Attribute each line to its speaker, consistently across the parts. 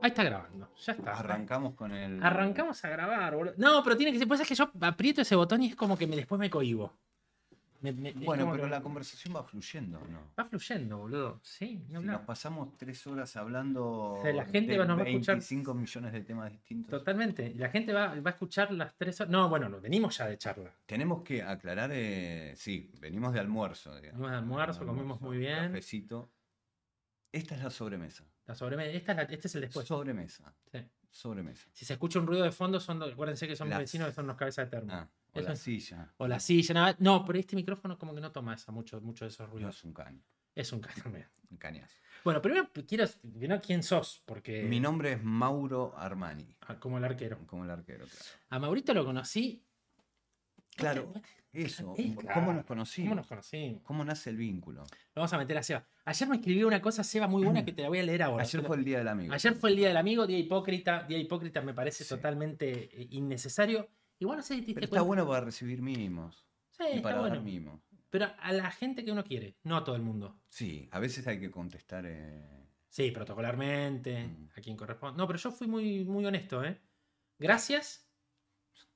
Speaker 1: Ahí está grabando. Ya está.
Speaker 2: Arrancamos con el.
Speaker 1: Arrancamos a grabar, boludo. No, pero tiene que ser. Pues es que yo aprieto ese botón y es como que me, después me cohibo. Me- me- es
Speaker 2: Bueno,
Speaker 1: como
Speaker 2: pero
Speaker 1: que
Speaker 2: la conversación va fluyendo, ¿no?
Speaker 1: Va fluyendo, boludo. Sí, ni
Speaker 2: Si nos
Speaker 1: hablar.
Speaker 2: pasamos tres horas hablando
Speaker 1: O sea, la gente
Speaker 2: de
Speaker 1: nos va a escuchar-
Speaker 2: 25 millones de temas distintos.
Speaker 1: Totalmente. Y La gente va, va a escuchar las tres horas. No, bueno, no, venimos ya de charla.
Speaker 2: Tenemos que aclarar, eh, sí, venimos de almuerzo. digamos.
Speaker 1: Venimos de almuerzo, comimos muy bien.
Speaker 2: Cafecito. Esta es la sobremesa.
Speaker 1: La sobremesa. Esta es la- este es el después.
Speaker 2: sobremesa.
Speaker 1: Sí.
Speaker 2: Sobremesa.
Speaker 1: Si se escucha un ruido de fondo, son, los- acuérdense que son los
Speaker 2: Las-
Speaker 1: vecinos que son los cabezas de termo.
Speaker 2: Ah, o
Speaker 1: Eso
Speaker 2: la
Speaker 1: es-
Speaker 2: silla.
Speaker 1: O la silla, nada. No, pero este micrófono como que no toma esa, mucho, mucho de esos
Speaker 2: No
Speaker 1: ruidos.
Speaker 2: es un caño.
Speaker 1: Es un caso mío.
Speaker 2: Un cañazo.
Speaker 1: Bueno, primero quiero primero quién sos, porque.
Speaker 2: Mi nombre es Mauro Armani.
Speaker 1: Ah, Como el arquero.
Speaker 2: Como el arquero, claro.
Speaker 1: A Maurito lo conocí.
Speaker 2: Claro, eso.
Speaker 1: es
Speaker 2: ¿Cómo
Speaker 1: claro.
Speaker 2: nos conocimos?
Speaker 1: ¿Cómo nos conocimos?
Speaker 2: ¿Cómo nace el vínculo?
Speaker 1: Lo vamos a meter a Seba. Ayer me escribió una cosa, Seba, muy buena que te la voy a leer ahora.
Speaker 2: Ayer
Speaker 1: Te
Speaker 2: fue
Speaker 1: la-
Speaker 2: el día del amigo.
Speaker 1: Ayer fue el día del amigo, día hipócrita. Día hipócrita me parece
Speaker 2: Sí.
Speaker 1: totalmente eh, innecesario. Igual no sé si te diste
Speaker 2: Pero está
Speaker 1: cuenta.
Speaker 2: bueno para recibir mimos.
Speaker 1: Sí,
Speaker 2: y
Speaker 1: está
Speaker 2: para dar
Speaker 1: bueno.
Speaker 2: mimos.
Speaker 1: Pero a la gente que uno quiere, no a todo el mundo.
Speaker 2: Sí, a veces hay que contestar. eh,
Speaker 1: Sí, protocolarmente,
Speaker 2: Mm.
Speaker 1: a quien corresponde. No, pero yo fui muy, muy honesto, ¿eh? Gracias.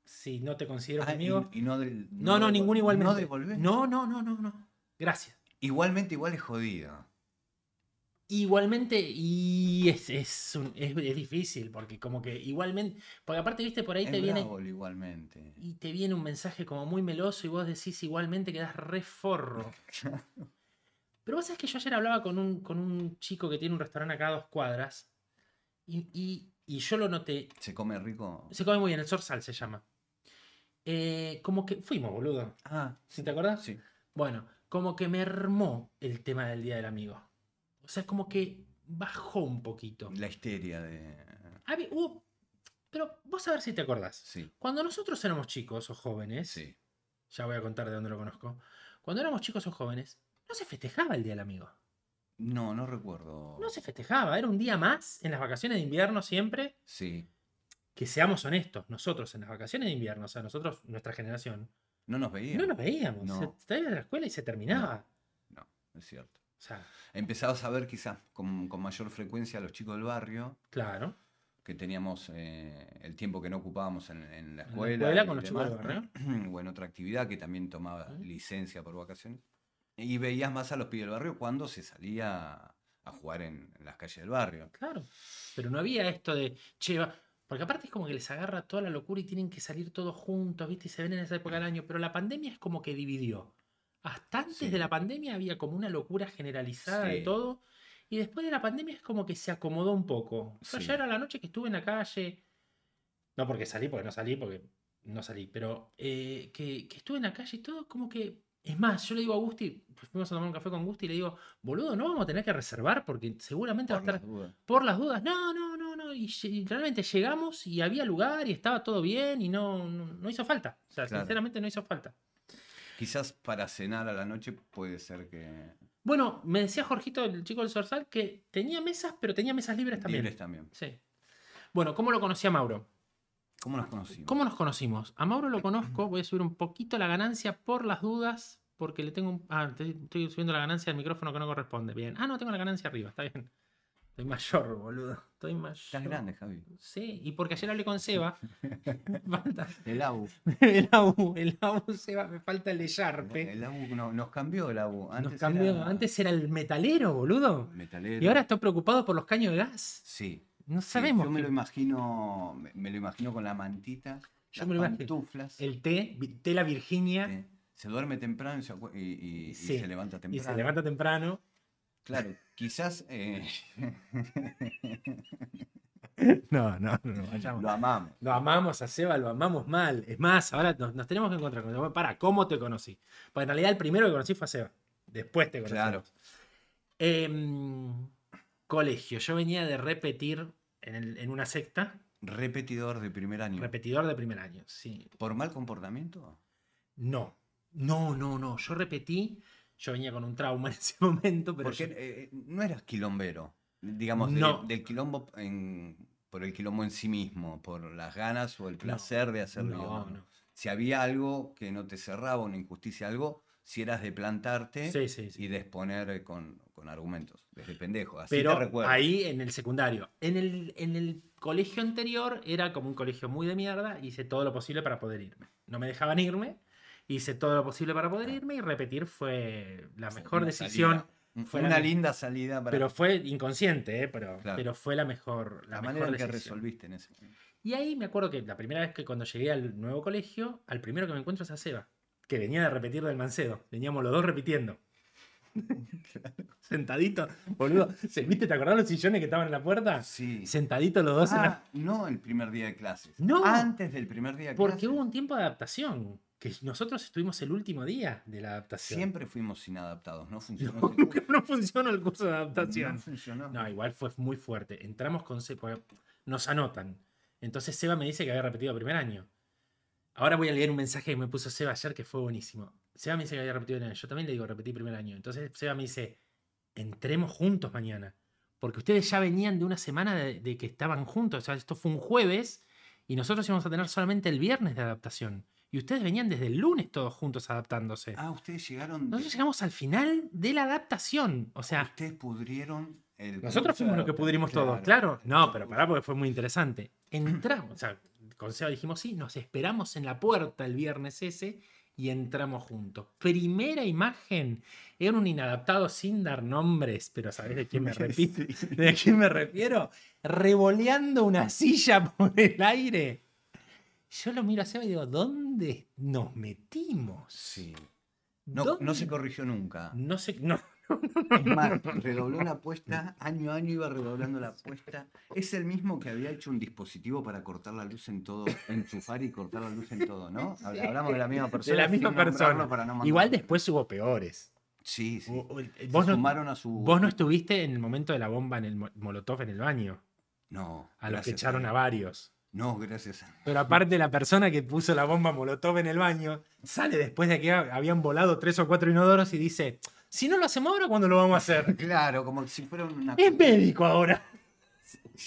Speaker 1: Si no te considero
Speaker 2: ah, y-
Speaker 1: amigo.
Speaker 2: y no, del-
Speaker 1: No, no,
Speaker 2: devol-
Speaker 1: ningún igualmente.
Speaker 2: No devolvés.
Speaker 1: No, no, no, no, no. Gracias.
Speaker 2: Igualmente, igual es jodido.
Speaker 1: Igualmente, y es, es, un- es- es difícil, porque como que igualmente. Porque aparte, viste, por ahí
Speaker 2: Es
Speaker 1: te viene.
Speaker 2: bravo el igualmente.
Speaker 1: Y te viene un mensaje como muy meloso y vos decís igualmente quedás re forro. Pero vos sabés que yo ayer hablaba con un, con un chico que tiene un restaurante acá a dos cuadras. Y, y- y yo lo noté.
Speaker 2: ¿Se come rico?
Speaker 1: Se come muy bien, el Sorsal se llama. Eh, como que fuimos, boludo.
Speaker 2: Ah,
Speaker 1: ¿Sí te acordás?
Speaker 2: sí.
Speaker 1: Bueno, como que me mermó el tema del Día del Amigo. O sea, como que bajó un poquito.
Speaker 2: La histeria de.
Speaker 1: Habí- hubo- pero vos a ver si te acordás.
Speaker 2: Sí,
Speaker 1: Cuando nosotros éramos chicos o jóvenes,
Speaker 2: sí.
Speaker 1: ya voy a contar de dónde lo conozco, cuando éramos chicos o jóvenes, no se festejaba el Día del Amigo.
Speaker 2: No, no recuerdo.
Speaker 1: No se festejaba, era un día más en las vacaciones de invierno siempre.
Speaker 2: Sí.
Speaker 1: Que seamos honestos, nosotros en las vacaciones de invierno, o sea, nosotros, nuestra generación,
Speaker 2: No nos veíamos.
Speaker 1: no nos veíamos.
Speaker 2: No.
Speaker 1: Se traía de la escuela y se terminaba.
Speaker 2: No, es cierto.
Speaker 1: O sea,
Speaker 2: Empezabas a ver quizás con, con mayor frecuencia a los chicos del barrio,
Speaker 1: claro.
Speaker 2: que teníamos eh, el tiempo que no ocupábamos en, en la
Speaker 1: la
Speaker 2: escuela.
Speaker 1: escuela
Speaker 2: y
Speaker 1: con los chicos del
Speaker 2: demás, O en otra actividad que también tomaba
Speaker 1: Ujú.
Speaker 2: licencia por vacaciones. Y veías más a los pibes del barrio cuando se salía a jugar en, en las calles del barrio.
Speaker 1: Claro. Pero no había esto de, che, va- Porque aparte es como que les agarra toda la locura y tienen que salir todos juntos, ¿viste? Y se ven en esa época del año. Pero la pandemia es como que dividió. Hasta antes
Speaker 2: Sí.
Speaker 1: de la pandemia había como una locura generalizada de
Speaker 2: Sí.
Speaker 1: todo. Y después de la pandemia es como que se acomodó un poco. Yo
Speaker 2: Sí.
Speaker 1: ayer a la noche que estuve en la calle. No porque salí, porque no salí, porque no salí. Pero eh, que, que estuve en la calle y todo como que. Es más, yo le digo a Gusti, pues fuimos a tomar un café con Gusti y le digo, boludo, no vamos a tener que reservar porque seguramente va a
Speaker 2: Por
Speaker 1: estar
Speaker 2: las dudas.
Speaker 1: por las dudas, no, no, no, no. Y, lle- y realmente llegamos y había lugar y estaba todo bien y no, no, no hizo falta. O sea,
Speaker 2: Claro.
Speaker 1: sinceramente no hizo falta.
Speaker 2: Quizás para cenar a la noche puede ser que...
Speaker 1: Bueno, me decía Jorgito, el chico del Sorsal, que tenía mesas, pero tenía mesas libres también.
Speaker 2: Libres también.
Speaker 1: Sí. Bueno, ¿cómo lo conocí a Mauro?
Speaker 2: ¿Cómo nos conocimos?
Speaker 1: ¿Cómo nos conocimos? A Mauro lo conozco, voy a subir un poquito la ganancia por las dudas, porque le tengo un... Ah, estoy, estoy subiendo la ganancia del micrófono que no corresponde. Bien. Ah, no, tengo la ganancia arriba, está bien. Estoy mayor, boludo. Estoy mayor.
Speaker 2: Estás grande, Javi.
Speaker 1: Sí, y porque ayer hablé con Seba. falta-
Speaker 2: El AU.
Speaker 1: el AU, el AU Seba, me falta el de Sharpe.
Speaker 2: El AU no- nos cambió el AU.
Speaker 1: Nos cambió-
Speaker 2: era
Speaker 1: antes era el metalero, boludo.
Speaker 2: metalero.
Speaker 1: Y ahora estoy preocupado por los caños de gas.
Speaker 2: Sí.
Speaker 1: No
Speaker 2: sí,
Speaker 1: sabemos.
Speaker 2: Yo me
Speaker 1: qué-
Speaker 2: lo imagino, me, me lo imagino con la mantita,
Speaker 1: Yo
Speaker 2: las
Speaker 1: me lo imagino.
Speaker 2: pantuflas.
Speaker 1: El té, vi- tela Virginia,
Speaker 2: eh, Se duerme temprano y se, acue- y- y- y
Speaker 1: Sí,
Speaker 2: se levanta
Speaker 1: y
Speaker 2: temprano.
Speaker 1: se levanta temprano.
Speaker 2: Claro, quizás eh,
Speaker 1: No, no, no, vayamos.
Speaker 2: lo amamos.
Speaker 1: Lo amamos a Seba, lo amamos mal. Es más, ahora nos, nos tenemos que encontrar. con- Para, ¿cómo te conocí? Pues en realidad el primero que conocí fue a Seba. Después te conocí.
Speaker 2: Claro.
Speaker 1: Em, colegio. Yo venía de repetir en, el- en una secta,
Speaker 2: Repetidor de primer año.
Speaker 1: repetidor de primer año. Sí.
Speaker 2: ¿Por mal comportamiento?
Speaker 1: No, no, no, no. Yo repetí. Yo venía con un trauma en ese momento, pero
Speaker 2: Porque
Speaker 1: yo-
Speaker 2: eh, no eras quilombero. Digamos, de-
Speaker 1: No.
Speaker 2: del quilombo en- por el quilombo en sí mismo, por las ganas o el placer de hacerlo.
Speaker 1: no, no.
Speaker 2: Si había algo que no te cerraba, una injusticia, algo, si eras de plantarte
Speaker 1: Sí, sí, sí.
Speaker 2: ¿eh? y de exponer eh, con, con argumentos, desde pendejo. Así te
Speaker 1: Pero
Speaker 2: recuerdo.
Speaker 1: ahí en el secundario. En el, en el colegio anterior era como un colegio muy de mierda. Hice todo lo posible para poder irme. No me dejaban irme. Hice todo lo posible para poder irme y repetir fue la mejor
Speaker 2: Una
Speaker 1: decisión.
Speaker 2: salida.
Speaker 1: fue la
Speaker 2: una
Speaker 1: mi-
Speaker 2: linda salida para
Speaker 1: Pero fue inconsciente, ¿eh? pero,
Speaker 2: Claro.
Speaker 1: pero fue la mejor. La,
Speaker 2: la
Speaker 1: mejor
Speaker 2: manera en que
Speaker 1: decisión.
Speaker 2: resolviste en ese momento.
Speaker 1: Y ahí me acuerdo que la primera vez que cuando llegué al nuevo colegio, al primero que me encuentro es a Seba, que venía de repetir del Mancedo. Veníamos los dos repitiendo. Sentadito, boludo. ¿Se- ¿Viste? ¿Te acordás los sillones que estaban en la puerta?
Speaker 2: Sí.
Speaker 1: Sentaditos los dos en la-
Speaker 2: Ah, no el primer día de clases.
Speaker 1: No.
Speaker 2: Antes del primer día de
Speaker 1: Porque
Speaker 2: clases.
Speaker 1: hubo un tiempo de adaptación. Que nosotros estuvimos el último día de la adaptación.
Speaker 2: Siempre fuimos inadaptados, no funcionó.
Speaker 1: No,
Speaker 2: ese curso.
Speaker 1: nunca- no funcionó el curso de
Speaker 2: No
Speaker 1: adaptación.
Speaker 2: funcionó.
Speaker 1: No, igual fue muy fuerte. Entramos con C, porque nos anotan. Entonces Seba me dice que había repetido primer año. Ahora voy a leer un mensaje que me puso Seba ayer que fue buenísimo. Seba me dice que había repetido primer año. Yo también le digo, repetí primer año. Entonces Seba me dice, entremos juntos mañana. Porque ustedes ya venían de una semana de, de que estaban juntos. O sea, esto fue un jueves y nosotros íbamos a tener solamente el viernes de adaptación. Y ustedes venían desde el lunes todos juntos adaptándose.
Speaker 2: Ah, ustedes llegaron. de-
Speaker 1: Nosotros llegamos al final de la adaptación. O sea,
Speaker 2: Ustedes pudrieron. el
Speaker 1: nosotros
Speaker 2: curso
Speaker 1: fuimos
Speaker 2: de
Speaker 1: los que
Speaker 2: adaptación.
Speaker 1: pudrimos todos, claro. No, pero pará porque fue muy interesante. Entramos, o sea, con Seba dijimos sí, nos esperamos en la puerta el viernes ese y entramos juntos. Primera imagen, era un inadaptado sin dar nombres, pero ¿sabés de quién me repito? ¿De quién me refiero? Revoleando una silla por el aire. Yo lo miro a Seba y digo, ¿dónde nos metimos?
Speaker 2: Sí. No,
Speaker 1: ¿Dónde?
Speaker 2: no se corrigió nunca.
Speaker 1: No sé, no,
Speaker 2: Es más, redobló la apuesta, año a año iba redoblando la apuesta. Es el mismo que había hecho un dispositivo para cortar la luz en todo, enchufar y cortar la luz en todo, ¿no? Habla- Hablamos de la misma persona.
Speaker 1: la misma
Speaker 2: sin nombrarlo
Speaker 1: persona.
Speaker 2: para no mandar-
Speaker 1: Igual después hubo peores.
Speaker 2: Sí, sí.
Speaker 1: O- o-
Speaker 2: Vos
Speaker 1: vos, no,
Speaker 2: sumaron a su.
Speaker 1: vos no estuviste en el momento de la bomba en el mo- molotov en el baño,
Speaker 2: No.
Speaker 1: a los que
Speaker 2: gracias
Speaker 1: echaron a varios.
Speaker 2: No, gracias a.
Speaker 1: Pero aparte la persona que puso la bomba molotov en el baño sale después de que ha- habían volado tres o cuatro inodoros y dice, si no lo hacemos ahora, ¿cuándo lo vamos a hacer?
Speaker 2: Claro, como si fuera una.
Speaker 1: Es médico ahora.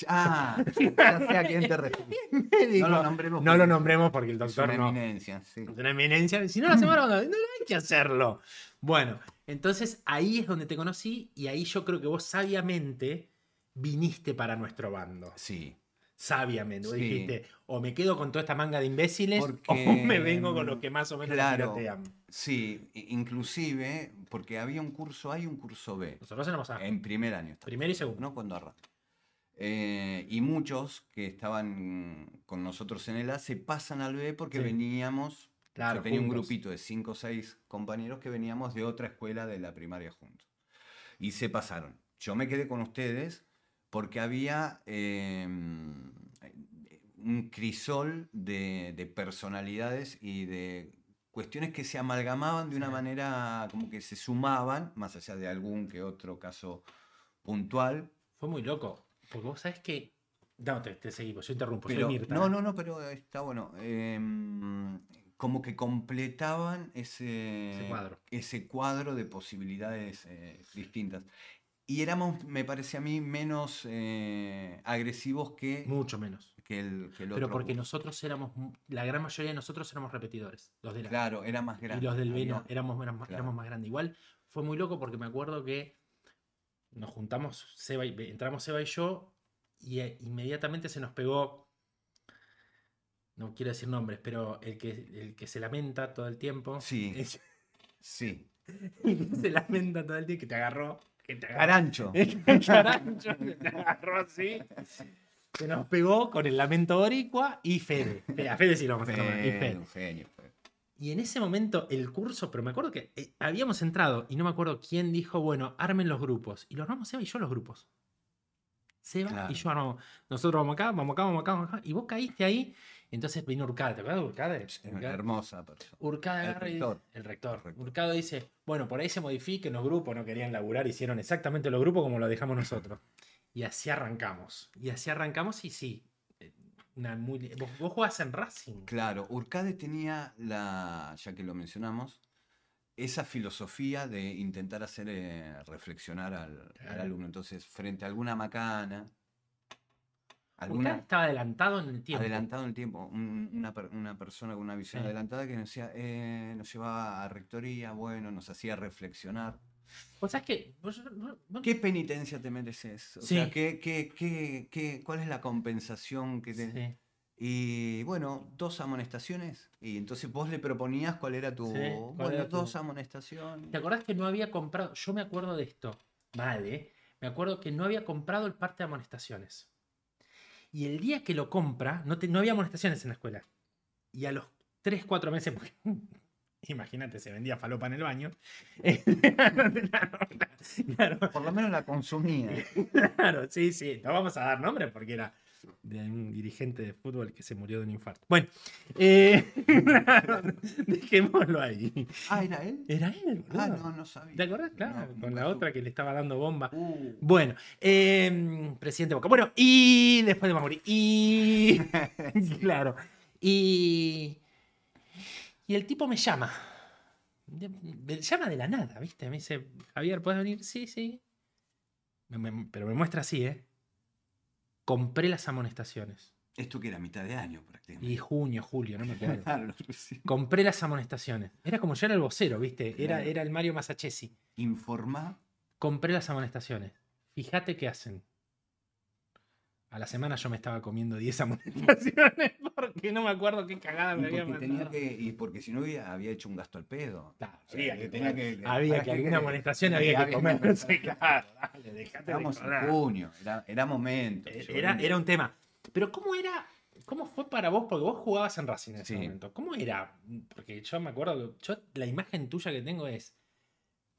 Speaker 2: Ah, ya sé a quién te refieres.
Speaker 1: médico.
Speaker 2: No lo nombremos.
Speaker 1: No lo
Speaker 2: porque
Speaker 1: nombremos porque el
Speaker 2: Es una
Speaker 1: doctor no.
Speaker 2: eminencia, sí.
Speaker 1: de una eminencia. Si no la semana, no, no hay que hacerlo. Bueno, entonces ahí es donde te conocí y ahí yo creo que vos sabiamente viniste para nuestro bando.
Speaker 2: Sí.
Speaker 1: Sabiamente. Vos
Speaker 2: Sí.
Speaker 1: dijiste, o me quedo con toda esta manga de imbéciles
Speaker 2: Porque,
Speaker 1: o me vengo con los que más o menos
Speaker 2: claro.
Speaker 1: me tirotean.
Speaker 2: Sí, i- inclusive, porque había un curso A y un curso B.
Speaker 1: Nosotros éramos a
Speaker 2: En primer año. estaba,
Speaker 1: primero y segundo.
Speaker 2: ¿no? Cuando arranca. Eh, y muchos que estaban con nosotros en el A se pasan al B porque
Speaker 1: Sí.
Speaker 2: veníamos.
Speaker 1: Claro,
Speaker 2: yo tenía un
Speaker 1: juntos.
Speaker 2: grupito de 5 o 6 compañeros que veníamos de otra escuela de la primaria juntos. Y se pasaron. Yo me quedé con ustedes porque había eh, un crisol de, de personalidades y de cuestiones que se amalgamaban de una
Speaker 1: Sí.
Speaker 2: manera como que se sumaban, más allá de algún que otro caso puntual.
Speaker 1: Fue muy loco. Porque vos sabés que. No, te, te seguimos, yo interrumpo. soy
Speaker 2: pero-
Speaker 1: Mirta. eh,
Speaker 2: no, no, no, pero está bueno. em, como que completaban ese,
Speaker 1: Ese cuadro.
Speaker 2: ese cuadro de posibilidades eh, distintas. Y éramos, me parece a mí, menos eh, agresivos que,
Speaker 1: Mucho menos.
Speaker 2: que el, que eh, el otro.
Speaker 1: Pero porque
Speaker 2: grupo.
Speaker 1: nosotros éramos. mu- La gran mayoría de nosotros éramos repetidores. Los de la
Speaker 2: Claro, era más grande.
Speaker 1: Y los del B
Speaker 2: había-
Speaker 1: no, éramos, éramos, más-
Speaker 2: claro.
Speaker 1: éramos más grandes. Igual fue muy loco porque me acuerdo que nos juntamos, Seba y- entramos Seba y yo, y eh, inmediatamente se nos pegó, no quiero decir nombres, pero el que, el que se lamenta todo el tiempo.
Speaker 2: Sí.
Speaker 1: El,
Speaker 2: Sí.
Speaker 1: que se lamenta todo el tiempo, que te agarró. Que te agarró.
Speaker 2: Carancho.
Speaker 1: El carancho que te agarró así. Se nos pegó con el lamento boricua y Fede. Fede, A Fede sí lo vamos a llamar. Y
Speaker 2: Fede,
Speaker 1: Fede.
Speaker 2: un genio, Fede.
Speaker 1: Y en ese momento el curso, pero me acuerdo que eh, habíamos entrado y no me acuerdo quién dijo, bueno, armen los grupos. Y los armamos Seba y yo los grupos. Seba
Speaker 2: Claro.
Speaker 1: y yo armamos. Nosotros vamos acá, vamos acá, vamos acá, vamos acá. Y vos caíste ahí. Entonces vino Urcade, ¿te acuerdas de Urcade? Urcade-
Speaker 2: Hermosa persona.
Speaker 1: Urcade
Speaker 2: El
Speaker 1: agarra y-
Speaker 2: rector.
Speaker 1: el rector.
Speaker 2: El rector.
Speaker 1: Urcado dice, bueno, por ahí se modifiquen los grupos, no querían laburar, hicieron exactamente los grupos como lo dejamos nosotros. Y así arrancamos. Y así arrancamos y sí. eh, una muy- ¿Vos, vos jugás en Racing.
Speaker 2: Claro, Urcade tenía la, ya que lo mencionamos, esa filosofía de intentar hacer eh, reflexionar al, al
Speaker 1: Claro.
Speaker 2: alumno. Entonces, frente a alguna macana, Alguna-
Speaker 1: Usted estaba adelantado en el tiempo.
Speaker 2: Adelantado en el tiempo. un- una, per- una persona con una visión
Speaker 1: Sí.
Speaker 2: adelantada que nos, decía, eh, nos llevaba a rectoría, bueno, nos hacía reflexionar.
Speaker 1: Vos sabés que. vos- vos- vos-
Speaker 2: ¿Qué penitencia te mereces? O
Speaker 1: Sí.
Speaker 2: sea, ¿qué, qué, qué, qué, ¿cuál es la compensación que te...
Speaker 1: Sí.
Speaker 2: Y bueno, dos amonestaciones. Y entonces vos le proponías cuál era tu...
Speaker 1: Sí, cuál
Speaker 2: bueno,
Speaker 1: era tu-
Speaker 2: dos amonestaciones.
Speaker 1: ¿Te acordás que no había comprado? Yo me acuerdo de esto. Mal, ¿eh? Me acuerdo que no había comprado el parte de amonestaciones. Y el día que lo compra, no, te- no había amonestaciones en la escuela. Y a los 3, 4 meses, porque, imagínate, se vendía falopa en el baño. Eh, claro,
Speaker 2: Por lo menos la consumía.
Speaker 1: Claro, sí, sí. No vamos a dar nombre porque era de un dirigente de fútbol que se murió de un infarto. Bueno, eh, claro, dejémoslo ahí.
Speaker 2: Ah, ¿era él?
Speaker 1: Era él, boludo.
Speaker 2: Ah, no, no sabía.
Speaker 1: ¿Te acordás? Claro,
Speaker 2: No,
Speaker 1: con
Speaker 2: nunca
Speaker 1: la
Speaker 2: supe.
Speaker 1: otra que le estaba dando bomba.
Speaker 2: Uh.
Speaker 1: Bueno, eh, presidente Boca. Bueno, y después de Mauri. Y. claro. Y. Y el tipo me llama. De- me llama de la nada, ¿viste? Me dice, Javier, ¿puedes venir? Sí, sí. Me- me- pero me muestra así, ¿eh? Compré las amonestaciones.
Speaker 2: Esto que era mitad de año prácticamente.
Speaker 1: Y junio, julio, no me acuerdo.
Speaker 2: Claro, recién.
Speaker 1: Compré las amonestaciones. Era como yo era el vocero, ¿viste? Era,
Speaker 2: Claro.
Speaker 1: era el Mario Masachesi.
Speaker 2: Informá.
Speaker 1: compré las amonestaciones. Fíjate qué hacen. A la semana yo me estaba comiendo 10 amonestaciones porque no me acuerdo qué cagada
Speaker 2: Y
Speaker 1: me había
Speaker 2: porque, tenía
Speaker 1: mandado.
Speaker 2: que, y porque si no había, había hecho un gasto al pedo.
Speaker 1: Claro,
Speaker 2: O sea,
Speaker 1: había que
Speaker 2: tenía
Speaker 1: comer.
Speaker 2: que-
Speaker 1: Había que alguna amonestación había que comer. Sí, claro, dale, dejate de
Speaker 2: Estábamos en
Speaker 1: joder.
Speaker 2: junio, era, era momento.
Speaker 1: Eh,
Speaker 2: yo
Speaker 1: Era,
Speaker 2: creo.
Speaker 1: era un tema. Pero ¿cómo era? ¿Cómo fue para vos? Porque vos jugabas en Racing en ese
Speaker 2: Sí.
Speaker 1: momento. ¿Cómo era? Porque yo me acuerdo que yo la imagen tuya que tengo es.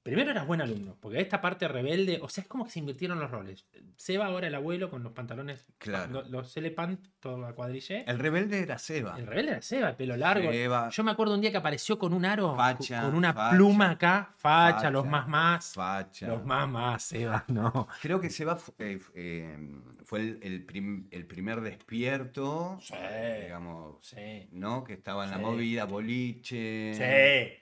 Speaker 1: Primero eras buen alumno, porque esta parte rebelde, o sea, es como que se invirtieron los roles. Seba ahora el abuelo con los pantalones,
Speaker 2: Claro.
Speaker 1: lo- los celepant, todo a cuadrille. El,
Speaker 2: El rebelde era Seba.
Speaker 1: rebelde era Seba, el pelo largo.
Speaker 2: Seba,
Speaker 1: Yo me acuerdo un día que apareció con un aro, cu-
Speaker 2: Facha,
Speaker 1: con una
Speaker 2: facha,
Speaker 1: pluma acá, facha, los
Speaker 2: facha,
Speaker 1: más más,
Speaker 2: Facha.
Speaker 1: los más más, Seba, no.
Speaker 2: Creo que Seba fu- eh, f- eh, fue el, el prim- el primer despierto,
Speaker 1: Sí.
Speaker 2: digamos,
Speaker 1: Sí.
Speaker 2: ¿no? Que estaba en la
Speaker 1: Sí.
Speaker 2: movida, boliche.
Speaker 1: Sí,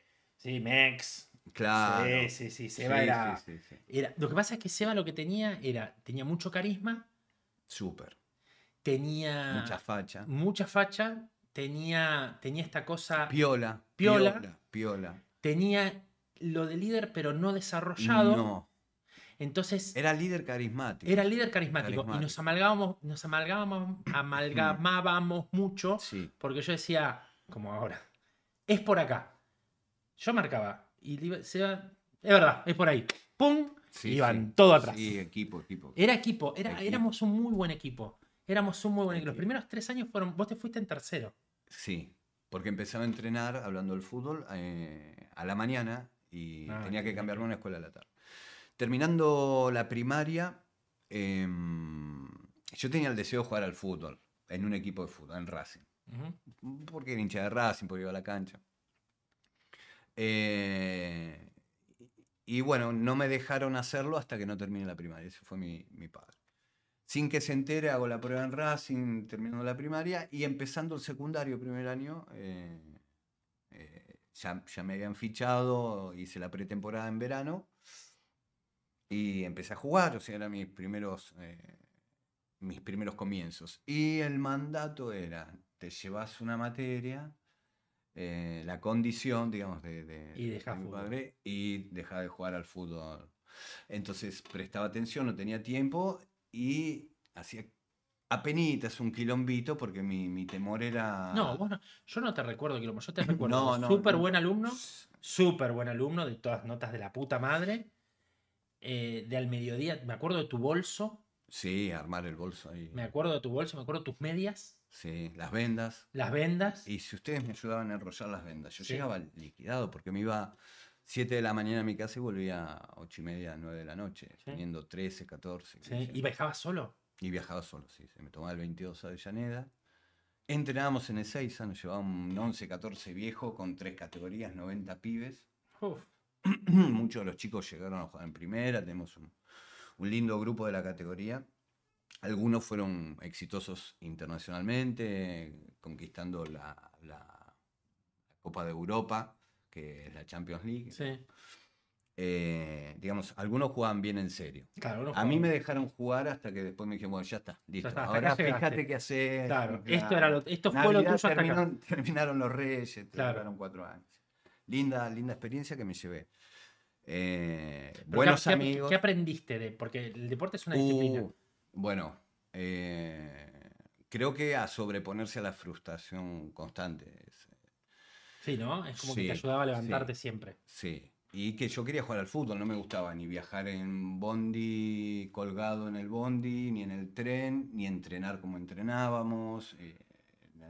Speaker 1: sí, Mex.
Speaker 2: Claro.
Speaker 1: Sí, sí, sí. Seba
Speaker 2: Sí,
Speaker 1: era,
Speaker 2: sí, sí, sí.
Speaker 1: era- Lo que pasa es que Seba lo que tenía era. Tenía mucho carisma,
Speaker 2: Súper.
Speaker 1: tenía.
Speaker 2: Mucha facha.
Speaker 1: mucha facha, tenía, tenía esta cosa.
Speaker 2: Piola.
Speaker 1: Piola.
Speaker 2: Piola.
Speaker 1: tenía lo de líder, pero no desarrollado.
Speaker 2: No.
Speaker 1: Entonces.
Speaker 2: Era líder carismático.
Speaker 1: Era líder carismático, y nos
Speaker 2: Carismático.
Speaker 1: amalgábamos, nos amalgábamos, amalgamábamos
Speaker 2: Mm.
Speaker 1: mucho
Speaker 2: Sí.
Speaker 1: Porque yo decía, como ahora, es por acá. Yo marcaba. Y le iba- se iba- es verdad, es por ahí. ¡Pum!
Speaker 2: sí,
Speaker 1: Iban
Speaker 2: sí.
Speaker 1: todo atrás.
Speaker 2: Sí, equipo, equipo.
Speaker 1: Era equipo, era,
Speaker 2: Equipo.
Speaker 1: éramos un muy buen equipo. Éramos un muy buen equipo. Los
Speaker 2: Equipo.
Speaker 1: primeros tres años fueron. Vos te fuiste en tercero.
Speaker 2: Sí, porque empezaba a entrenar hablando del fútbol eh, a la mañana y
Speaker 1: Ah,
Speaker 2: tenía que
Speaker 1: claro.
Speaker 2: cambiarme a una escuela a la tarde. Terminando la primaria, em, yo tenía el deseo de jugar al fútbol, en un equipo de fútbol, en Racing
Speaker 1: Ujú.
Speaker 2: porque era hincha de Racing, porque iba a la cancha. Eh, y bueno, no me dejaron hacerlo hasta que no terminé la primaria. Ese fue mi, mi padre. Sin que se entere, hago la prueba en Racing, terminando la primaria y empezando el secundario, primer año. eh, eh, ya, ya me habían fichado, hice la pretemporada en verano y empecé a jugar, o sea, eran mis primeros, eh, mis primeros comienzos. Y el mandato era, te llevas una materia, eh, la condición, digamos, de, de-
Speaker 1: Y dejá
Speaker 2: de mi
Speaker 1: fútbol.
Speaker 2: padre, y dejá de jugar al fútbol. Entonces prestaba atención, no tenía tiempo y hacía apenitas un quilombito porque mi, mi temor era...
Speaker 1: No, vos no- yo no te recuerdo, Quilombo. Yo te recuerdo.
Speaker 2: Ah. No,
Speaker 1: como
Speaker 2: no,
Speaker 1: súper
Speaker 2: no.
Speaker 1: buen alumno. Súper buen alumno, de todas notas de la puta madre. Eh, de al mediodía, me acuerdo de tu bolso.
Speaker 2: Sí, armar el bolso ahí.
Speaker 1: Me acuerdo de tu bolso, me acuerdo de tus medias,
Speaker 2: Sí, las vendas.
Speaker 1: las vendas.
Speaker 2: Y si ustedes me ayudaban a enrollar las vendas, yo
Speaker 1: Sí.
Speaker 2: llegaba liquidado porque me iba 7 de la mañana a mi casa y volvía a 8 y media, 9 de la noche, teniendo 13, 14.
Speaker 1: ¿sí?
Speaker 2: 15
Speaker 1: Y viajabas solo.
Speaker 2: Y viajaba solo, sí. Se me tomaba el 22 a Avellaneda. Entrenábamos en Ezeiza, nos llevaba un 11, 14 viejo con tres categorías, 90 pibes.
Speaker 1: Uf.
Speaker 2: Muchos de los chicos llegaron a jugar en primera, tenemos un, un lindo grupo de la categoría. Algunos fueron exitosos internacionalmente, conquistando la, la Copa de Europa, que es la Champions League.
Speaker 1: Sí.
Speaker 2: eh, digamos, algunos jugaban bien en serio.
Speaker 1: Claro, uno
Speaker 2: A mí
Speaker 1: juega-
Speaker 2: me dejaron jugar hasta que después me dijeron, bueno, ya está, listo.
Speaker 1: está, hasta
Speaker 2: Ahora
Speaker 1: acá llegaste.
Speaker 2: fíjate qué haces.
Speaker 1: Claro, esto, era lo- esto fue lo tuyo
Speaker 2: Navidad
Speaker 1: hasta acá.
Speaker 2: terminaron, terminaron los reyes, te
Speaker 1: Claro.
Speaker 2: duraron cuatro años. Linda, linda experiencia que me llevé. Eh,
Speaker 1: Pero
Speaker 2: buenos
Speaker 1: ¿qué,
Speaker 2: amigos.
Speaker 1: ¿Qué aprendiste? de este Porque el deporte es una
Speaker 2: Uh,
Speaker 1: disciplina.
Speaker 2: bueno, eh, creo que a sobreponerse a la frustración constante. es-
Speaker 1: Sí, ¿no? Es como que
Speaker 2: Sí,
Speaker 1: te ayudaba a
Speaker 2: sí.
Speaker 1: levantarte siempre.
Speaker 2: Sí. Y que yo quería jugar al fútbol, no me gustaba ni viajar en bondi, colgado en el bondi, ni en el tren, ni entrenar como entrenábamos. eh,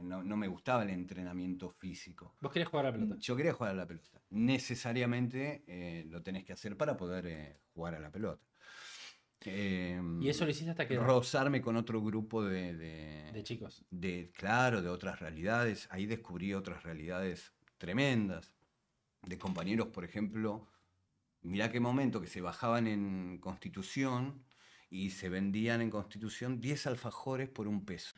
Speaker 2: no, no me gustaba el entrenamiento físico.
Speaker 1: Vos querés jugar a la pelota.
Speaker 2: Yo quería jugar a la pelota. Necesariamente eh, lo tenés que hacer para poder eh, jugar a la pelota. Eh,
Speaker 1: Y eso lo hiciste hasta que
Speaker 2: rozarme con otro grupo de, de-
Speaker 1: de chicos.
Speaker 2: de, claro, de otras realidades. Ahí descubrí otras realidades tremendas. De compañeros, por ejemplo, mirá qué momento que se bajaban en Constitución y se vendían en Constitución 10 alfajores por un peso.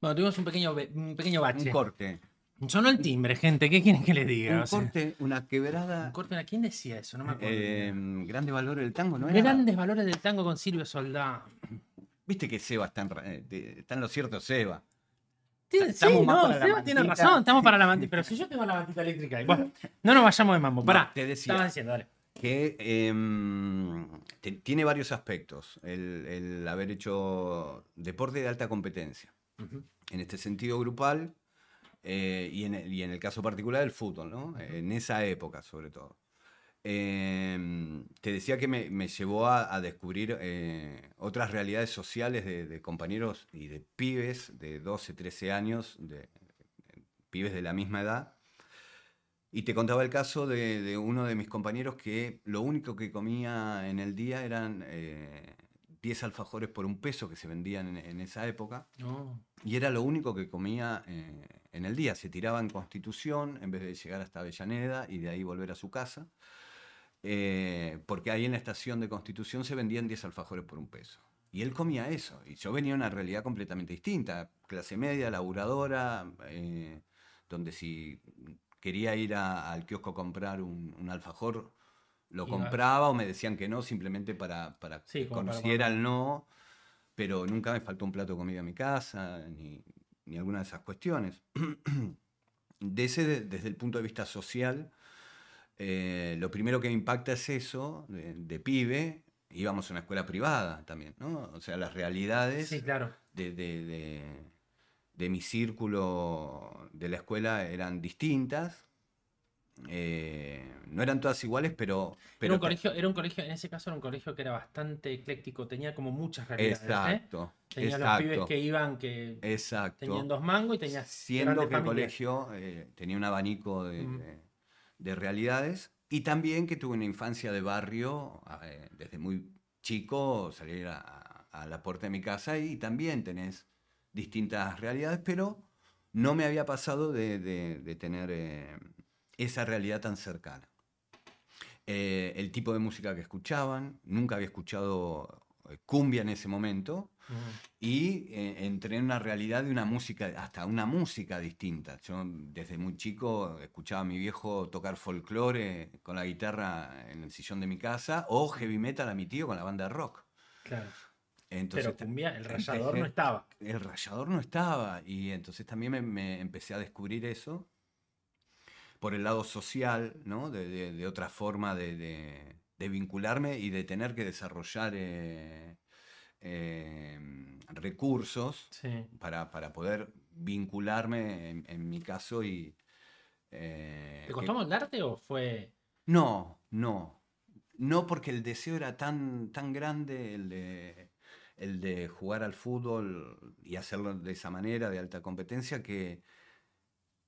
Speaker 1: Bueno, tuvimos un pequeño, be- un pequeño
Speaker 2: Un
Speaker 1: bache.
Speaker 2: corte.
Speaker 1: Sonó el timbre, gente. ¿Qué quieren que les diga?
Speaker 2: Un
Speaker 1: O sea,
Speaker 2: corte, una
Speaker 1: un
Speaker 2: quebrada.
Speaker 1: corte, ¿a ¿Quién decía eso? No me acuerdo.
Speaker 2: eh, grande valor del tango, ¿no era?
Speaker 1: Grandes valores del tango con Silvio Soldá.
Speaker 2: Viste que Seba está en, ra- eh, te- está en lo cierto, Seba.
Speaker 1: Tiene- Sí,
Speaker 2: Estamos más
Speaker 1: no,
Speaker 2: para la
Speaker 1: Seba tiene
Speaker 2: mantita.
Speaker 1: razón, estamos para la mantita. Pero si yo tengo la mantita eléctrica, y bueno, no nos vayamos de mambo. Pará,
Speaker 2: No, te decía.
Speaker 1: estabas diciendo, dale.
Speaker 2: que em, te- tiene varios aspectos el, el haber hecho deporte de alta competencia.
Speaker 1: Ujú.
Speaker 2: En este sentido grupal eh, y, en, el- y en el caso particular el fútbol, ¿no? En esa época sobre todo. Em, te decía que me, me llevó a, a descubrir eh, otras realidades sociales de, de compañeros y de pibes de 12, 13 años, de, pibes de la misma edad. Y te contaba el caso de, de uno de mis compañeros que lo único que comía en el día eran eh, 10 alfajores por un peso que se vendían en, en esa época.
Speaker 1: No.
Speaker 2: Y era lo único que comía eh, en el día. Se tiraba en Constitución en vez de llegar hasta Avellaneda y de ahí volver a su casa. Eh, porque ahí en la estación de Constitución se vendían 10 alfajores por un peso. Y él comía eso. Y yo venía a una realidad completamente distinta. Clase media, laburadora, eh, donde si quería ir a- al kiosco a comprar un, un alfajor, lo
Speaker 1: Iba.
Speaker 2: compraba o me decían que no, simplemente para, para
Speaker 1: Sí,
Speaker 2: que
Speaker 1: como para
Speaker 2: conociera el no. Pero nunca me faltó un plato de comida en mi casa, ni, ni alguna de esas cuestiones. De ese, de- desde el punto de vista social, eh, lo primero que me impacta es eso, de, de pibe, íbamos a una escuela privada también, ¿no? O sea, las realidades
Speaker 1: Sí, claro.
Speaker 2: de, de- de- de mi círculo de la escuela eran distintas. Eh, no eran todas iguales, pero... pero
Speaker 1: era, un colegio, era un colegio, en ese caso era un colegio que era bastante ecléctico, tenía como muchas realidades. ¿eh?
Speaker 2: Exacto.
Speaker 1: Tenía los
Speaker 2: exacto,
Speaker 1: pibes que iban, que
Speaker 2: exacto.
Speaker 1: tenían dos mangos y tenías
Speaker 2: siendo
Speaker 1: grandes
Speaker 2: que el
Speaker 1: familias.
Speaker 2: colegio eh, tenía un abanico de,
Speaker 1: Mm.
Speaker 2: de- de realidades y también que tuve una infancia de barrio eh, desde muy chico salir a, a- a la puerta de mi casa y también tenés distintas realidades pero no me había pasado de, de- de tener eh, esa realidad tan cercana Eh, el tipo de música que escuchaban nunca había escuchado eh, cumbia en ese momento
Speaker 1: Mm.
Speaker 2: y eh, entré en una realidad de una música, hasta una música distinta. Yo desde muy chico escuchaba a mi viejo tocar folclore con la guitarra en el sillón de mi casa o heavy metal a mi tío con la banda de rock.
Speaker 1: Claro.
Speaker 2: Entonces,
Speaker 1: Pero cumbia, el rayador
Speaker 2: empecé-
Speaker 1: no estaba.
Speaker 2: el rayador no estaba y entonces también me, me empecé a descubrir eso por el lado social, ¿no? De, de- de otra forma de, de- de vincularme y de tener que desarrollar eh, eh, recursos
Speaker 1: Sí.
Speaker 2: para, para poder vincularme en, en mi caso y... eh,
Speaker 1: ¿Te costó
Speaker 2: que-
Speaker 1: moldarte o fue.?
Speaker 2: No, no. No porque el deseo era tan, tan grande, el de, el de jugar al fútbol y hacerlo de esa manera, de alta competencia, que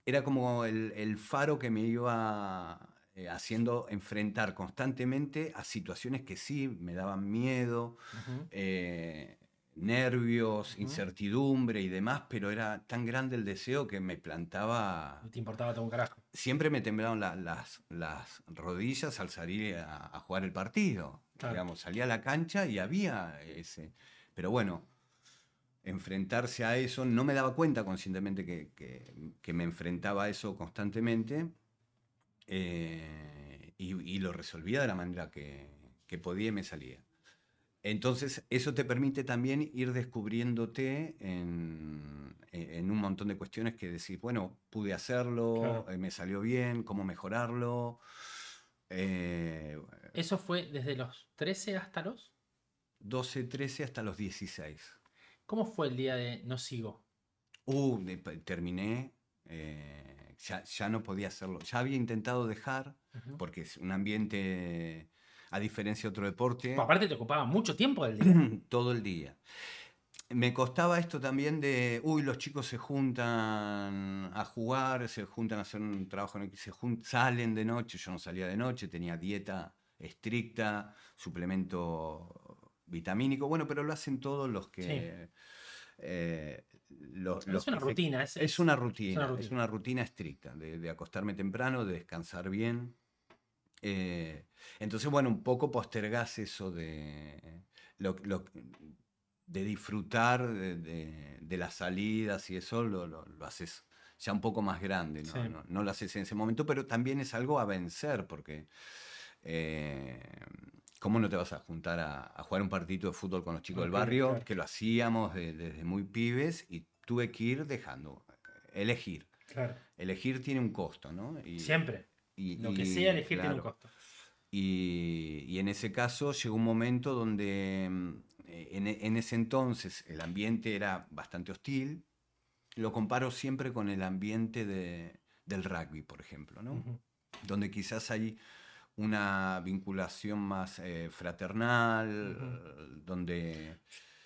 Speaker 2: era como el, el faro que me iba eh, haciendo enfrentar constantemente a situaciones que sí me daban miedo,
Speaker 1: Ujú.
Speaker 2: eh, nervios,
Speaker 1: Ujú.
Speaker 2: incertidumbre y demás, pero era tan grande el deseo que me plantaba.
Speaker 1: No te importaba todo un carajo.
Speaker 2: Siempre me temblaron la- las, las rodillas al salir a, a jugar el partido.
Speaker 1: Claro.
Speaker 2: Digamos, salía a la cancha y había ese. Pero bueno, enfrentarse a eso, no me daba cuenta conscientemente que, que- que me enfrentaba a eso constantemente. eh, y, y lo resolvía de la manera que, que podía y me salía. Entonces, eso te permite también ir descubriéndote en, en un montón de cuestiones que decís, bueno, pude hacerlo,
Speaker 1: Claro.
Speaker 2: eh, me salió bien, cómo mejorarlo. Eh,
Speaker 1: Eso fue desde los 13 hasta los.
Speaker 2: 12, 13 hasta los 16.
Speaker 1: ¿Cómo fue el día de no sigo?
Speaker 2: Uh, de- pe- terminé, eh, ya, ya no podía hacerlo. Ya había intentado dejar,
Speaker 1: Ujú.
Speaker 2: porque es un ambiente, a diferencia de otro deporte,
Speaker 1: Aparte te ocupaba mucho tiempo del día.
Speaker 2: todo el día. Me costaba esto también de, uy, los chicos se juntan a jugar, se juntan a hacer un trabajo, en equi- se jun- salen de noche, yo no salía de noche, tenía dieta estricta, suplemento vitamínico, bueno, pero lo hacen todos los que... eh, los- los
Speaker 1: es una
Speaker 2: que se-
Speaker 1: rutina. Es,
Speaker 2: es una rutina, es una rutina,
Speaker 1: rutina.
Speaker 2: estricta, de, de acostarme temprano, de descansar bien. Eh, entonces, bueno, un poco postergás eso de, lo- lo- de disfrutar de, de- de las salidas y eso, lo, lo- lo haces ya un poco más grande, ¿no?
Speaker 1: Sí.
Speaker 2: No- no lo haces en ese momento, pero también es algo a vencer, porque eh, ¿cómo no te vas a juntar a, a jugar un partidito de fútbol con los chicos
Speaker 1: Con
Speaker 2: del
Speaker 1: los pibes,
Speaker 2: barrio?
Speaker 1: claro.
Speaker 2: Que lo hacíamos de- desde muy pibes y tuve que ir dejando, eh, elegir.
Speaker 1: Claro.
Speaker 2: Elegir tiene un costo, ¿no? Y,
Speaker 1: Siempre.
Speaker 2: y-
Speaker 1: Lo que
Speaker 2: y,
Speaker 1: sea elegir tiene
Speaker 2: claro,
Speaker 1: un costo.
Speaker 2: Y, y en ese caso llegó un momento donde mm, eh, en, e- en ese entonces el ambiente era bastante hostil. Lo comparo siempre con el ambiente de- del rugby, por ejemplo, ¿no?
Speaker 1: Ujú.
Speaker 2: donde quizás hay una vinculación más eh, fraternal,
Speaker 1: Ujú.
Speaker 2: donde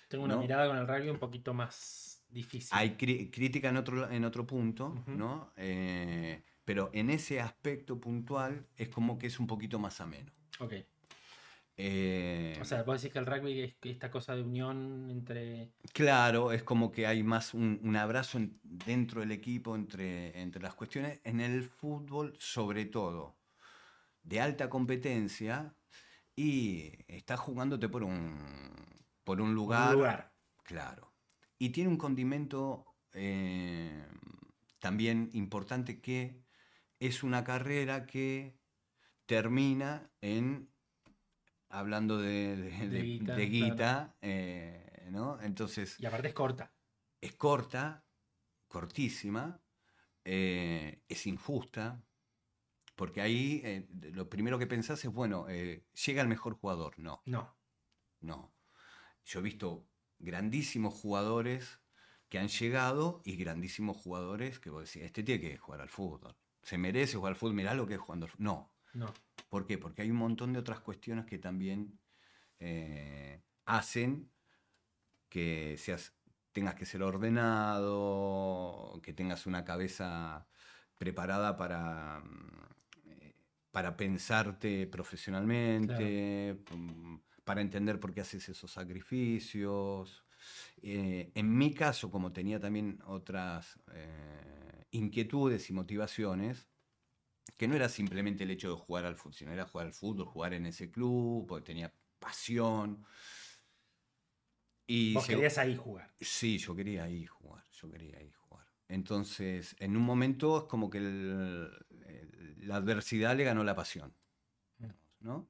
Speaker 1: Tengo una
Speaker 2: ¿no?
Speaker 1: mirada con el rugby un poquito más difícil.
Speaker 2: hay cri- crítica en otro, en otro punto,
Speaker 1: Ujú.
Speaker 2: ¿no? Eh, pero en ese aspecto puntual es como que es un poquito más ameno.
Speaker 1: Ok.
Speaker 2: Eh,
Speaker 1: O sea, vos decís que el rugby es esta cosa de unión entre.
Speaker 2: claro, es como que hay más un, un abrazo en- dentro del equipo entre, entre las cuestiones. En el fútbol, sobre todo, de alta competencia, y estás jugándote por un, por un
Speaker 1: un
Speaker 2: lugar,
Speaker 1: lugar.
Speaker 2: Claro. Y tiene un condimento eh, también importante que es una carrera que termina en, hablando de, de- de- de
Speaker 1: guita,
Speaker 2: guita,
Speaker 1: claro.
Speaker 2: eh, ¿no? Entonces
Speaker 1: Y aparte es corta.
Speaker 2: es corta, cortísima, eh, es injusta, porque ahí eh, lo primero que pensás es, bueno, eh, llega el mejor jugador, no.
Speaker 1: No.
Speaker 2: No. Yo he visto grandísimos jugadores que han llegado y grandísimos jugadores que vos decís, este tiene que jugar al fútbol. Se merece jugar al fútbol, mirá lo que es jugando al fútbol. No.
Speaker 1: No.
Speaker 2: ¿Por qué? Porque hay un montón de otras cuestiones que también eh, hacen que seas, tengas que ser ordenado, que tengas una cabeza preparada para, mm, eh, para pensarte profesionalmente, mm, para entender por qué haces esos sacrificios. Eh, en mi caso, como tenía también otras eh, inquietudes y motivaciones, que no era simplemente el hecho de jugar al fútbol, sino era jugar al fútbol, jugar en ese club, porque tenía pasión. Y
Speaker 1: Vos
Speaker 2: llegó-
Speaker 1: querías ahí jugar.
Speaker 2: Sí, yo quería ahí jugar, yo quería ahí jugar. Entonces, en un momento es como que el- el- la adversidad le ganó la pasión,
Speaker 1: Mm.
Speaker 2: ¿no?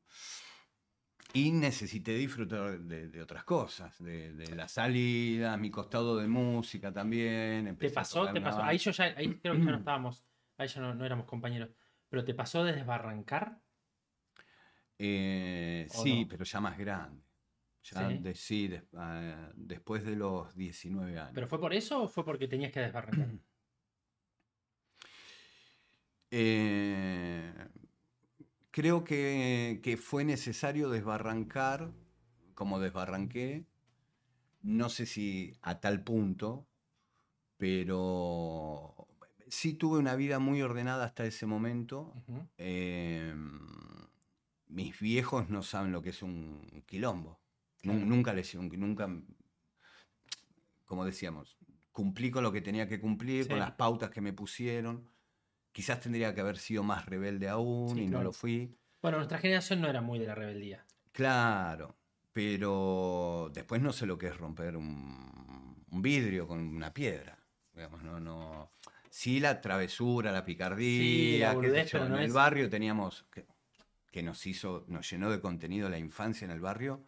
Speaker 2: Y necesité disfrutar de, de otras cosas, de, de las salidas, mi costado de música también.
Speaker 1: ¿Te
Speaker 2: empecé a
Speaker 1: pasó?
Speaker 2: tocar
Speaker 1: ¿Te
Speaker 2: una
Speaker 1: pasó?
Speaker 2: banda.
Speaker 1: Ahí yo ya, ahí creo que ya no estábamos, ahí ya no, no éramos compañeros. Pero ¿te pasó de desbarrancar?
Speaker 2: Eh,
Speaker 1: ¿O
Speaker 2: sí,
Speaker 1: no?
Speaker 2: pero ya más grande. Ya
Speaker 1: ¿Sí?
Speaker 2: de- sí, des- ah, después de los 19 años.
Speaker 1: ¿Pero fue por eso o fue porque tenías que desbarrancar?
Speaker 2: Eh, creo que, que fue necesario desbarrancar, como desbarranqué, no sé si a tal punto, pero sí tuve una vida muy ordenada hasta ese momento.
Speaker 1: Ujú.
Speaker 2: Eh, mis viejos no saben lo que es un quilombo. Nun-
Speaker 1: Claro.
Speaker 2: Nunca les nunca, como decíamos, cumplí con lo que tenía que cumplir, con
Speaker 1: Sí.
Speaker 2: las pautas que me pusieron. Quizás tendría que haber sido más rebelde aún
Speaker 1: Sí,
Speaker 2: y no
Speaker 1: claro.
Speaker 2: lo fui.
Speaker 1: Bueno, nuestra generación no era muy de la rebeldía.
Speaker 2: Claro, pero después no sé lo que es romper un, un vidrio con una piedra. Digamos, no, no, Sí, la travesura, la
Speaker 1: Sí, la
Speaker 2: picardía, qué sé
Speaker 1: boludez,
Speaker 2: yo,
Speaker 1: pero
Speaker 2: en
Speaker 1: no
Speaker 2: el
Speaker 1: es-
Speaker 2: barrio teníamos, que, que nos hizo, nos llenó de contenido la infancia en el barrio,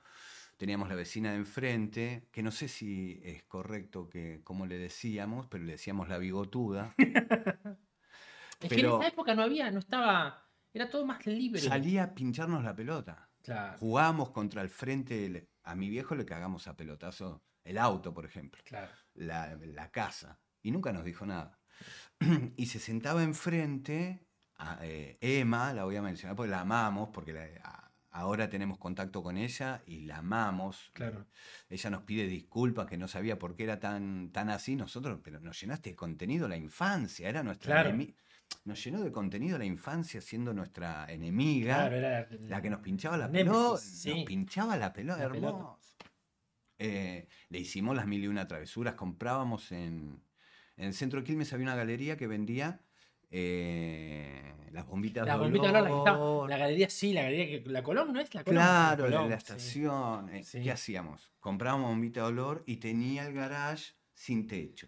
Speaker 2: teníamos la vecina de enfrente, que no sé si es correcto que como le decíamos, pero le decíamos la bigotuda,
Speaker 1: Es que en
Speaker 2: pero-
Speaker 1: esa época no había, no estaba. Era todo más libre.
Speaker 2: salía a pincharnos la pelota.
Speaker 1: Claro,
Speaker 2: Jugábamos contra el frente, del- a mi viejo le cagamos a pelotazo el auto, por ejemplo.
Speaker 1: claro.
Speaker 2: la, la casa y nunca nos dijo nada. Y se sentaba enfrente a eh, Emma, la voy a mencionar porque la amamos, porque la- a- ahora tenemos contacto con ella y la amamos.
Speaker 1: Claro.
Speaker 2: Ella nos pide disculpas que no sabía por qué era tan, tan así nosotros, pero nos llenaste de contenido la infancia, era nuestra
Speaker 1: Claro.
Speaker 2: enemi- Nos llenó de contenido la infancia siendo nuestra enemiga.
Speaker 1: Claro, era
Speaker 2: La que nos pinchaba la
Speaker 1: Némesis,
Speaker 2: pelota.
Speaker 1: sí.
Speaker 2: Nos pinchaba la pelota,
Speaker 1: La pelota.
Speaker 2: hermoso. Eh, le hicimos las mil y una travesuras. Comprábamos en, en el centro de Quilmes había una galería que vendía eh, las bombitas
Speaker 1: Las
Speaker 2: de
Speaker 1: bombitas de olor, las que estaban-
Speaker 2: olor.
Speaker 1: La galería, sí, la galería que. La Colón no es la Colón.
Speaker 2: Claro, la,
Speaker 1: Colón,
Speaker 2: la
Speaker 1: sí.
Speaker 2: estación. eh,
Speaker 1: Sí.
Speaker 2: ¿Qué hacíamos? Comprábamos bombita de olor y tenía el garage sin techo.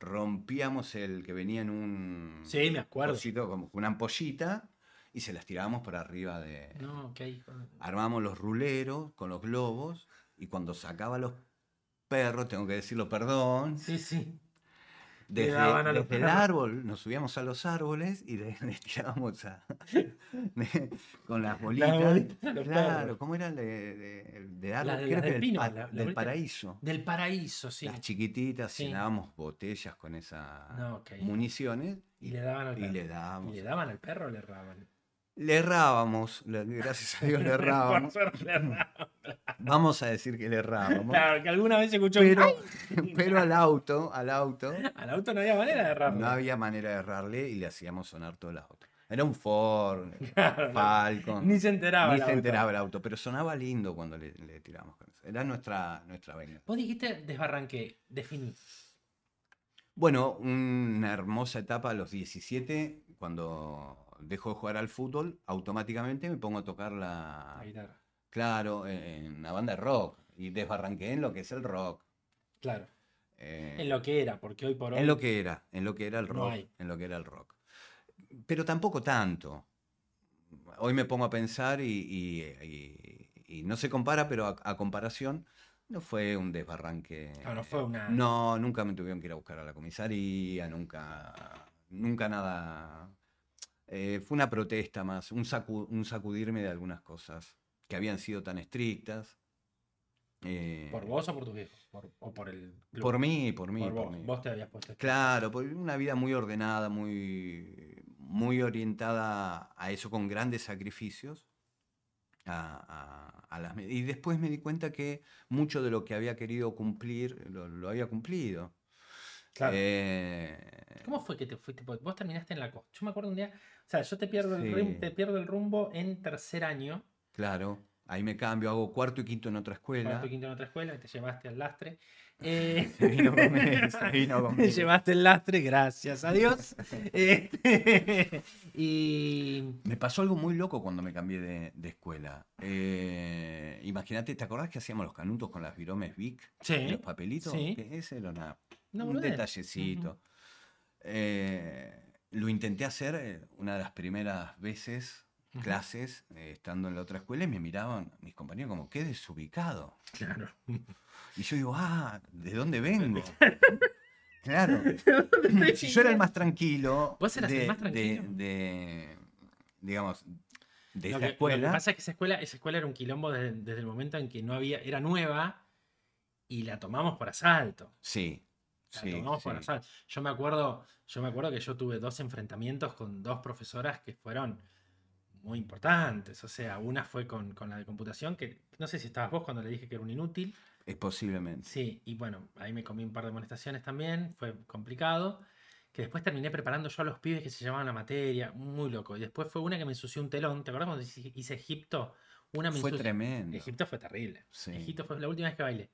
Speaker 2: Rompíamos el que venía en un
Speaker 1: Sí, me acuerdo.
Speaker 2: cosito, como una ampollita, y se las tirábamos para arriba de,
Speaker 1: No, que ahí.
Speaker 2: armamos los ruleros con los globos y cuando sacaba los perros, tengo que decirlo perdón,
Speaker 1: Sí, sí. Le
Speaker 2: desde,
Speaker 1: daban a los
Speaker 2: desde el
Speaker 1: perros.
Speaker 2: árbol nos subíamos a los árboles y le, le tirábamos a- con las bolitas.
Speaker 1: bolitas a los perros.
Speaker 2: claro, ¿cómo era? De, de- de árbol,
Speaker 1: Las de-
Speaker 2: creo
Speaker 1: las
Speaker 2: que
Speaker 1: del
Speaker 2: del,
Speaker 1: pino,
Speaker 2: pa-
Speaker 1: la- la
Speaker 2: del
Speaker 1: bolita.
Speaker 2: paraíso.
Speaker 1: Del paraíso, sí.
Speaker 2: Las chiquititas
Speaker 1: Sí.
Speaker 2: llenábamos botellas con esas
Speaker 1: No, ok.
Speaker 2: municiones
Speaker 1: Y le daban al
Speaker 2: y
Speaker 1: perro.
Speaker 2: le
Speaker 1: ¿Y
Speaker 2: dábamos.
Speaker 1: le daban al perro o le erraban?
Speaker 2: Le errábamos, le- gracias a Dios le errábamos.
Speaker 1: Por suerte le erraban.
Speaker 2: Vamos a decir que le errábamos.
Speaker 1: Claro, que alguna vez escuchó un
Speaker 2: pero,
Speaker 1: ¡ay!
Speaker 2: pero al auto, al auto,
Speaker 1: Al auto no había manera de errarle.
Speaker 2: no había manera de errarle y le hacíamos sonar todo el auto. Era un Ford,
Speaker 1: Claro, no.
Speaker 2: Falcon.
Speaker 1: Ni se enteraba.
Speaker 2: ni
Speaker 1: el
Speaker 2: se
Speaker 1: auto.
Speaker 2: enteraba el auto, pero sonaba lindo cuando le, le tiramos con eso. Era nuestra, nuestra venganza.
Speaker 1: Vos dijiste desbarranqué, definí.
Speaker 2: Bueno, una hermosa etapa a los 17, cuando dejo de jugar al fútbol, automáticamente me pongo a tocar la,
Speaker 1: La guitarra.
Speaker 2: claro, en una banda de rock y desbarranqué en lo que es el rock.
Speaker 1: Claro.
Speaker 2: Eh,
Speaker 1: En lo que era, porque hoy por hoy.
Speaker 2: En lo que era, en lo que era el
Speaker 1: No
Speaker 2: rock,
Speaker 1: hay.
Speaker 2: en lo que era el rock. Pero tampoco tanto. Hoy me pongo a pensar y, y- y- y no se compara, pero a, a comparación no fue un desbarranque.
Speaker 1: Ah, No, no fue una.
Speaker 2: No, nunca me tuvieron que ir a buscar a la comisaría, nunca, nunca nada. Eh, fue una protesta más, un, sacu- un sacudirme de algunas cosas que habían sido tan estrictas. Eh,
Speaker 1: ¿Por vos o por tus viejos? Por- o por el. club.
Speaker 2: Por mí, por mí.
Speaker 1: Por
Speaker 2: por
Speaker 1: vos.
Speaker 2: mí.
Speaker 1: Vos te habías puesto. este
Speaker 2: Claro, por una vida muy ordenada, muy, muy orientada a eso con grandes sacrificios. A, a- a las, me- y después me di cuenta que mucho de lo que había querido cumplir lo, lo había cumplido.
Speaker 1: Claro.
Speaker 2: Eh,
Speaker 1: ¿Cómo fue que te fuiste? Porque vos terminaste en la costa. Yo me acuerdo un día. O sea, yo te pierdo, el
Speaker 2: Sí.
Speaker 1: rum- te pierdo el rumbo en tercer año.
Speaker 2: claro, ahí me cambio, hago cuarto y quinto en otra escuela.
Speaker 1: Cuarto y quinto en otra escuela, que te llevaste al lastre. Eh,
Speaker 2: Se vino conmigo, se vino
Speaker 1: Te
Speaker 2: conmigo.
Speaker 1: llevaste el lastre, gracias a Dios. Este, y.
Speaker 2: Me pasó algo muy loco cuando me cambié de, de escuela. Eh, Imagínate, ¿te acordás que hacíamos los canutos con las viromes Vic? y
Speaker 1: Sí.
Speaker 2: los papelitos,
Speaker 1: sí.
Speaker 2: que ese era una-
Speaker 1: No,
Speaker 2: un
Speaker 1: boludez.
Speaker 2: detallecito.
Speaker 1: Ujú.
Speaker 2: Eh, lo intenté hacer eh, una de las primeras veces,
Speaker 1: Ujú.
Speaker 2: clases, eh, estando en la otra escuela, y me miraban mis compañeros como, qué desubicado.
Speaker 1: Claro.
Speaker 2: Y yo digo, ah, ¿de dónde vengo? claro. Si yo era el más tranquilo.
Speaker 1: ¿Vos eras el
Speaker 2: de-
Speaker 1: más
Speaker 2: de-
Speaker 1: tranquilo?
Speaker 2: de- digamos,
Speaker 1: Lo
Speaker 2: de esta
Speaker 1: que, lo que
Speaker 2: escuela.
Speaker 1: pasa es que esa escuela, esa escuela era un quilombo desde, desde el momento en que no había, era nueva y la tomamos por asalto.
Speaker 2: Sí.
Speaker 1: La
Speaker 2: sí,
Speaker 1: tomamos por
Speaker 2: sí.
Speaker 1: asalto. Yo me acuerdo, yo me acuerdo que yo tuve dos enfrentamientos con dos profesoras que fueron muy importantes. O sea, una fue con, con la de computación, que no sé si estabas vos cuando le dije que era un inútil.
Speaker 2: Es posiblemente.
Speaker 1: Sí, y bueno, ahí me comí un par de amonestaciones también, fue complicado. Que después terminé preparando yo a los pibes que se llevaban la materia, muy loco. Y después fue una que me ensució un telón. ¿Te acuerdas cuando hice hice Egipto? Una me
Speaker 2: Fue
Speaker 1: ensució-
Speaker 2: tremendo.
Speaker 1: Egipto fue terrible.
Speaker 2: sí.
Speaker 1: Egipto fue la última vez que bailé.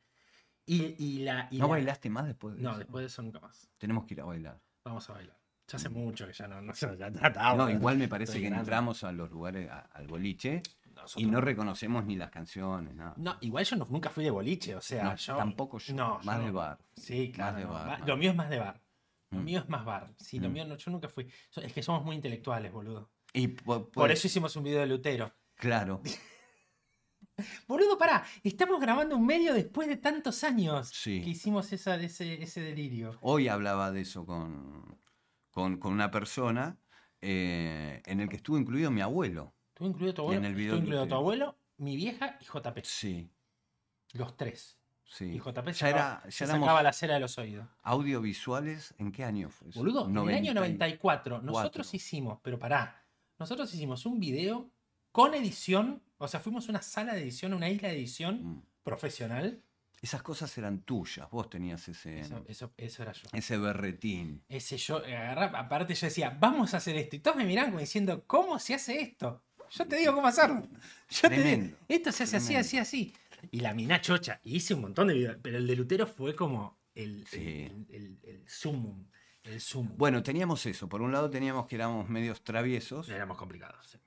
Speaker 1: Y, y la. y
Speaker 2: ¿No
Speaker 1: la-
Speaker 2: bailaste más después de
Speaker 1: No,
Speaker 2: eso?
Speaker 1: después de eso nunca más.
Speaker 2: Tenemos que ir a bailar.
Speaker 1: Vamos a bailar. Ya hace mucho que ya no, no ya tratamos.
Speaker 2: no, igual me parece
Speaker 1: estoy
Speaker 2: que
Speaker 1: grande.
Speaker 2: entramos a los lugares, a- al boliche,
Speaker 1: Nosotros-
Speaker 2: y no reconocemos ni las canciones, nada.
Speaker 1: No, igual yo no- nunca fui de boliche, o sea,
Speaker 2: No,
Speaker 1: yo.
Speaker 2: tampoco yo.
Speaker 1: No, yo
Speaker 2: más
Speaker 1: no.
Speaker 2: de bar.
Speaker 1: Sí, claro.
Speaker 2: de
Speaker 1: no,
Speaker 2: bar,
Speaker 1: ma-
Speaker 2: más
Speaker 1: Lo
Speaker 2: de
Speaker 1: mío es más de bar. Lo
Speaker 2: Mm.
Speaker 1: mío es más bar. Sí, lo
Speaker 2: Mm.
Speaker 1: mío no, yo nunca fui. So- Es que somos muy intelectuales, boludo.
Speaker 2: Y pu-
Speaker 1: Por
Speaker 2: puede-
Speaker 1: eso hicimos un video de Lutero.
Speaker 2: Claro.
Speaker 1: Boludo, pará, estamos grabando un medio después de tantos años
Speaker 2: Sí.
Speaker 1: que hicimos esa, ese, ese delirio.
Speaker 2: Hoy hablaba de eso con, con, con una persona eh, en el que estuvo incluido mi abuelo.
Speaker 1: Tú incluido tu abuelo,
Speaker 2: En el video
Speaker 1: estuvo
Speaker 2: de
Speaker 1: incluido tu
Speaker 2: Lutero.
Speaker 1: abuelo, mi vieja y JP.
Speaker 2: Sí,
Speaker 1: Los tres.
Speaker 2: sí.
Speaker 1: Y JP
Speaker 2: ya
Speaker 1: se
Speaker 2: era,
Speaker 1: se
Speaker 2: ya éramos
Speaker 1: sacaba la cera de los oídos.
Speaker 2: audiovisuales. ¿En qué año fue? eso?
Speaker 1: Boludo, en el año
Speaker 2: 90 y-
Speaker 1: 94 nosotros hicimos, pero pará, nosotros hicimos un video con edición, o sea, fuimos a una sala de edición, una isla de edición
Speaker 2: Mm.
Speaker 1: profesional.
Speaker 2: Esas cosas eran tuyas. Vos tenías ese,
Speaker 1: Eso, eso, eso era yo.
Speaker 2: ese berretín.
Speaker 1: Ese yo, eh, agarraba, aparte yo decía, vamos a hacer esto. Y todos me miraban como diciendo, ¿cómo se hace esto? Yo te digo cómo hacerlo. Yo te digo,
Speaker 2: Tremendo,
Speaker 1: esto se hace así,
Speaker 2: tremendo.
Speaker 1: así, así. Y la mina chocha, y hice un montón de videos, pero el de Lutero fue como el,
Speaker 2: Sí.
Speaker 1: el, el, el sumum, el sumum.
Speaker 2: Bueno, teníamos eso. Por un lado teníamos que éramos medios traviesos,
Speaker 1: éramos complicados. sí.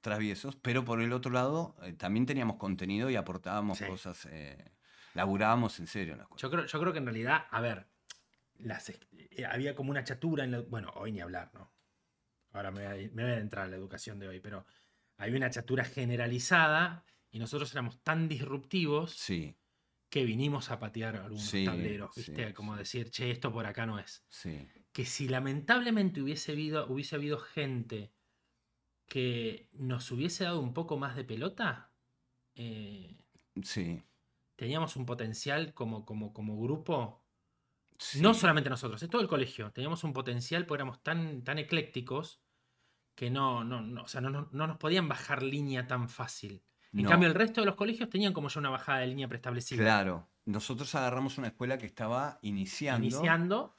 Speaker 2: traviesos, pero por el otro lado eh, también teníamos contenido y aportábamos
Speaker 1: Sí.
Speaker 2: cosas, eh, laburábamos en serio en las cosas.
Speaker 1: Yo creo, yo creo que en realidad, a ver, las, es- eh, había como una chatura en la- Bueno, hoy ni hablar, ¿no? Ahora me voy, a, me voy a adentrar a la educación de hoy, pero había una chatura generalizada y nosotros éramos tan disruptivos
Speaker 2: Sí,
Speaker 1: que vinimos a patear algunos
Speaker 2: Sí,
Speaker 1: tableros,
Speaker 2: sí,
Speaker 1: ¿viste? como
Speaker 2: sí.
Speaker 1: decir, che, esto por acá no es.
Speaker 2: sí.
Speaker 1: Que si lamentablemente hubiese habido, hubiese habido gente que nos hubiese dado un poco más de pelota, eh,
Speaker 2: Sí.
Speaker 1: teníamos un potencial como, como, como grupo
Speaker 2: sí.
Speaker 1: No solamente nosotros, es todo el colegio. Teníamos un potencial, porque éramos tan, tan eclécticos que no, no, no, o sea, no, no- no nos podían bajar línea tan fácil. En
Speaker 2: No,
Speaker 1: cambio, el resto de los colegios tenían como ya una bajada de línea preestablecida.
Speaker 2: Claro. Nosotros agarramos una escuela que estaba iniciando.
Speaker 1: Iniciando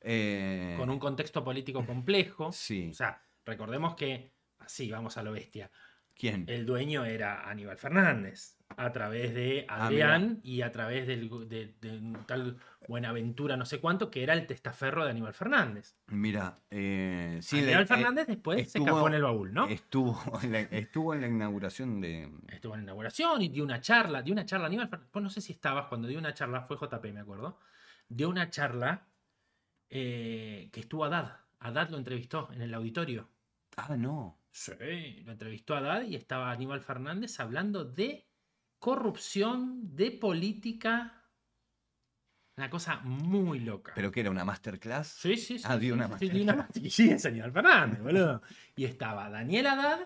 Speaker 2: eh,
Speaker 1: con un contexto político complejo.
Speaker 2: Sí.
Speaker 1: O sea, recordemos que, así vamos a lo bestia,
Speaker 2: ¿Quién?
Speaker 1: el dueño era Aníbal Fernández, a través de
Speaker 2: Ah, mirá.
Speaker 1: Adrián y a través del, gu- de, de un tal Buenaventura, no sé cuánto, que era el testaferro de Aníbal Fernández.
Speaker 2: Mira, eh, sí, le-
Speaker 1: Aníbal
Speaker 2: eh,
Speaker 1: Fernández después se
Speaker 2: estuvo- eh,
Speaker 1: escapó en el baúl, ¿no?
Speaker 2: estuvo, en la, estuvo en la inauguración de.
Speaker 1: estuvo en la inauguración y dio una charla, dio una charla, Aníbal, Fer- vos no sé si estabas cuando dio una charla, fue JP, me acuerdo, dio una charla eh, que estuvo Haddad, Haddad lo entrevistó en el auditorio.
Speaker 2: Ah, no.
Speaker 1: Sí, lo entrevistó Haddad y estaba Aníbal Fernández hablando de corrupción, de política, una cosa muy loca.
Speaker 2: ¿Pero que era una masterclass?
Speaker 1: Sí, sí, sí.
Speaker 2: Ah, dio
Speaker 1: sí,
Speaker 2: una
Speaker 1: sí, sí, dio una masterclass. Y sí, es Aníbal Fernández, boludo. Y estaba Daniel Haddad.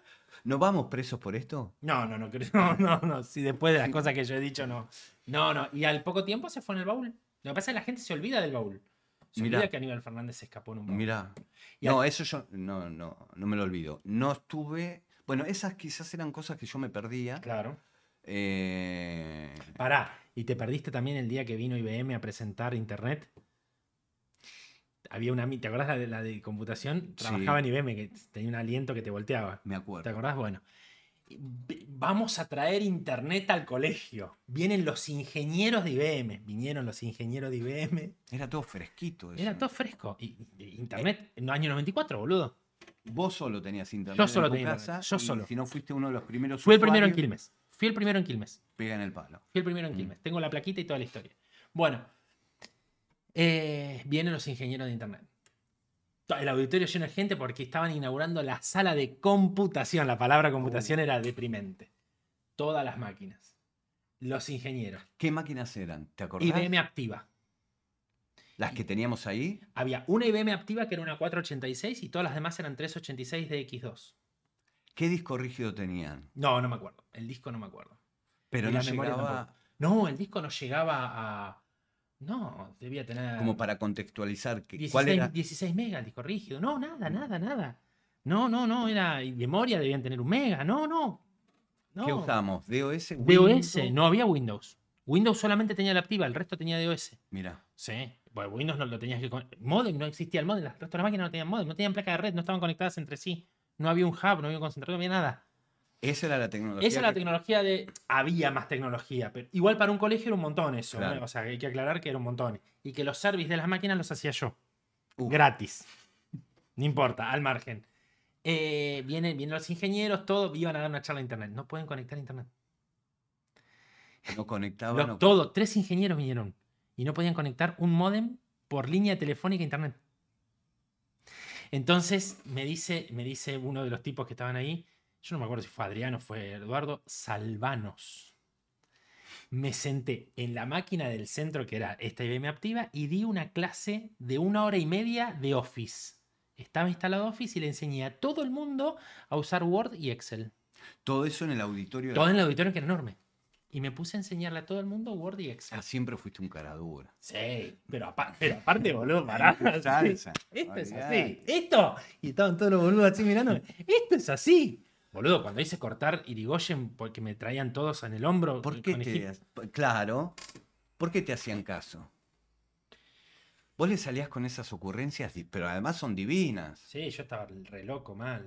Speaker 2: ¿No vamos presos por esto?
Speaker 1: No, no, no, creo- no, no, no. Sí, después de las cosas que yo he dicho, no. No, no. Y al poco tiempo se fue en el baúl. Lo que pasa es que la gente se olvida del baúl. Se
Speaker 2: Mirá.
Speaker 1: olvida que Aníbal Fernández se escapó en un baúl.
Speaker 2: Mira.
Speaker 1: Y
Speaker 2: No, eh. eso yo no, no, no me lo olvido. No estuve. Bueno, esas quizás eran cosas que yo me perdía.
Speaker 1: Claro.
Speaker 2: Eh,
Speaker 1: Pará. ¿Y te perdiste también el día que vino IBM a presentar Internet? Había una... mi- ¿Te acordás la de, la de computación? Trabajaba en IBM, que tenía un aliento que te volteaba.
Speaker 2: me
Speaker 1: ¿Te
Speaker 2: acuerdo.
Speaker 1: acordás? Bueno. Ve- Vamos a traer internet al colegio. Vienen los ingenieros de IBM. Vinieron los ingenieros de IBM.
Speaker 2: Era todo fresquito. eso.
Speaker 1: Era todo fresco. Y, y- internet en el año 94, boludo.
Speaker 2: Vos solo tenías internet.
Speaker 1: Yo
Speaker 2: en
Speaker 1: solo
Speaker 2: tu
Speaker 1: tenía
Speaker 2: casa,
Speaker 1: internet, yo
Speaker 2: y
Speaker 1: solo.
Speaker 2: Si no fuiste uno de los primeros.
Speaker 1: Fui el primero en
Speaker 2: usuarios,
Speaker 1: Quilmes. Fui el primero en Quilmes.
Speaker 2: Pega en el palo.
Speaker 1: Fui el primero en
Speaker 2: Mm.
Speaker 1: Quilmes. Tengo la plaquita y toda la historia. Bueno. eh, vienen los ingenieros de internet. To- El auditorio lleno de gente porque estaban inaugurando la sala de computación. La palabra computación era deprimente. Todas las máquinas. Los ingenieros.
Speaker 2: ¿Qué máquinas eran? ¿Te acordás?
Speaker 1: IBM Activa.
Speaker 2: Las que teníamos ahí.
Speaker 1: Había una IBM Activa que era una 486 y todas las demás eran 386 de X2.
Speaker 2: ¿Qué disco rígido tenían?
Speaker 1: No, no me acuerdo. El disco no me acuerdo.
Speaker 2: Pero
Speaker 1: Y
Speaker 2: no
Speaker 1: la memoria
Speaker 2: llegaba.
Speaker 1: No, el disco no llegaba a. No, debía tener.
Speaker 2: Como para contextualizar. que-
Speaker 1: 16,
Speaker 2: ¿Cuál era? Mm.
Speaker 1: 16 megas el disco rígido. No, nada, nada, nada. No, no, no, era. y memoria debían tener un mega. No, no. no.
Speaker 2: ¿Qué usábamos? ¿DOS?
Speaker 1: DOS,
Speaker 2: Windows?
Speaker 1: no había Windows. Windows solamente tenía la activa, el resto tenía DOS.
Speaker 2: Mirá.
Speaker 1: Sí. Bueno, Windows no lo tenías que. con- Modem, no existía el modem. El resto de las máquinas no tenían modem, no tenían placa de red, no estaban conectadas entre sí. No había un hub, no había un concentrador, no había nada.
Speaker 2: Esa era la tecnología.
Speaker 1: Esa era la
Speaker 2: que-
Speaker 1: tecnología de. Había más tecnología, pero igual para un colegio era un montón eso. ¿no?
Speaker 2: Claro.
Speaker 1: O sea, hay que aclarar que era un montón. Y que los service de las máquinas los hacía yo.
Speaker 2: Uh.
Speaker 1: Gratis. No importa, al margen. Eh, vienen, vienen los ingenieros, todo, iban a dar una charla a internet. No pueden conectar a internet.
Speaker 2: No
Speaker 1: Los-
Speaker 2: conectaba. no-
Speaker 1: todo, tres ingenieros vinieron y no podían conectar un modem por línea telefónica a internet. Entonces me dice, me dice uno de los tipos que estaban ahí, yo no me acuerdo si fue Adriano o fue Eduardo, salvanos. Me senté en la máquina del centro que era esta IBM Activa y di una clase de una hora y media de Office. Estaba instalado Office y le enseñé a todo el mundo a usar Word y Excel.
Speaker 2: Todo eso en el auditorio. de la-
Speaker 1: Todo en el auditorio que era enorme. Y me puse a enseñarle a todo el mundo Word y Excel.
Speaker 2: Ah, siempre fuiste un caradura.
Speaker 1: Sí, pero, apa- pero aparte, boludo, pará.
Speaker 2: Salsa.
Speaker 1: Esto es así.
Speaker 2: Olvidate.
Speaker 1: Esto. Y estaban todos los boludos así mirándome. Esto es así. Boludo, cuando hice cortar Irigoyen porque me traían todos en el hombro.
Speaker 2: ¿Por
Speaker 1: el
Speaker 2: qué
Speaker 1: conejito-
Speaker 2: te, claro, ¿por qué te hacían caso? Vos le salías con esas ocurrencias, di- pero además son divinas.
Speaker 1: Sí, yo estaba re loco, mal.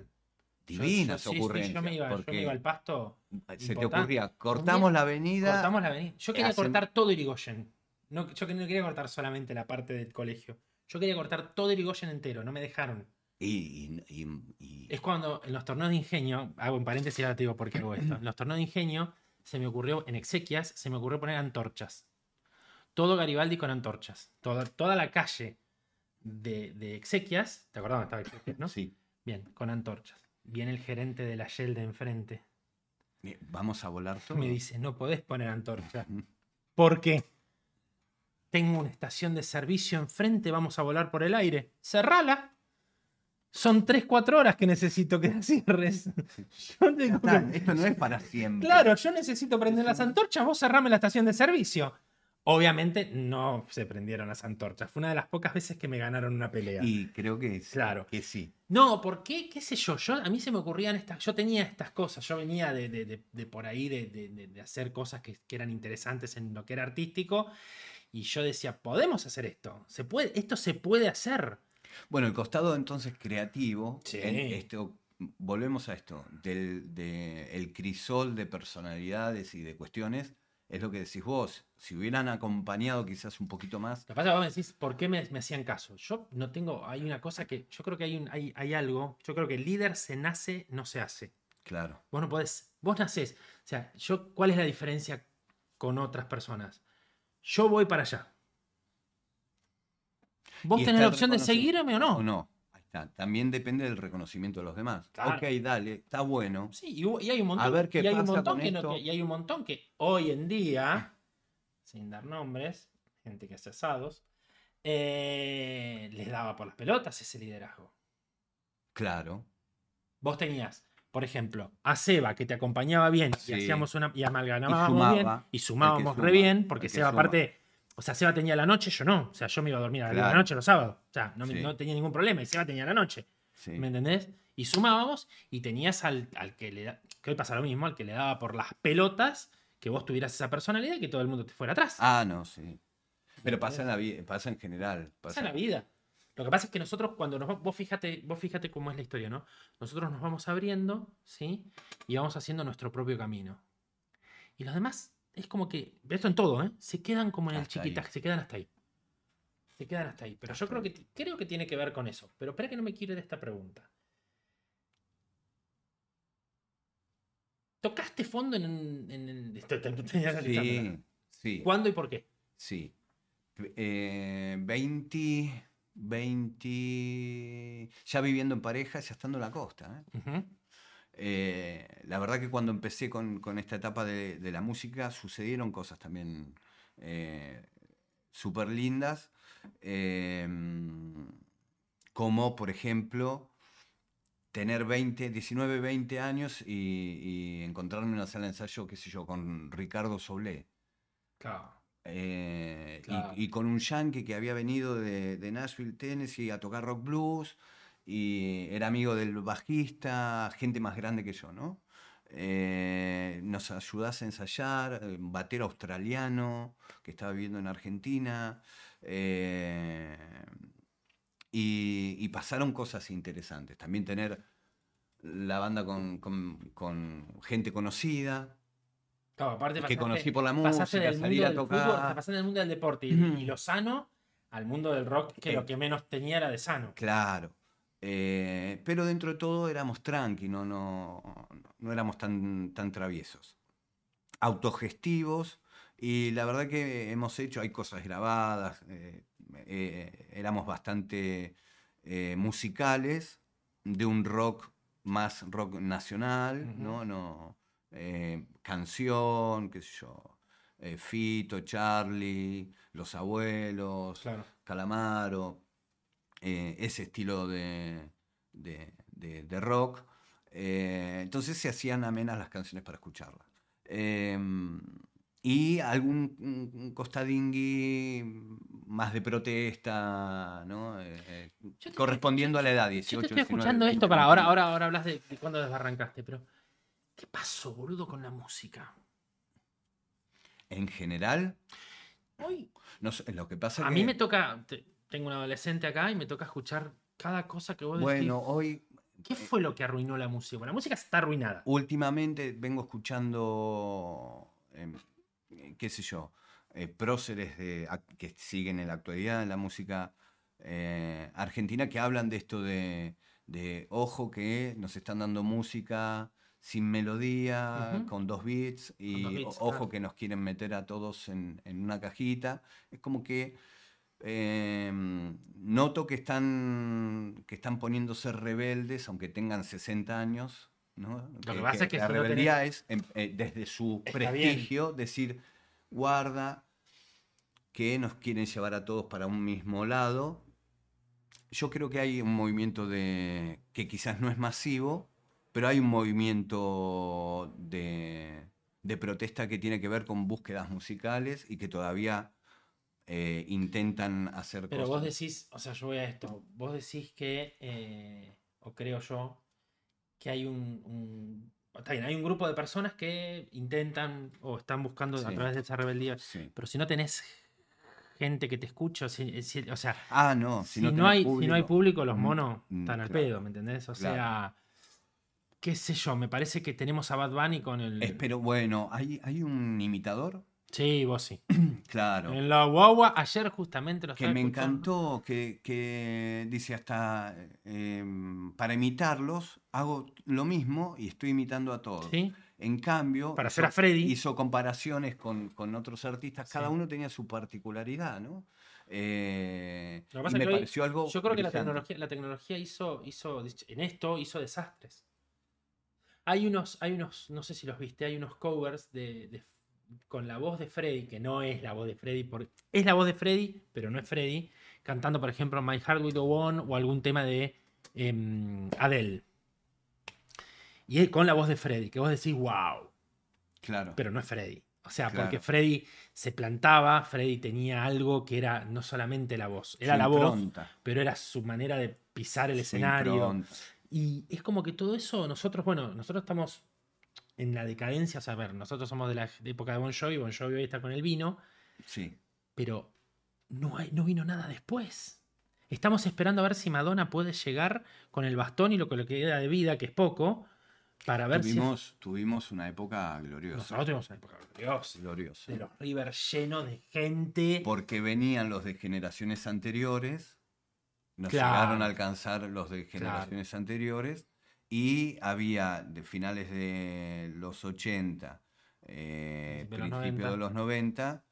Speaker 1: Yo- yo-
Speaker 2: Divinas
Speaker 1: sí, sí,
Speaker 2: ocurrencias.
Speaker 1: yo, me iba, yo me
Speaker 2: porque
Speaker 1: iba al pasto,
Speaker 2: se te
Speaker 1: importante.
Speaker 2: ocurría, cortamos la avenida.
Speaker 1: cortamos la avenida. Yo quería
Speaker 2: hacen-
Speaker 1: cortar todo Irigoyen. No, yo que- no quería cortar solamente la parte del colegio. Yo quería cortar todo Irigoyen entero, no me dejaron.
Speaker 2: Y, y- y- y-
Speaker 1: Es cuando en los torneos de ingenio, hago en paréntesis y ahora te digo por qué hago esto. En los torneos de ingenio se me ocurrió, en exequias, se me ocurrió poner antorchas. Todo Garibaldi con antorchas. Toda, toda la calle de, de exequias, ¿te acordás dónde estaba exequias, no?
Speaker 2: sí.
Speaker 1: Bien, con antorchas. Viene el gerente de la Shell de enfrente.
Speaker 2: Eh, Vamos a volar todo.
Speaker 1: Me dice, no podés poner antorchas. ¿Por qué? Tengo una estación de servicio enfrente, vamos a volar por el aire. Cerrala. Son 3-4 horas que necesito que la cierres. Yo
Speaker 2: Ya
Speaker 1: tengo
Speaker 2: está,
Speaker 1: que-
Speaker 2: esto no es para siempre.
Speaker 1: Claro, yo necesito prender las antorchas, vos cerrame la estación de servicio. Obviamente no se prendieron las antorchas. Fue una de las pocas veces que me ganaron una pelea.
Speaker 2: Y creo que es-
Speaker 1: Claro.
Speaker 2: que sí.
Speaker 1: No, ¿por qué? ¿Qué sé yo? yo? A mí se me ocurrían estas. Yo tenía estas cosas. Yo venía de, de- de- de por ahí, de, de- de- de hacer cosas que, que eran interesantes en lo que era artístico. Y yo decía, podemos hacer esto. Se puede, esto se puede hacer.
Speaker 2: Bueno, el costado entonces creativo,
Speaker 1: Sí.
Speaker 2: en esto, volvemos a esto, del de, el crisol de personalidades y de cuestiones, es lo que decís vos, si hubieran acompañado quizás un poquito más,
Speaker 1: Lo que pasa es que vos me decís, ¿por qué me, me hacían caso? Yo no tengo. Hay una cosa que. Yo creo que hay, un, hay, hay algo. Yo creo que el líder se nace, no se hace.
Speaker 2: claro,
Speaker 1: Vos no podés. Vos nacés. O sea, yo, ¿cuál es la diferencia con otras personas? Yo voy para allá. Vos
Speaker 2: Y
Speaker 1: tenés
Speaker 2: está
Speaker 1: la
Speaker 2: el
Speaker 1: opción de
Speaker 2: reconocimiento.
Speaker 1: seguirme o
Speaker 2: o
Speaker 1: no.
Speaker 2: no, ahí está, también depende del reconocimiento de los demás.
Speaker 1: Claro.
Speaker 2: Ok, dale, está bueno,
Speaker 1: Sí, y, hu- y hay un montón,
Speaker 2: A ver qué
Speaker 1: y hay un
Speaker 2: pasa
Speaker 1: montón
Speaker 2: con
Speaker 1: que no-
Speaker 2: esto.
Speaker 1: que- y hay un montón que hoy en día, sin dar nombres, gente que hace asados, eh, les daba por las pelotas ese liderazgo.
Speaker 2: claro,
Speaker 1: Vos tenías, por ejemplo, a Seba que te acompañaba bien
Speaker 2: Sí.
Speaker 1: y hacíamos una y amalgamábamos
Speaker 2: Y sumaba,
Speaker 1: bien y sumábamos re
Speaker 2: suma,
Speaker 1: bien, porque
Speaker 2: el que
Speaker 1: Seba
Speaker 2: suma.
Speaker 1: aparte, o sea, Seba tenía la noche, yo no, o sea, yo me iba a dormir a la
Speaker 2: Claro.
Speaker 1: noche los sábados, o sea, no, me-
Speaker 2: Sí.
Speaker 1: no tenía ningún problema y Seba tenía la noche,
Speaker 2: sí.
Speaker 1: ¿me entendés? Y sumábamos y tenías al, al que le da, que hoy pasa lo mismo, al que le daba por las pelotas que vos tuvieras esa personalidad y que todo el mundo te fuera atrás.
Speaker 2: Ah, no, sí. Pero
Speaker 1: ¿Me
Speaker 2: pasa en, la vida, pasa en general.
Speaker 1: Esa
Speaker 2: Pasa
Speaker 1: es la vida. Lo que pasa es que nosotros cuando nos va- vos fíjate, vos fíjate cómo es la historia, ¿no? Nosotros nos vamos abriendo, ¿sí? Y vamos haciendo nuestro propio camino. Y los demás es como que, esto en todo, ¿eh? Se quedan como en el
Speaker 2: Hasta ahí.
Speaker 1: chiquitaje, se quedan hasta ahí. Se quedan hasta ahí, pero yo
Speaker 2: Hasta
Speaker 1: creo que creo que tiene que ver con eso, pero espera que no me quiero ir de esta pregunta. ¿Tocaste fondo en, en, en- estoy- estoy- estoy analizándola.
Speaker 2: Sí, sí.
Speaker 1: ¿Cuándo y por qué?
Speaker 2: Sí. Eh, 20, 20, ya viviendo en pareja, ya estando en la costa. ¿eh?
Speaker 1: Ujú.
Speaker 2: Eh, la verdad que cuando empecé con, con esta etapa de, de la música sucedieron cosas también eh, súper lindas, eh, como por ejemplo tener 20, 19, 20 años y, y encontrarme en una sala de ensayo, qué sé yo, con Ricardo Soblé.
Speaker 1: Claro.
Speaker 2: Eh, y-
Speaker 1: Claro.
Speaker 2: y, con un yankee que había venido de, de Nashville, Tennessee, a tocar rock blues, y era amigo del bajista, gente más grande que yo, ¿no? Eh, nos ayudás a ensayar, eh, un batero australiano que estaba viviendo en Argentina, eh, y, y pasaron cosas interesantes. También tener la banda con, con- con gente conocida,
Speaker 1: Claro, aparte
Speaker 2: que
Speaker 1: pasaste-
Speaker 2: conocí por la
Speaker 1: pasaste
Speaker 2: música,
Speaker 1: del
Speaker 2: salir
Speaker 1: mundo
Speaker 2: a
Speaker 1: del fútbol, o sea,
Speaker 2: tocar.
Speaker 1: pasaste del mundo del deporte y,
Speaker 2: Mm.
Speaker 1: y lo sano al mundo del rock, que
Speaker 2: Eh.
Speaker 1: lo que menos tenía era de sano.
Speaker 2: Claro. Eh, pero dentro de todo éramos tranqui, no, no, no éramos tan, tan traviesos. Autogestivos, y la verdad que hemos hecho, hay cosas grabadas, eh, eh, éramos bastante eh, musicales de un rock más rock nacional,
Speaker 1: Ujú.
Speaker 2: ¿no? no eh, canción, qué sé yo. eh, Fito, Charlie, Los Abuelos,
Speaker 1: Claro.
Speaker 2: Calamaro, eh, ese estilo de, de- de- de rock. Eh, entonces se hacían amenas las canciones para escucharlas. Eh, y algún un- un costadingui más de protesta, ¿no? Eh, eh,
Speaker 1: Yo te-
Speaker 2: correspondiendo a la edad, 18,
Speaker 1: Yo te estoy
Speaker 2: 19,
Speaker 1: escuchando esto
Speaker 2: 20,
Speaker 1: para ahora, ahora, ahora hablas de, de cuándo desbarrancaste, pero ¿qué pasó, boludo, con la música?
Speaker 2: En general,
Speaker 1: Hoy
Speaker 2: no sé, lo que pasa
Speaker 1: a
Speaker 2: que-
Speaker 1: mí me toca, te- tengo un adolescente acá y me toca escuchar cada cosa que vos
Speaker 2: Bueno,
Speaker 1: decís.
Speaker 2: hoy
Speaker 1: ¿Qué fue lo que arruinó la música? Bueno, la música está arruinada.
Speaker 2: Últimamente vengo escuchando, em, eh, qué sé yo, eh, próceres de, ac- que siguen en la actualidad en la música eh, argentina que hablan de esto de, de, ojo que nos están dando música sin melodía,
Speaker 1: Ujú.
Speaker 2: con dos beats y
Speaker 1: dos beats,
Speaker 2: o- ojo
Speaker 1: claro.
Speaker 2: que nos quieren meter a todos en, en una cajita. Es como que em, noto que están, que están poniéndose rebeldes, aunque tengan 60 años. ¿no?
Speaker 1: que pasa es que
Speaker 2: la
Speaker 1: si no tenés-
Speaker 2: rebeldía es em, eh, desde su
Speaker 1: Está bien.
Speaker 2: prestigio decir, guarda, que nos quieren llevar a todos para un mismo lado. Yo creo que hay un movimiento de que quizás no es masivo, pero hay un movimiento de, de protesta que tiene que ver con búsquedas musicales y que todavía eh, intentan hacer
Speaker 1: Pero vos
Speaker 2: cosas.
Speaker 1: decís, o sea, yo voy a esto, vos decís que, eh, o creo yo, que hay un, un- está bien, hay un grupo de personas que intentan o están buscando a
Speaker 2: Sí.
Speaker 1: través de esa rebeldía,
Speaker 2: Sí.
Speaker 1: pero si no tenés gente que te escucha, si- si- o sea,
Speaker 2: Ah, no,
Speaker 1: si,
Speaker 2: si, no,
Speaker 1: no
Speaker 2: tenés
Speaker 1: hay, si no hay público, los
Speaker 2: Mm,
Speaker 1: monos
Speaker 2: mm,
Speaker 1: están al
Speaker 2: claro,
Speaker 1: pedo, ¿me entendés? O
Speaker 2: claro.
Speaker 1: sea, qué sé yo, me parece que tenemos a Bad Bunny con el...
Speaker 2: Eh, pero bueno, ¿hay, hay un imitador?
Speaker 1: Sí, vos sí.
Speaker 2: Claro.
Speaker 1: En la guagua, ayer justamente lo
Speaker 2: que
Speaker 1: estaba
Speaker 2: me
Speaker 1: escuchando.
Speaker 2: encantó, que, que dice hasta em, para imitarlos hago lo mismo y estoy imitando a todos.
Speaker 1: Sí,
Speaker 2: En cambio,
Speaker 1: para
Speaker 2: hizo-
Speaker 1: hacer a Freddy.
Speaker 2: hizo comparaciones con, con otros artistas, cada
Speaker 1: Sí.
Speaker 2: uno tenía su particularidad, ¿no? Eh,
Speaker 1: Lo que
Speaker 2: y
Speaker 1: pasa es
Speaker 2: me
Speaker 1: que hoy-
Speaker 2: pareció algo.
Speaker 1: Yo creo que la
Speaker 2: brillante.
Speaker 1: tecnología, la tecnología hizo, hizo, en esto hizo desastres. Hay unos, hay unos, no sé si los viste, hay unos covers de, de- con la voz de Freddy, que no es la voz de Freddy, porque es la voz de Freddy, pero no es Freddy, cantando, por ejemplo, My Heart Will Go On o algún tema de em, Adele. Y él con la voz de Freddy, que vos decís, wow,
Speaker 2: Claro.
Speaker 1: pero no es Freddy. O sea, porque
Speaker 2: Claro.
Speaker 1: Freddy se plantaba, Freddy tenía algo que era no solamente la voz, era
Speaker 2: Su
Speaker 1: la voz,
Speaker 2: impronta,
Speaker 1: pero era su manera de pisar el
Speaker 2: su
Speaker 1: escenario.
Speaker 2: impronta.
Speaker 1: Y es como que todo eso, nosotros, bueno, nosotros estamos en la decadencia, o sea, a ver, nosotros somos de la ej- de época de Bon Jovi, Bon Jovi hoy está con el vino,
Speaker 2: Sí.
Speaker 1: pero no, hay, no vino nada después. Estamos esperando a ver si Madonna puede llegar con el bastón y lo que le queda de vida, que es poco, para ver
Speaker 2: Tuvimos, tuvimos una época
Speaker 1: si...
Speaker 2: gloriosa.
Speaker 1: Nosotros tenemos una época gloriosa,
Speaker 2: gloriosa.
Speaker 1: de los River llenos de gente.
Speaker 2: porque venían los de generaciones anteriores, nos
Speaker 1: Claro.
Speaker 2: llegaron a alcanzar los de generaciones anteriores, y había de finales de los 80, eh,
Speaker 1: Principio de los
Speaker 2: principio
Speaker 1: 90.
Speaker 2: de los 90,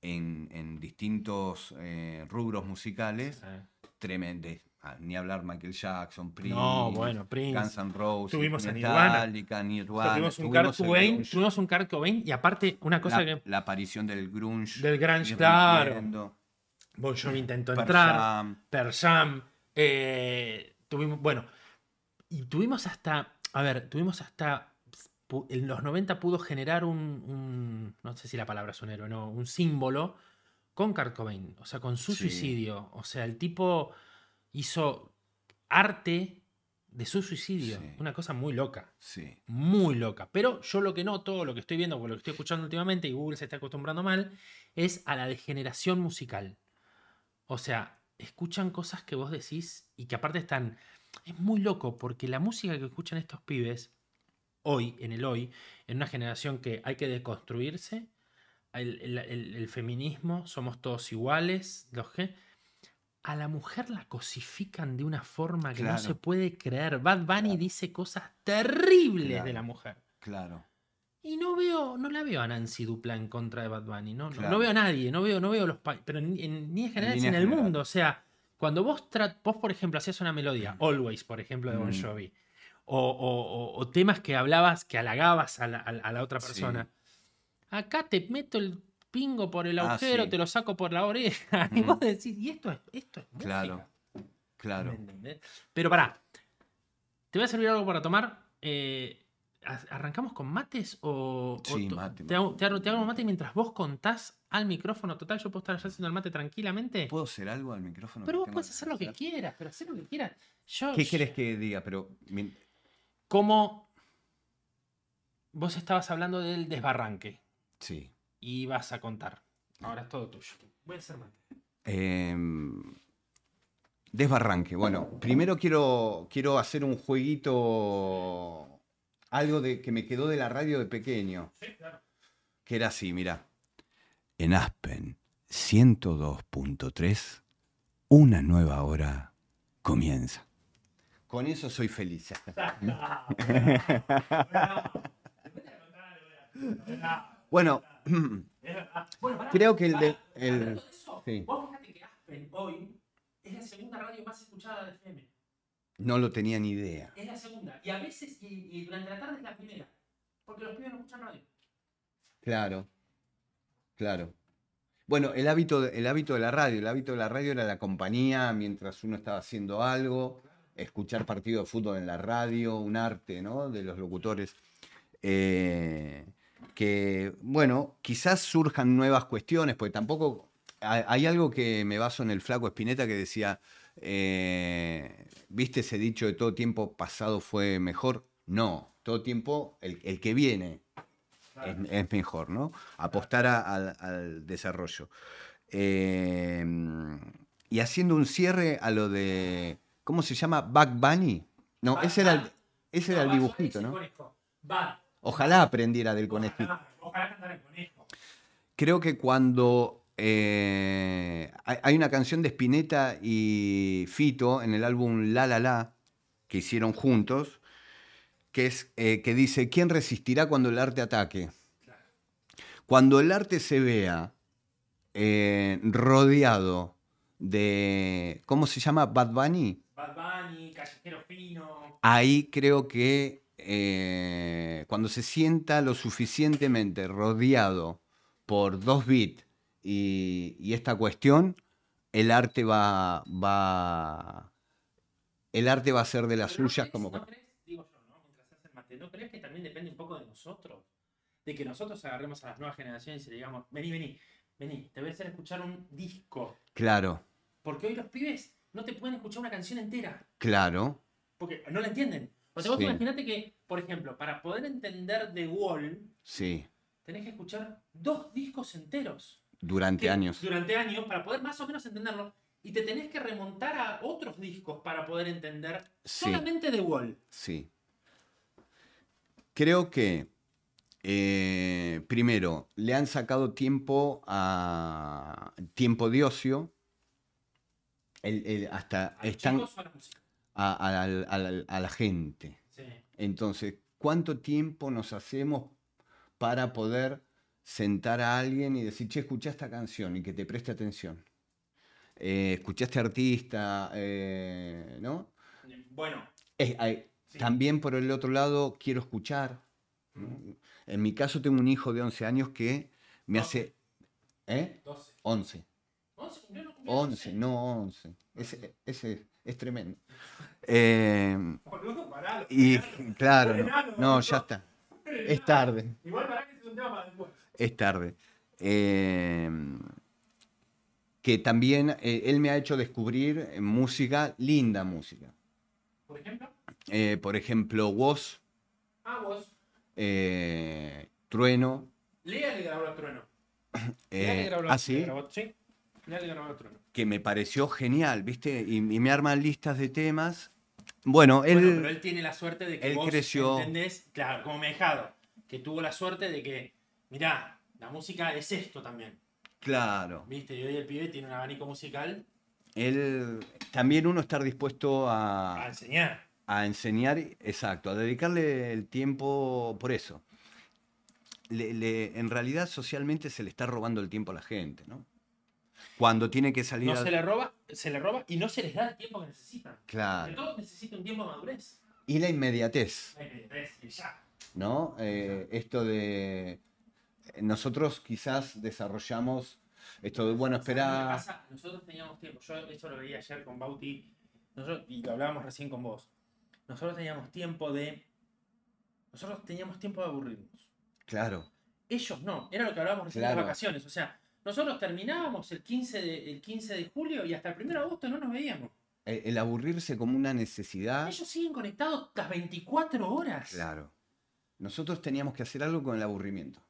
Speaker 2: en, en distintos eh, rubros musicales,
Speaker 1: Eh,
Speaker 2: tremendes. Ah, ni hablar Michael Jackson, Prince,
Speaker 1: No, bueno, Prince.
Speaker 2: Guns N' Roses,
Speaker 1: Tuvimos a Nirvana.
Speaker 2: Metallica,
Speaker 1: O sea,
Speaker 2: Nirvana.
Speaker 1: tuvimos un
Speaker 2: tuvimos
Speaker 1: Kurt
Speaker 2: el
Speaker 1: Cobain,
Speaker 2: grunge,
Speaker 1: tuvimos un Kurt Cobain, y aparte, una cosa
Speaker 2: la,
Speaker 1: que.
Speaker 2: la aparición del grunge.
Speaker 1: Del grunge,
Speaker 2: irrumpiendo,
Speaker 1: Bon Jovi intentó
Speaker 2: Pearl
Speaker 1: entrar,
Speaker 2: Jam,
Speaker 1: Pearl Jam, eh, tuvimos, bueno, y tuvimos hasta, a ver, tuvimos hasta, pu- en los 90 pudo generar un, un- no sé si la palabra es un héroe, no, un símbolo con Kurt Cobain, o sea, con su
Speaker 2: Sí.
Speaker 1: suicidio, o sea, el tipo hizo arte de su suicidio,
Speaker 2: Sí.
Speaker 1: una cosa muy loca.
Speaker 2: Sí.
Speaker 1: muy loca. Pero yo lo que noto, lo que estoy viendo, por lo que estoy escuchando últimamente, y Google se está acostumbrando mal, es a la degeneración musical. O sea, escuchan cosas que vos decís y que aparte están... Es muy loco porque la música que escuchan estos pibes hoy, en el hoy, en una generación que hay que deconstruirse, el, el- el- el feminismo, somos todos iguales, los que... A la mujer la cosifican de una forma que no
Speaker 2: Claro.
Speaker 1: se puede creer. Bad Bunny
Speaker 2: Claro.
Speaker 1: dice cosas terribles de
Speaker 2: Claro.
Speaker 1: la mujer.
Speaker 2: Claro.
Speaker 1: Y no veo, no la veo a Nancy Dupla en contra de Bad Bunny, no, no- no
Speaker 2: Claro.
Speaker 1: veo a nadie, no veo, no veo los países, pero ni en, ni en general, ni en
Speaker 2: líneas
Speaker 1: el
Speaker 2: generales.
Speaker 1: mundo, o sea, Cuando vos, tra- vos, por ejemplo, hacías una melodía, Always, por ejemplo, de Bon
Speaker 2: Mm.
Speaker 1: Jovi, o, o- o- o temas que hablabas, que halagabas a la, a la- a la otra
Speaker 2: Sí.
Speaker 1: persona, acá te meto el pingo por el
Speaker 2: Ah,
Speaker 1: agujero,
Speaker 2: sí.
Speaker 1: te lo saco por la oreja, y vos
Speaker 2: Ujú.
Speaker 1: decís, y esto es, esto es música?".
Speaker 2: Claro, claro.
Speaker 1: ¿Me entendés? Pero pará, te voy a servir algo para tomar. eh, ¿a- ¿Arrancamos con mates o, o
Speaker 2: Sí,
Speaker 1: to-
Speaker 2: mate,
Speaker 1: te, hago, te hago- te hago mate mientras vos contás al micrófono? Total, yo puedo estar ya haciendo el mate tranquilamente.
Speaker 2: ¿Puedo hacer algo al micrófono?
Speaker 1: Pero
Speaker 2: que
Speaker 1: vos
Speaker 2: tengo
Speaker 1: puedes hacer lo que
Speaker 2: hacer?
Speaker 1: quieras, pero hacer lo que quieras. Yo,
Speaker 2: ¿Qué querés que diga? Pero mi-
Speaker 1: Como vos estabas hablando del desbarranque
Speaker 2: sí.
Speaker 1: y vas a contar. Ahora es todo tuyo. Voy a hacer mate.
Speaker 2: Em, desbarranque. Bueno, primero quiero, quiero hacer un jueguito, algo de, que me quedó de la radio de pequeño. Que era así, mirá. En Aspen 102.3, una nueva hora comienza. Con eso soy feliz. Bueno,
Speaker 1: Bueno, pará.
Speaker 2: creo que el de...
Speaker 1: Pará,
Speaker 2: el-
Speaker 1: hablando de eso,
Speaker 2: sí.
Speaker 1: Vos fijate que Aspen hoy es la segunda radio más escuchada de FM.
Speaker 2: no lo tenía ni idea.
Speaker 1: Es la segunda. Y a veces, y, y durante la tarde es la primera. Porque los pibes no escuchan radio.
Speaker 2: Claro, claro. Bueno, el hábito, de- el hábito de la radio, el hábito de la radio era la compañía mientras uno estaba haciendo algo, escuchar partido de fútbol en la radio, un arte, ¿no? De los locutores. Eh, que, bueno, quizás surjan nuevas cuestiones, porque tampoco hay, hay algo que me baso en el flaco Espineta que decía, eh, ¿viste ese dicho de todo tiempo pasado fue mejor? No, todo tiempo el- el que viene es, es mejor, ¿no? Apostar a- al, al desarrollo. Eh, y haciendo un cierre a lo de. ¿Cómo se llama? ¿Back Bunny? No,
Speaker 1: Bugs
Speaker 2: ese era el,
Speaker 1: Bunny.
Speaker 2: ese era el
Speaker 1: No, va,
Speaker 2: dibujito,
Speaker 1: yo
Speaker 2: ¿no?
Speaker 1: hice conejo. Va.
Speaker 2: Ojalá aprendiera del conejito.
Speaker 1: Ojalá, ojalá cantar el conejo.
Speaker 2: Creo que cuando eh, hay, hay una canción de Spinetta y Fito en el álbum La La La que hicieron juntos, que, es, eh, que dice, ¿quién resistirá cuando el arte ataque?
Speaker 1: Claro.
Speaker 2: Cuando el arte se vea eh, rodeado de, ¿cómo se llama? Bad Bunny,
Speaker 1: Bad Bunny, Callejero Fino.
Speaker 2: ahí creo que eh, cuando se sienta lo suficientemente rodeado por dos beats y, y esta cuestión, el arte va, va, el arte va a ser de las
Speaker 1: Pero no
Speaker 2: suyas
Speaker 1: crees-
Speaker 2: como...
Speaker 1: ¿no crees, digo yo, ¿no? Mientras hacen mate, ¿no crees que también depende un poco de nosotros? De que nosotros agarremos a las nuevas generaciones y le digamos, vení, vení, vení, te voy a hacer escuchar un disco.
Speaker 2: Claro,
Speaker 1: Porque hoy los pibes no te pueden escuchar una canción entera.
Speaker 2: claro,
Speaker 1: Porque no la entienden. O sea, vos
Speaker 2: Sí.
Speaker 1: imaginate que, por ejemplo, para poder entender The Wall,
Speaker 2: sí,
Speaker 1: tenés que escuchar dos discos enteros.
Speaker 2: durante
Speaker 1: Que-
Speaker 2: años.
Speaker 1: Durante años, para poder más o menos entenderlo. Y te tenés que remontar a otros discos para poder entender
Speaker 2: Sí.
Speaker 1: solamente The Wall.
Speaker 2: Sí. Creo que, eh, primero, le han sacado tiempo a tiempo de ocio. El- el- hasta
Speaker 1: A los
Speaker 2: están
Speaker 1: chicos o a la música.
Speaker 2: a, a la- a la- a la gente.
Speaker 1: Sí.
Speaker 2: Entonces, ¿cuánto tiempo nos hacemos para poder sentar a alguien y decir, che, escuchá esta canción y que te preste atención? Eh, escuchá este artista, eh, ¿no?
Speaker 1: Bueno.
Speaker 2: Es- hay-
Speaker 1: sí.
Speaker 2: también por el otro lado, quiero escuchar. ¿no? En mi caso tengo un hijo de 11 años que me hace... ¿Eh?
Speaker 1: 12.
Speaker 2: 11.
Speaker 1: 11 cumplió, no cumplió
Speaker 2: 11,
Speaker 1: 12.
Speaker 2: no 11. Ese, ese es tremendo. Eh,
Speaker 1: Boludo, pará, lo-
Speaker 2: y
Speaker 1: pará,
Speaker 2: claro, no, no, ya está.
Speaker 1: lo-
Speaker 2: Es tarde,
Speaker 1: Igual para que es un tema para después.
Speaker 2: es tarde. Eh, que también eh, él me ha hecho descubrir eh, música, linda música.
Speaker 1: Por ejemplo,
Speaker 2: Eh, por ejemplo, Woz,
Speaker 1: ah, vos,
Speaker 2: eh, Trueno.
Speaker 1: Lea le grabó a Trueno. Mirá que
Speaker 2: Eh,
Speaker 1: grabó-
Speaker 2: ah, sí,
Speaker 1: que grabó- sí. Mirá que grabó otro, ¿no?
Speaker 2: que me pareció genial, ¿viste? Y, y me arman listas de temas. Bueno, él,
Speaker 1: Bueno, pero él tiene la suerte de que
Speaker 2: él
Speaker 1: vos
Speaker 2: creció-
Speaker 1: entendés, claro, como me dejado, que tuvo la suerte de que, mirá, la música es esto también,
Speaker 2: claro,
Speaker 1: ¿viste? Y hoy el pibe tiene un abanico musical
Speaker 2: él también uno estar dispuesto
Speaker 1: a
Speaker 2: a,
Speaker 1: enseñar.
Speaker 2: a enseñar, exacto, a dedicarle el tiempo por eso. Le- le- en realidad socialmente se le está robando el tiempo a la gente, ¿no? Cuando tiene que salir
Speaker 1: No
Speaker 2: al-
Speaker 1: se le roba, se le roba y no se les da el tiempo que necesitan. Sobre
Speaker 2: Claro.
Speaker 1: todo necesita un tiempo de madurez.
Speaker 2: Y la inmediatez.
Speaker 1: Ay, de- de- de- ya.
Speaker 2: ¿no? Eh, esto de. eh, Nosotros quizás desarrollamos esto de, bueno,
Speaker 1: ¿Sabes lo que
Speaker 2: espera.
Speaker 1: pasa? Nosotros teníamos tiempo. Yo eso lo veía ayer con Bauti nosotros- y lo hablábamos recién con vos. Nosotros teníamos tiempo de. Nosotros teníamos tiempo de aburrirnos.
Speaker 2: Claro,
Speaker 1: Ellos no. Era lo que hablábamos recién de
Speaker 2: Claro.
Speaker 1: las vacaciones. O sea, nosotros terminábamos el 15, de, el 15 de julio y hasta el 1 de agosto no nos veíamos.
Speaker 2: e- el aburrirse como una necesidad.
Speaker 1: Ellos siguen conectados las 24 horas.
Speaker 2: Ah. Claro. Nosotros teníamos que hacer algo con el aburrimiento.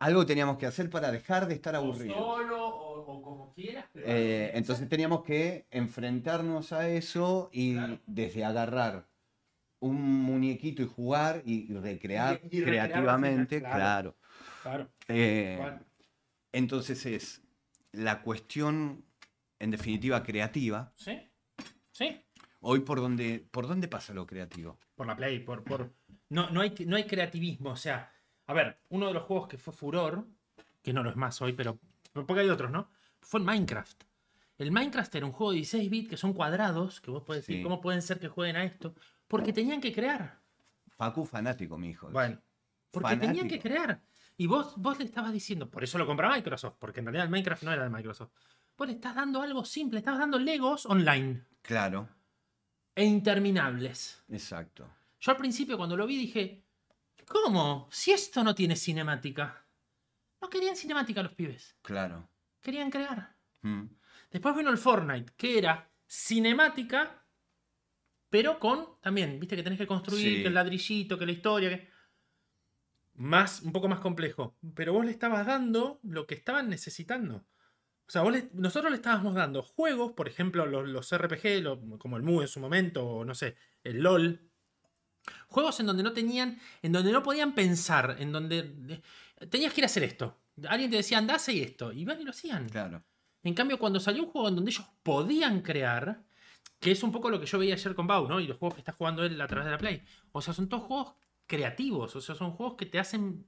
Speaker 2: Algo teníamos que hacer para dejar de estar
Speaker 1: O
Speaker 2: aburridos.
Speaker 1: solo o, o como quieras. pero-
Speaker 2: Eh, entonces teníamos que enfrentarnos a eso y
Speaker 1: Claro.
Speaker 2: desde agarrar un muñequito y jugar y, y recrear
Speaker 1: Y- y recrear,
Speaker 2: creativamente,
Speaker 1: claro.
Speaker 2: claro.
Speaker 1: Claro,
Speaker 2: Eh,
Speaker 1: claro.
Speaker 2: Entonces es la cuestión, en definitiva, creativa.
Speaker 1: ¿Sí? ¿Sí?
Speaker 2: Hoy por dónde, por dónde pasa lo creativo.
Speaker 1: Por la Play, por... por... No, no, hay, no hay creativismo, o sea... A ver, uno de los juegos que fue furor, que no lo es más hoy, pero... Porque hay otros, ¿no? Fue el Minecraft. El Minecraft era un juego de 16 bits que son cuadrados, que vos podés
Speaker 2: Sí.
Speaker 1: decir, ¿cómo pueden ser que jueguen a esto? Porque tenían que crear.
Speaker 2: Facu fanático, mi hijo.
Speaker 1: Bueno. Porque tenían que
Speaker 2: Fanático.
Speaker 1: crear. Y vos, vos le estabas diciendo, por eso lo compra Microsoft, porque en realidad el Minecraft no era de Microsoft. Vos le estás dando algo simple, estabas dando Legos online
Speaker 2: Claro,
Speaker 1: e interminables.
Speaker 2: exacto.
Speaker 1: Yo al principio cuando lo vi dije, ¿cómo? Si esto no tiene cinemática. No querían cinemática los pibes,
Speaker 2: Claro.
Speaker 1: querían crear.
Speaker 2: Mm.
Speaker 1: Después vino el Fortnite, que era cinemática, pero con también, viste que tenés que construir,
Speaker 2: Sí.
Speaker 1: que el ladrillito, que la historia, que... Más, un poco más complejo. Pero vos le estabas dando lo que estaban necesitando. O sea, vos le- nosotros le estábamos dando juegos, por ejemplo, los, los RPG, lo- como el MU en su momento, o no sé, el LOL. Juegos en donde no tenían, en donde no podían pensar, en donde eh, tenías que ir a hacer esto. Alguien te decía, andase y esto. Y van y lo hacían.
Speaker 2: Claro.
Speaker 1: En cambio, cuando salió un juego en donde ellos podían crear, que es un poco lo que yo veía ayer con Bau, ¿no? Y los juegos que está jugando él a través de la Play. O sea, son todos juegos creativos, o sea, son juegos que te hacen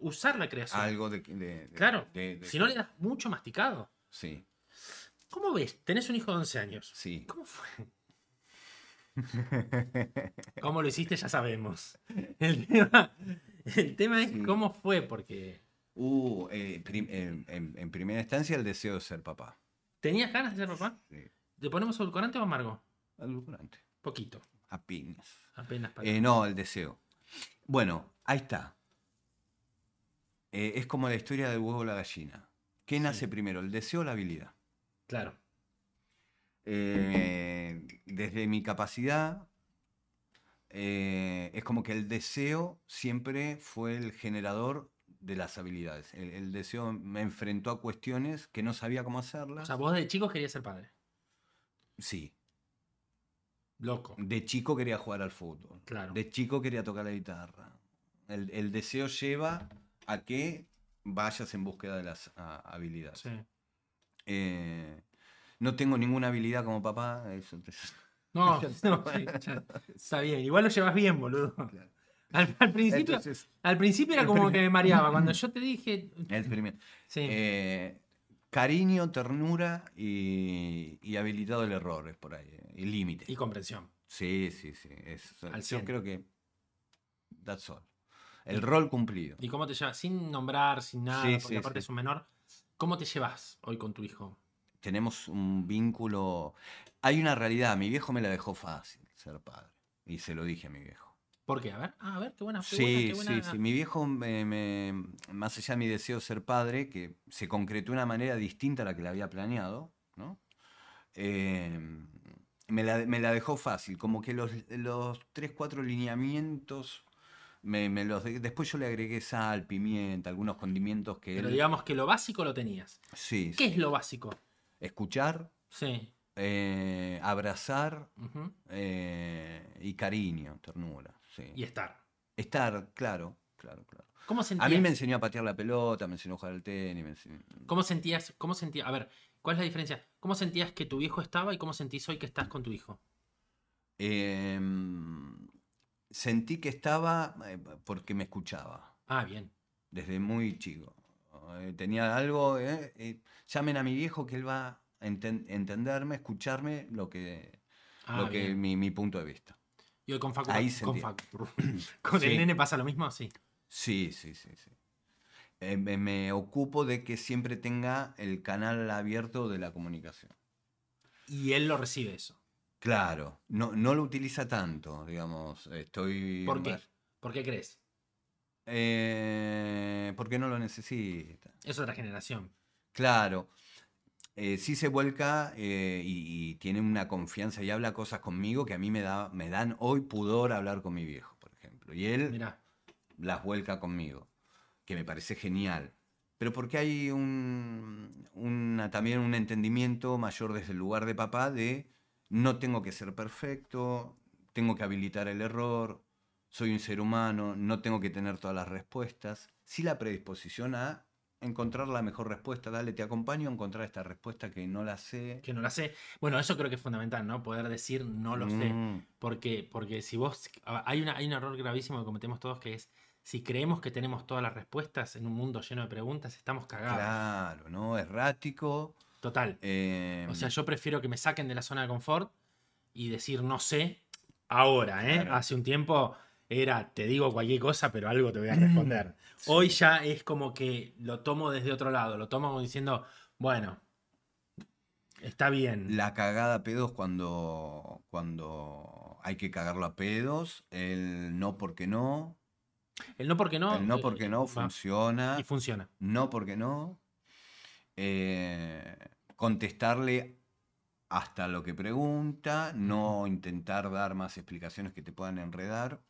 Speaker 1: usar la creación.
Speaker 2: Algo de... de- de-
Speaker 1: Claro.
Speaker 2: de- de-
Speaker 1: Si no le das mucho masticado.
Speaker 2: Sí,
Speaker 1: ¿Cómo ves? Tenés un hijo de 11 años.
Speaker 2: sí.
Speaker 1: ¿Cómo fue? ¿Cómo lo hiciste? Ya sabemos. El tema, el tema es
Speaker 2: Sí.
Speaker 1: cómo fue, porque
Speaker 2: Uh, eh, prim- en, en- en primera instancia, el deseo de ser papá.
Speaker 1: ¿tenías ganas de ser papá?
Speaker 2: Sí.
Speaker 1: ¿Le ponemos edulcorante o amargo?
Speaker 2: Adulcorante.
Speaker 1: Poquito,
Speaker 2: A piñas.
Speaker 1: apenas para.
Speaker 2: Eh, no, el deseo. Bueno, ahí está. Eh, es como la historia del huevo o la gallina. ¿Qué nace primero, el deseo o la habilidad?
Speaker 1: Claro.
Speaker 2: Eh, desde mi capacidad, eh, es como que el deseo siempre fue el generador de las habilidades. El, el deseo me enfrentó a cuestiones que no sabía cómo
Speaker 1: O
Speaker 2: hacerlas.
Speaker 1: sea, vos de chicos querías ser padre.
Speaker 2: Sí,
Speaker 1: Loco.
Speaker 2: de chico quería jugar al fútbol.
Speaker 1: Claro.
Speaker 2: De chico quería tocar la guitarra. El, el deseo lleva a que vayas en búsqueda de las a- habilidades.
Speaker 1: Sí.
Speaker 2: Eh, no tengo ninguna habilidad como papá. eso te-
Speaker 1: No,
Speaker 2: Ya
Speaker 1: no, sí, ya, está bien. Igual lo llevas bien, boludo.
Speaker 2: Claro.
Speaker 1: Al, al principio,
Speaker 2: Entonces,
Speaker 1: al principio era como que me mareaba. Cuando yo te dije.
Speaker 2: el primer-
Speaker 1: Sí.
Speaker 2: eh, cariño, ternura y, y habilidad del error es por ahí. eh, Y límite.
Speaker 1: y comprensión.
Speaker 2: Sí, sí, sí. es-
Speaker 1: Al
Speaker 2: yo
Speaker 1: cien.
Speaker 2: creo que. That's all. El rol cumplido.
Speaker 1: ¿Y cómo te llevas? Sin nombrar, sin nada,
Speaker 2: Sí,
Speaker 1: porque
Speaker 2: sí,
Speaker 1: aparte
Speaker 2: sí.
Speaker 1: es un menor. ¿Cómo te llevas hoy con tu hijo?
Speaker 2: tenemos un vínculo. Hay una realidad, mi viejo me la dejó fácil ser padre. Y se lo dije a mi viejo.
Speaker 1: ¿Por qué? A ver, ah, a ver, qué buena. qué buena,
Speaker 2: Sí,
Speaker 1: qué
Speaker 2: sí,
Speaker 1: buena-
Speaker 2: sí. Mi viejo, me, me- más allá de mi deseo de ser padre, que se concretó de una manera distinta a la que le había planeado, ¿no? Eh, me, la, me la dejó fácil, como que los, los tres, cuatro lineamientos, me, me los, de- después yo le agregué sal, pimienta, algunos condimentos que...
Speaker 1: Pero
Speaker 2: él-
Speaker 1: digamos que lo básico lo tenías.
Speaker 2: sí,
Speaker 1: ¿Qué
Speaker 2: sí.
Speaker 1: es lo básico?
Speaker 2: escuchar,
Speaker 1: Sí.
Speaker 2: eh, abrazar,
Speaker 1: ujú,
Speaker 2: Eh, y cariño, ternura. sí.
Speaker 1: Y estar.
Speaker 2: Estar, claro, claro, claro.
Speaker 1: ¿Cómo
Speaker 2: A
Speaker 1: sentías?
Speaker 2: mí me enseñó a patear la pelota, me enseñó a jugar al tenis. me enseñó-
Speaker 1: ¿Cómo sentías? ¿Cómo sentías? A ver, ¿cuál es la diferencia? ¿Cómo sentías que tu viejo estaba y cómo sentís hoy que estás con tu hijo?
Speaker 2: Em, sentí que estaba eh, porque me escuchaba
Speaker 1: Ah, bien.
Speaker 2: desde muy chico. algo, eh, tenía algo, eh, eh, llamen a mi viejo que él va a enten- entenderme, escucharme lo que,
Speaker 1: Ah,
Speaker 2: lo que
Speaker 1: bien.
Speaker 2: mi, mi punto de vista.
Speaker 1: Y hoy con Facu.
Speaker 2: ahí se
Speaker 1: con
Speaker 2: entiende.
Speaker 1: Facu. ¿Con
Speaker 2: Sí.
Speaker 1: el nene pasa lo mismo? Sí.
Speaker 2: Sí, sí, sí, sí. Eh, me, me ocupo de que siempre tenga el canal abierto de la comunicación.
Speaker 1: Y él lo recibe eso.
Speaker 2: Claro, no, no lo utiliza tanto, digamos. Estoy.
Speaker 1: ¿Por qué? ¿Por qué crees?
Speaker 2: Eh, porque no lo necesita.
Speaker 1: Es otra generación.
Speaker 2: Claro. Eh, sí se vuelca eh, y, y tiene una confianza y habla cosas conmigo que a mí me, da, me dan hoy pudor hablar con mi viejo, por ejemplo. Y él
Speaker 1: Mirá.
Speaker 2: las vuelca conmigo, que me parece genial. Pero porque hay un, una- también un entendimiento mayor desde el lugar de papá de no tengo que ser perfecto, tengo que habilitar el error, soy un ser humano, no tengo que tener todas las respuestas. Sí la predisposición a encontrar la mejor respuesta, dale, te acompaño a encontrar esta respuesta que no la sé.
Speaker 1: Que no la sé. Bueno, eso creo que es fundamental, ¿no? Poder decir no lo sé.
Speaker 2: Mm,
Speaker 1: Porque, porque si vos. a- Hay, una, hay un error gravísimo que cometemos todos que es. Si creemos que tenemos todas las respuestas en un mundo lleno de preguntas, estamos cagados.
Speaker 2: Claro, ¿no? Errático.
Speaker 1: Total.
Speaker 2: eh,
Speaker 1: O sea, yo prefiero que me saquen de la zona de confort y decir no sé ahora, ¿eh?
Speaker 2: Claro.
Speaker 1: Hace un tiempo era te digo cualquier cosa, pero algo te voy a responder.
Speaker 2: sí.
Speaker 1: Hoy ya es como que lo tomo desde otro lado, lo tomo como diciendo, bueno, está bien.
Speaker 2: La cagada a pedos cuando, cuando hay que cagarlo a pedos, el no porque no,
Speaker 1: El no porque no.
Speaker 2: el no
Speaker 1: eh,
Speaker 2: porque no
Speaker 1: va,
Speaker 2: funciona,
Speaker 1: Y funciona.
Speaker 2: no porque no, eh, contestarle hasta lo que pregunta, no intentar dar más explicaciones que te puedan enredar.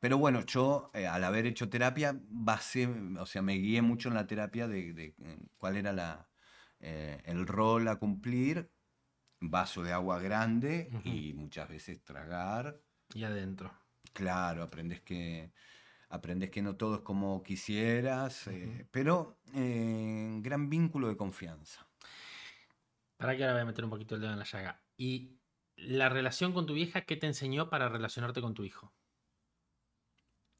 Speaker 2: Pero bueno, yo eh, al haber hecho terapia, basé, o sea, me guié mucho en la terapia de, de, eh, cuál era la, eh, el rol a cumplir, vaso de agua grande
Speaker 1: Ujú.
Speaker 2: y muchas veces tragar.
Speaker 1: Y adentro.
Speaker 2: Claro, aprendes que aprendes que no todo es como quisieras, eh, pero eh, gran vínculo de confianza.
Speaker 1: Para que ahora voy a meter un poquito el dedo en la llaga. Y la relación con tu vieja, ¿qué te enseñó para relacionarte con tu hijo?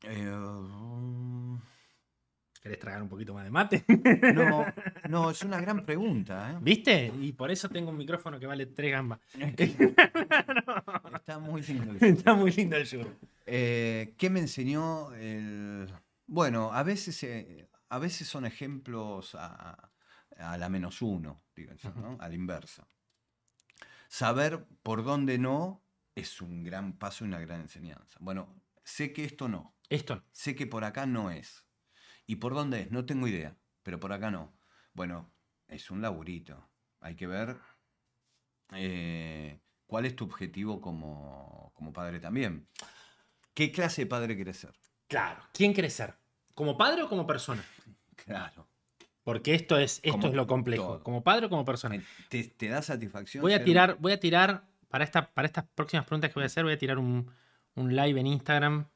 Speaker 2: Eh, um,
Speaker 1: ¿Querés tragar un poquito más de mate?
Speaker 2: no, no, es una gran pregunta. ¿eh?
Speaker 1: ¿Viste? Y por eso tengo un micrófono que vale tres gambas.
Speaker 2: Está muy lindo el
Speaker 1: Está
Speaker 2: show.
Speaker 1: muy lindo el show.
Speaker 2: Eh, ¿Qué me enseñó el...? Bueno, a veces, eh, a veces son ejemplos a, a la menos uno, digo yo,
Speaker 1: Ujú.
Speaker 2: ¿no? A la inversa. Saber por dónde no es un gran paso y una gran enseñanza. Bueno, sé que esto no,
Speaker 1: Esto.
Speaker 2: sé que por acá no es. ¿Y por dónde es? No tengo idea, pero por acá no. Bueno, es un laburito. Hay que ver eh, cuál es tu objetivo como, como padre también. ¿Qué clase de padre quieres ser?
Speaker 1: Claro. ¿Quién querés ser? ¿Como padre o como persona?
Speaker 2: Claro.
Speaker 1: Porque esto es, esto
Speaker 2: Como
Speaker 1: es lo complejo.
Speaker 2: todo.
Speaker 1: ¿Como padre o como persona?
Speaker 2: ¿Te, te da satisfacción?
Speaker 1: Ah. Voy a
Speaker 2: ser-
Speaker 1: tirar, voy a tirar, para, esta, para estas próximas preguntas que voy a hacer, voy a tirar un, un live en Instagram.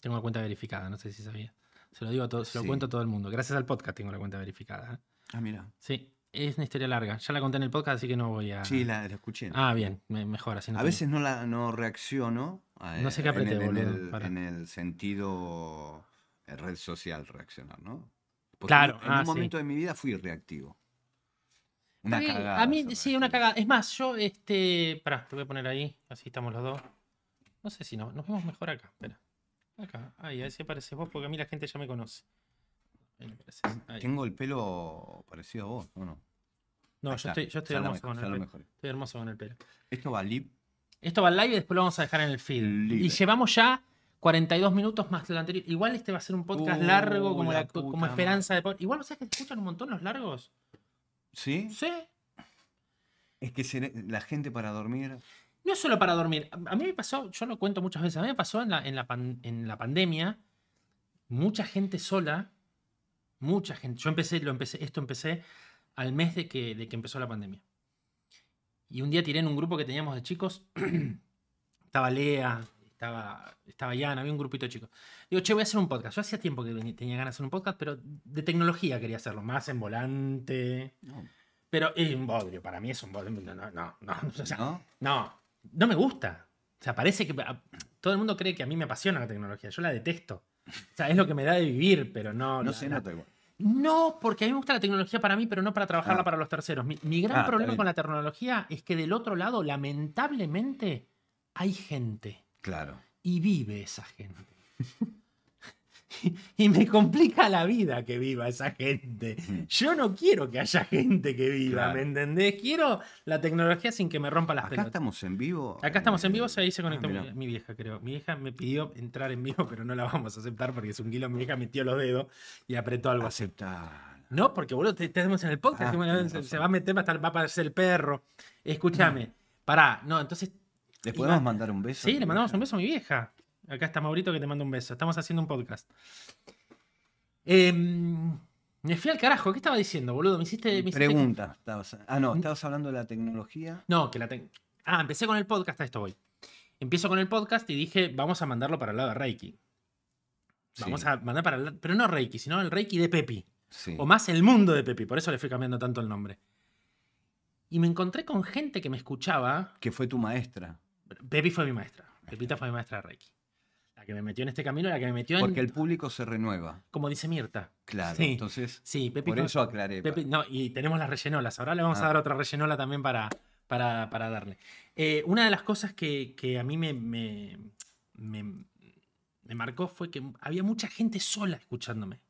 Speaker 1: Tengo una cuenta verificada, no sé si sabía. Se lo digo a todo, se lo
Speaker 2: Sí.
Speaker 1: cuento a todo el mundo. Gracias al podcast tengo la cuenta verificada. ¿eh?
Speaker 2: Ah, mira.
Speaker 1: Sí, es una historia larga. Ya la conté en el podcast, así que no voy a.
Speaker 2: Sí, la, la escuché.
Speaker 1: Ah, bien, me- mejor así. no
Speaker 2: a
Speaker 1: tengo-
Speaker 2: veces no, la, no reacciono. a-
Speaker 1: No sé qué
Speaker 2: en el-
Speaker 1: apreté,
Speaker 2: en, el,
Speaker 1: boludo, para.
Speaker 2: en el sentido eh, red social reaccionar, ¿no? Porque
Speaker 1: Claro,
Speaker 2: En, en
Speaker 1: ah, sí.
Speaker 2: un momento de mi vida fui reactivo. Una
Speaker 1: Está bien,
Speaker 2: cagada.
Speaker 1: A mí,
Speaker 2: ser
Speaker 1: sí, una
Speaker 2: reactivo.
Speaker 1: cagada. Es más, yo, este. Pará, te voy a poner ahí, así estamos los dos. No sé si no, nos vemos mejor acá. Espera. Acá. Ahí, ahí se apareces vos, porque a mí la gente ya me conoce. Ahí me apareces, ahí.
Speaker 2: Tengo el pelo parecido a vos, ¿o no?
Speaker 1: No, yo
Speaker 2: Ahí está,
Speaker 1: estoy, yo estoy
Speaker 2: ya lo
Speaker 1: hermoso
Speaker 2: mejor-
Speaker 1: con
Speaker 2: ya
Speaker 1: el
Speaker 2: lo
Speaker 1: pelo.
Speaker 2: mejoré.
Speaker 1: Estoy hermoso con el pelo.
Speaker 2: Esto va lib.
Speaker 1: Esto va al live y después lo vamos a dejar en el feed.
Speaker 2: Libre.
Speaker 1: Y llevamos ya 42 minutos más del anterior. Igual este va a ser un podcast
Speaker 2: Uh,
Speaker 1: largo, como,
Speaker 2: la
Speaker 1: la- como
Speaker 2: puta
Speaker 1: esperanza de. po- Igual, ¿sabes que escuchan un montón los largos?
Speaker 2: ¿Sí?
Speaker 1: Sí.
Speaker 2: Es que se- la gente para dormir.
Speaker 1: No es solo para dormir. A a mí me pasó, yo lo cuento muchas veces, a mí me pasó en la, en la, pan- en la pandemia, mucha gente sola, mucha gente. Yo empecé, lo empecé, esto empecé al mes de que, de que empezó la pandemia. Y un día tiré en un grupo que teníamos de chicos, estaba Lea, estaba, estaba Ian, había un grupito de chicos. Digo, che, voy a hacer un podcast. Yo hacía tiempo que venía- tenía ganas de hacer un podcast, pero de tecnología quería hacerlo, más en volante.
Speaker 2: No.
Speaker 1: Pero es un bodrio, para mí es un bodrio. No, no, no. no, o sea,
Speaker 2: ¿no?
Speaker 1: no, no me gusta. O sea, parece que a- todo el mundo cree que a mí me apasiona la tecnología. Yo la detesto. O sea, es lo que me da de vivir, pero no.
Speaker 2: No
Speaker 1: la-
Speaker 2: se
Speaker 1: la-
Speaker 2: nota igual.
Speaker 1: No, porque a mí me gusta la tecnología para mí, pero no para trabajarla
Speaker 2: Ah.
Speaker 1: para los terceros. Mi, mi gran
Speaker 2: Ah,
Speaker 1: problema
Speaker 2: está
Speaker 1: con la tecnología es que del otro lado, lamentablemente, hay gente
Speaker 2: Claro.
Speaker 1: y vive esa gente. Y- y me complica la vida que viva esa gente.
Speaker 2: Ujú.
Speaker 1: Yo no quiero que haya gente que viva,
Speaker 2: Mm. Claro.
Speaker 1: ¿me entendés? Quiero la tecnología sin que me rompa las
Speaker 2: Acá
Speaker 1: pelotas.
Speaker 2: estamos en vivo.
Speaker 1: Acá estamos en vivo, se- ahí se
Speaker 2: Ah,
Speaker 1: conectó mi-
Speaker 2: mirá.
Speaker 1: mi, vieja, creo. Mi vieja me pidió entrar en vivo, pero no la vamos a aceptar porque es un kilo. Mi vieja metió los dedos y apretó algo así.
Speaker 2: Aceptar.
Speaker 1: No, porque boludo, te tenemos en el podcast,
Speaker 2: Ah,
Speaker 1: que bueno,
Speaker 2: tenés
Speaker 1: se,
Speaker 2: razón. Mm.
Speaker 1: se va a meter, hasta va a aparecer el perro. Escúchame, pará, no, entonces,
Speaker 2: ¿Les
Speaker 1: Y
Speaker 2: podemos
Speaker 1: ma-
Speaker 2: mandar un beso?
Speaker 1: sí, le mandamos un beso a mi vieja. Acá está Maurito que te manda un beso. Estamos haciendo un podcast. Em, me fui al carajo, ¿qué estaba diciendo, boludo? Me hiciste. me hiciste-
Speaker 2: Pregunta. estabas- Ah, no, estabas hablando de la tecnología.
Speaker 1: No, que la tengo. Ah, empecé con el podcast, a esto voy. Empiezo con el podcast y dije, vamos a mandarlo para el lado de Reiki. Vamos
Speaker 2: Sí,
Speaker 1: a mandar para el lado- Pero no Reiki, sino el Reiki de Pepi.
Speaker 2: sí.
Speaker 1: O más el mundo de Pepi, por eso le fui cambiando tanto el nombre. Y me encontré con gente que me escuchaba.
Speaker 2: Que fue tu maestra.
Speaker 1: Pepi fue mi maestra. Pepita fue mi maestra de Reiki. La que me metió en este camino, la que me metió en.
Speaker 2: Porque el público se renueva.
Speaker 1: Como dice Mirta.
Speaker 2: Claro.
Speaker 1: Sí.
Speaker 2: Entonces,
Speaker 1: Sí, Pepi
Speaker 2: por
Speaker 1: fue-
Speaker 2: eso aclaré.
Speaker 1: Pepe- no, y tenemos las rellenolas. Ahora le vamos a
Speaker 2: Ah.
Speaker 1: dar otra rellenola también para, para, para darle. Eh, una de las cosas que, que a mí me, me, me- me marcó fue que había mucha gente sola escuchándome.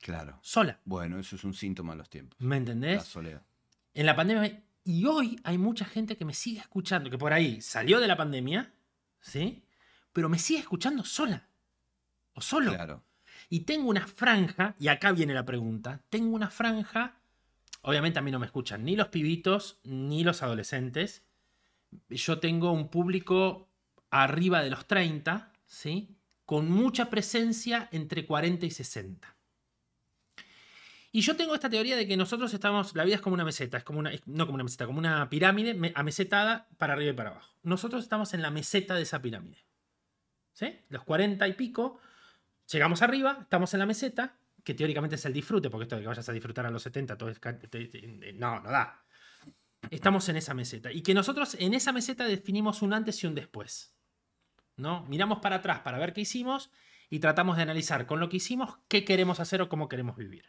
Speaker 2: Claro.
Speaker 1: Sola.
Speaker 2: Bueno, eso es un síntoma de los tiempos.
Speaker 1: ¿Me
Speaker 2: La
Speaker 1: entendés?
Speaker 2: soledad.
Speaker 1: En la pandemia. Y hoy hay mucha gente que me sigue escuchando, que por ahí salió de la pandemia, ¿sí? Pero me sigue escuchando sola. O solo.
Speaker 2: Claro.
Speaker 1: Y tengo una franja, y acá viene la pregunta, tengo una franja, obviamente a mí no me escuchan ni los pibitos ni los adolescentes, yo tengo un público arriba de los 30, ¿sí? Con mucha presencia entre 40 y 60. Y yo tengo esta teoría de que nosotros estamos, la vida es como una meseta, es como una, es- no como una meseta, como una pirámide me- amesetada para arriba y para abajo. Nosotros estamos en la meseta de esa pirámide. ¿Sí? Los 40 y pico, llegamos arriba, estamos en la meseta, que teóricamente es el disfrute, porque esto de que vayas a disfrutar a los 70, todo es ca- te- te- te- no, no da. Estamos en esa meseta. Y que nosotros en esa meseta definimos un antes y un después. ¿No? Miramos para atrás para ver qué hicimos y tratamos de analizar con lo que hicimos qué queremos hacer o cómo queremos vivir.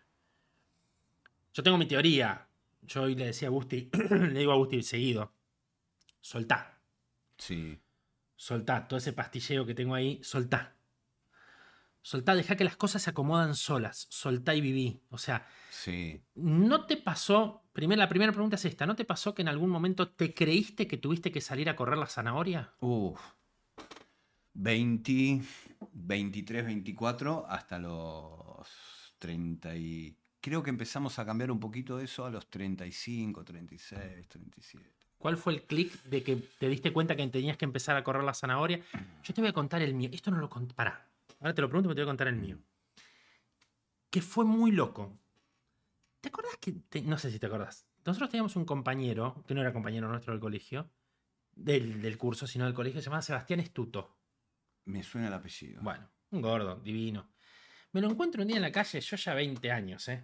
Speaker 1: Yo tengo mi teoría. Yo hoy le decía a Gusti, le digo a Gusti seguido, soltá
Speaker 2: Sí.
Speaker 1: soltá todo ese pastilleo que tengo ahí, soltá. Soltá, deja que las cosas se acomodan solas, soltá y viví. O sea,
Speaker 2: Sí.
Speaker 1: ¿no te pasó, primero, la primera pregunta es esta, ¿no te pasó que en algún momento te creíste que tuviste que salir a correr la zanahoria?
Speaker 2: Uf. 20, 23, 24 hasta los 30 y... Creo que empezamos a cambiar un poquito eso a los 35, 36, 37.
Speaker 1: ¿Cuál fue el clic de que te diste cuenta que tenías que empezar a correr la zanahoria? Yo te voy a contar el mío. Esto no lo conté. Pará. Ahora te lo pregunto, pero te voy a contar el mío. Que fue muy loco. ¿Te acordás que.? te- No sé si te acordás. Nosotros teníamos un compañero, que no era compañero nuestro del colegio, del, del curso, sino del colegio, se llamaba Sebastián Estuto.
Speaker 2: Me suena el apellido.
Speaker 1: Bueno, un gordo, divino. Me lo encuentro un día en la calle, yo ya 20 años, ¿eh?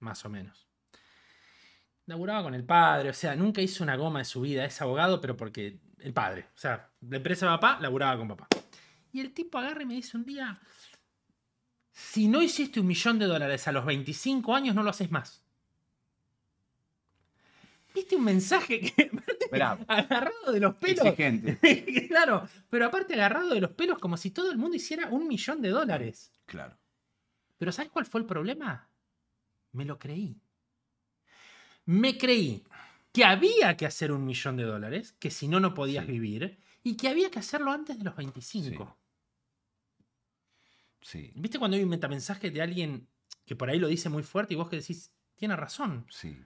Speaker 1: Más o menos. Laburaba con el padre, o sea, nunca hizo una goma de su vida, es abogado, pero porque el padre, o sea, la empresa de papá, laburaba con papá. Y el tipo agarra y me dice un día, si no hiciste un millón de dólares a los 25 años, no lo haces más. ¿Viste un mensaje que
Speaker 2: Bravo.
Speaker 1: agarrado de los pelos?
Speaker 2: Exigente.
Speaker 1: claro, pero aparte agarrado de los pelos como si todo el mundo hiciera un millón de dólares.
Speaker 2: Claro.
Speaker 1: Pero ¿sabes cuál fue el problema? Me lo creí. Me creí que había que hacer un millón de dólares, que si no, no podías
Speaker 2: Sí.
Speaker 1: vivir, y que había que hacerlo antes de los 25.
Speaker 2: Sí.
Speaker 1: ¿Viste cuando hay un metamensaje de alguien que por ahí lo dice muy fuerte y vos que decís, tiene razón?
Speaker 2: Sí.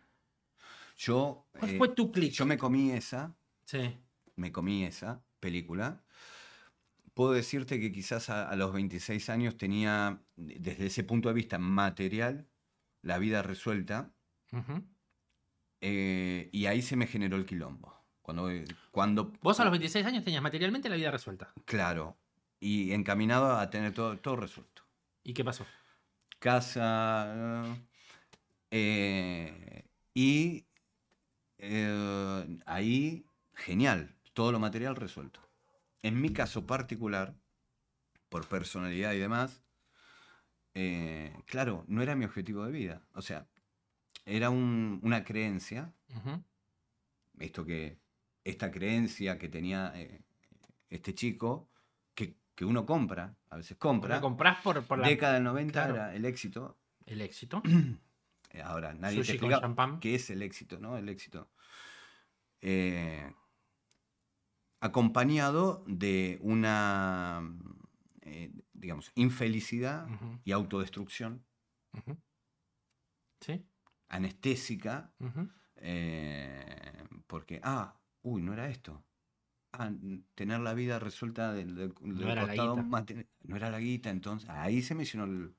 Speaker 2: Yo,
Speaker 1: ¿Cuál
Speaker 2: eh,
Speaker 1: fue tu clic?
Speaker 2: yo me comí esa,
Speaker 1: Sí.
Speaker 2: me comí esa película. Puedo decirte que quizás a, a los 26 años tenía, de- desde ese punto de vista material, la vida resuelta.
Speaker 1: Ujú.
Speaker 2: eh, y ahí se me generó el quilombo. Cuando, eh, cuando,
Speaker 1: Vos a los 26 años tenías materialmente la vida resuelta.
Speaker 2: Claro. Y encaminado a tener todo, todo resuelto.
Speaker 1: ¿Y qué pasó?
Speaker 2: casa. ¿no? Eh, y eh, ahí, genial, todo lo material resuelto. En mi caso particular, por personalidad y demás, eh, eh, claro, no era mi objetivo de vida. O sea, era un- una creencia,
Speaker 1: Ujú.
Speaker 2: esto que, esta creencia que tenía eh, este chico, que, que uno compra, a veces compra.
Speaker 1: La comprás por, por la-
Speaker 2: década del 90
Speaker 1: claro.
Speaker 2: era el éxito.
Speaker 1: el éxito.
Speaker 2: Eh, Ahora, nadie te
Speaker 1: Sushi con
Speaker 2: explica
Speaker 1: champán.
Speaker 2: qué es el éxito, ¿no? El éxito. Eh, acompañado de una, eh, digamos, infelicidad
Speaker 1: Ujú,
Speaker 2: y autodestrucción
Speaker 1: ujú. Sí.
Speaker 2: anestésica,
Speaker 1: ujú.
Speaker 2: eh, porque, ah, uy, no era esto. Ah, n- tener la vida resuelta del, del- del
Speaker 1: era la
Speaker 2: costado
Speaker 1: guita.
Speaker 2: mate- no era la guita, entonces. Ahí se me llenó el-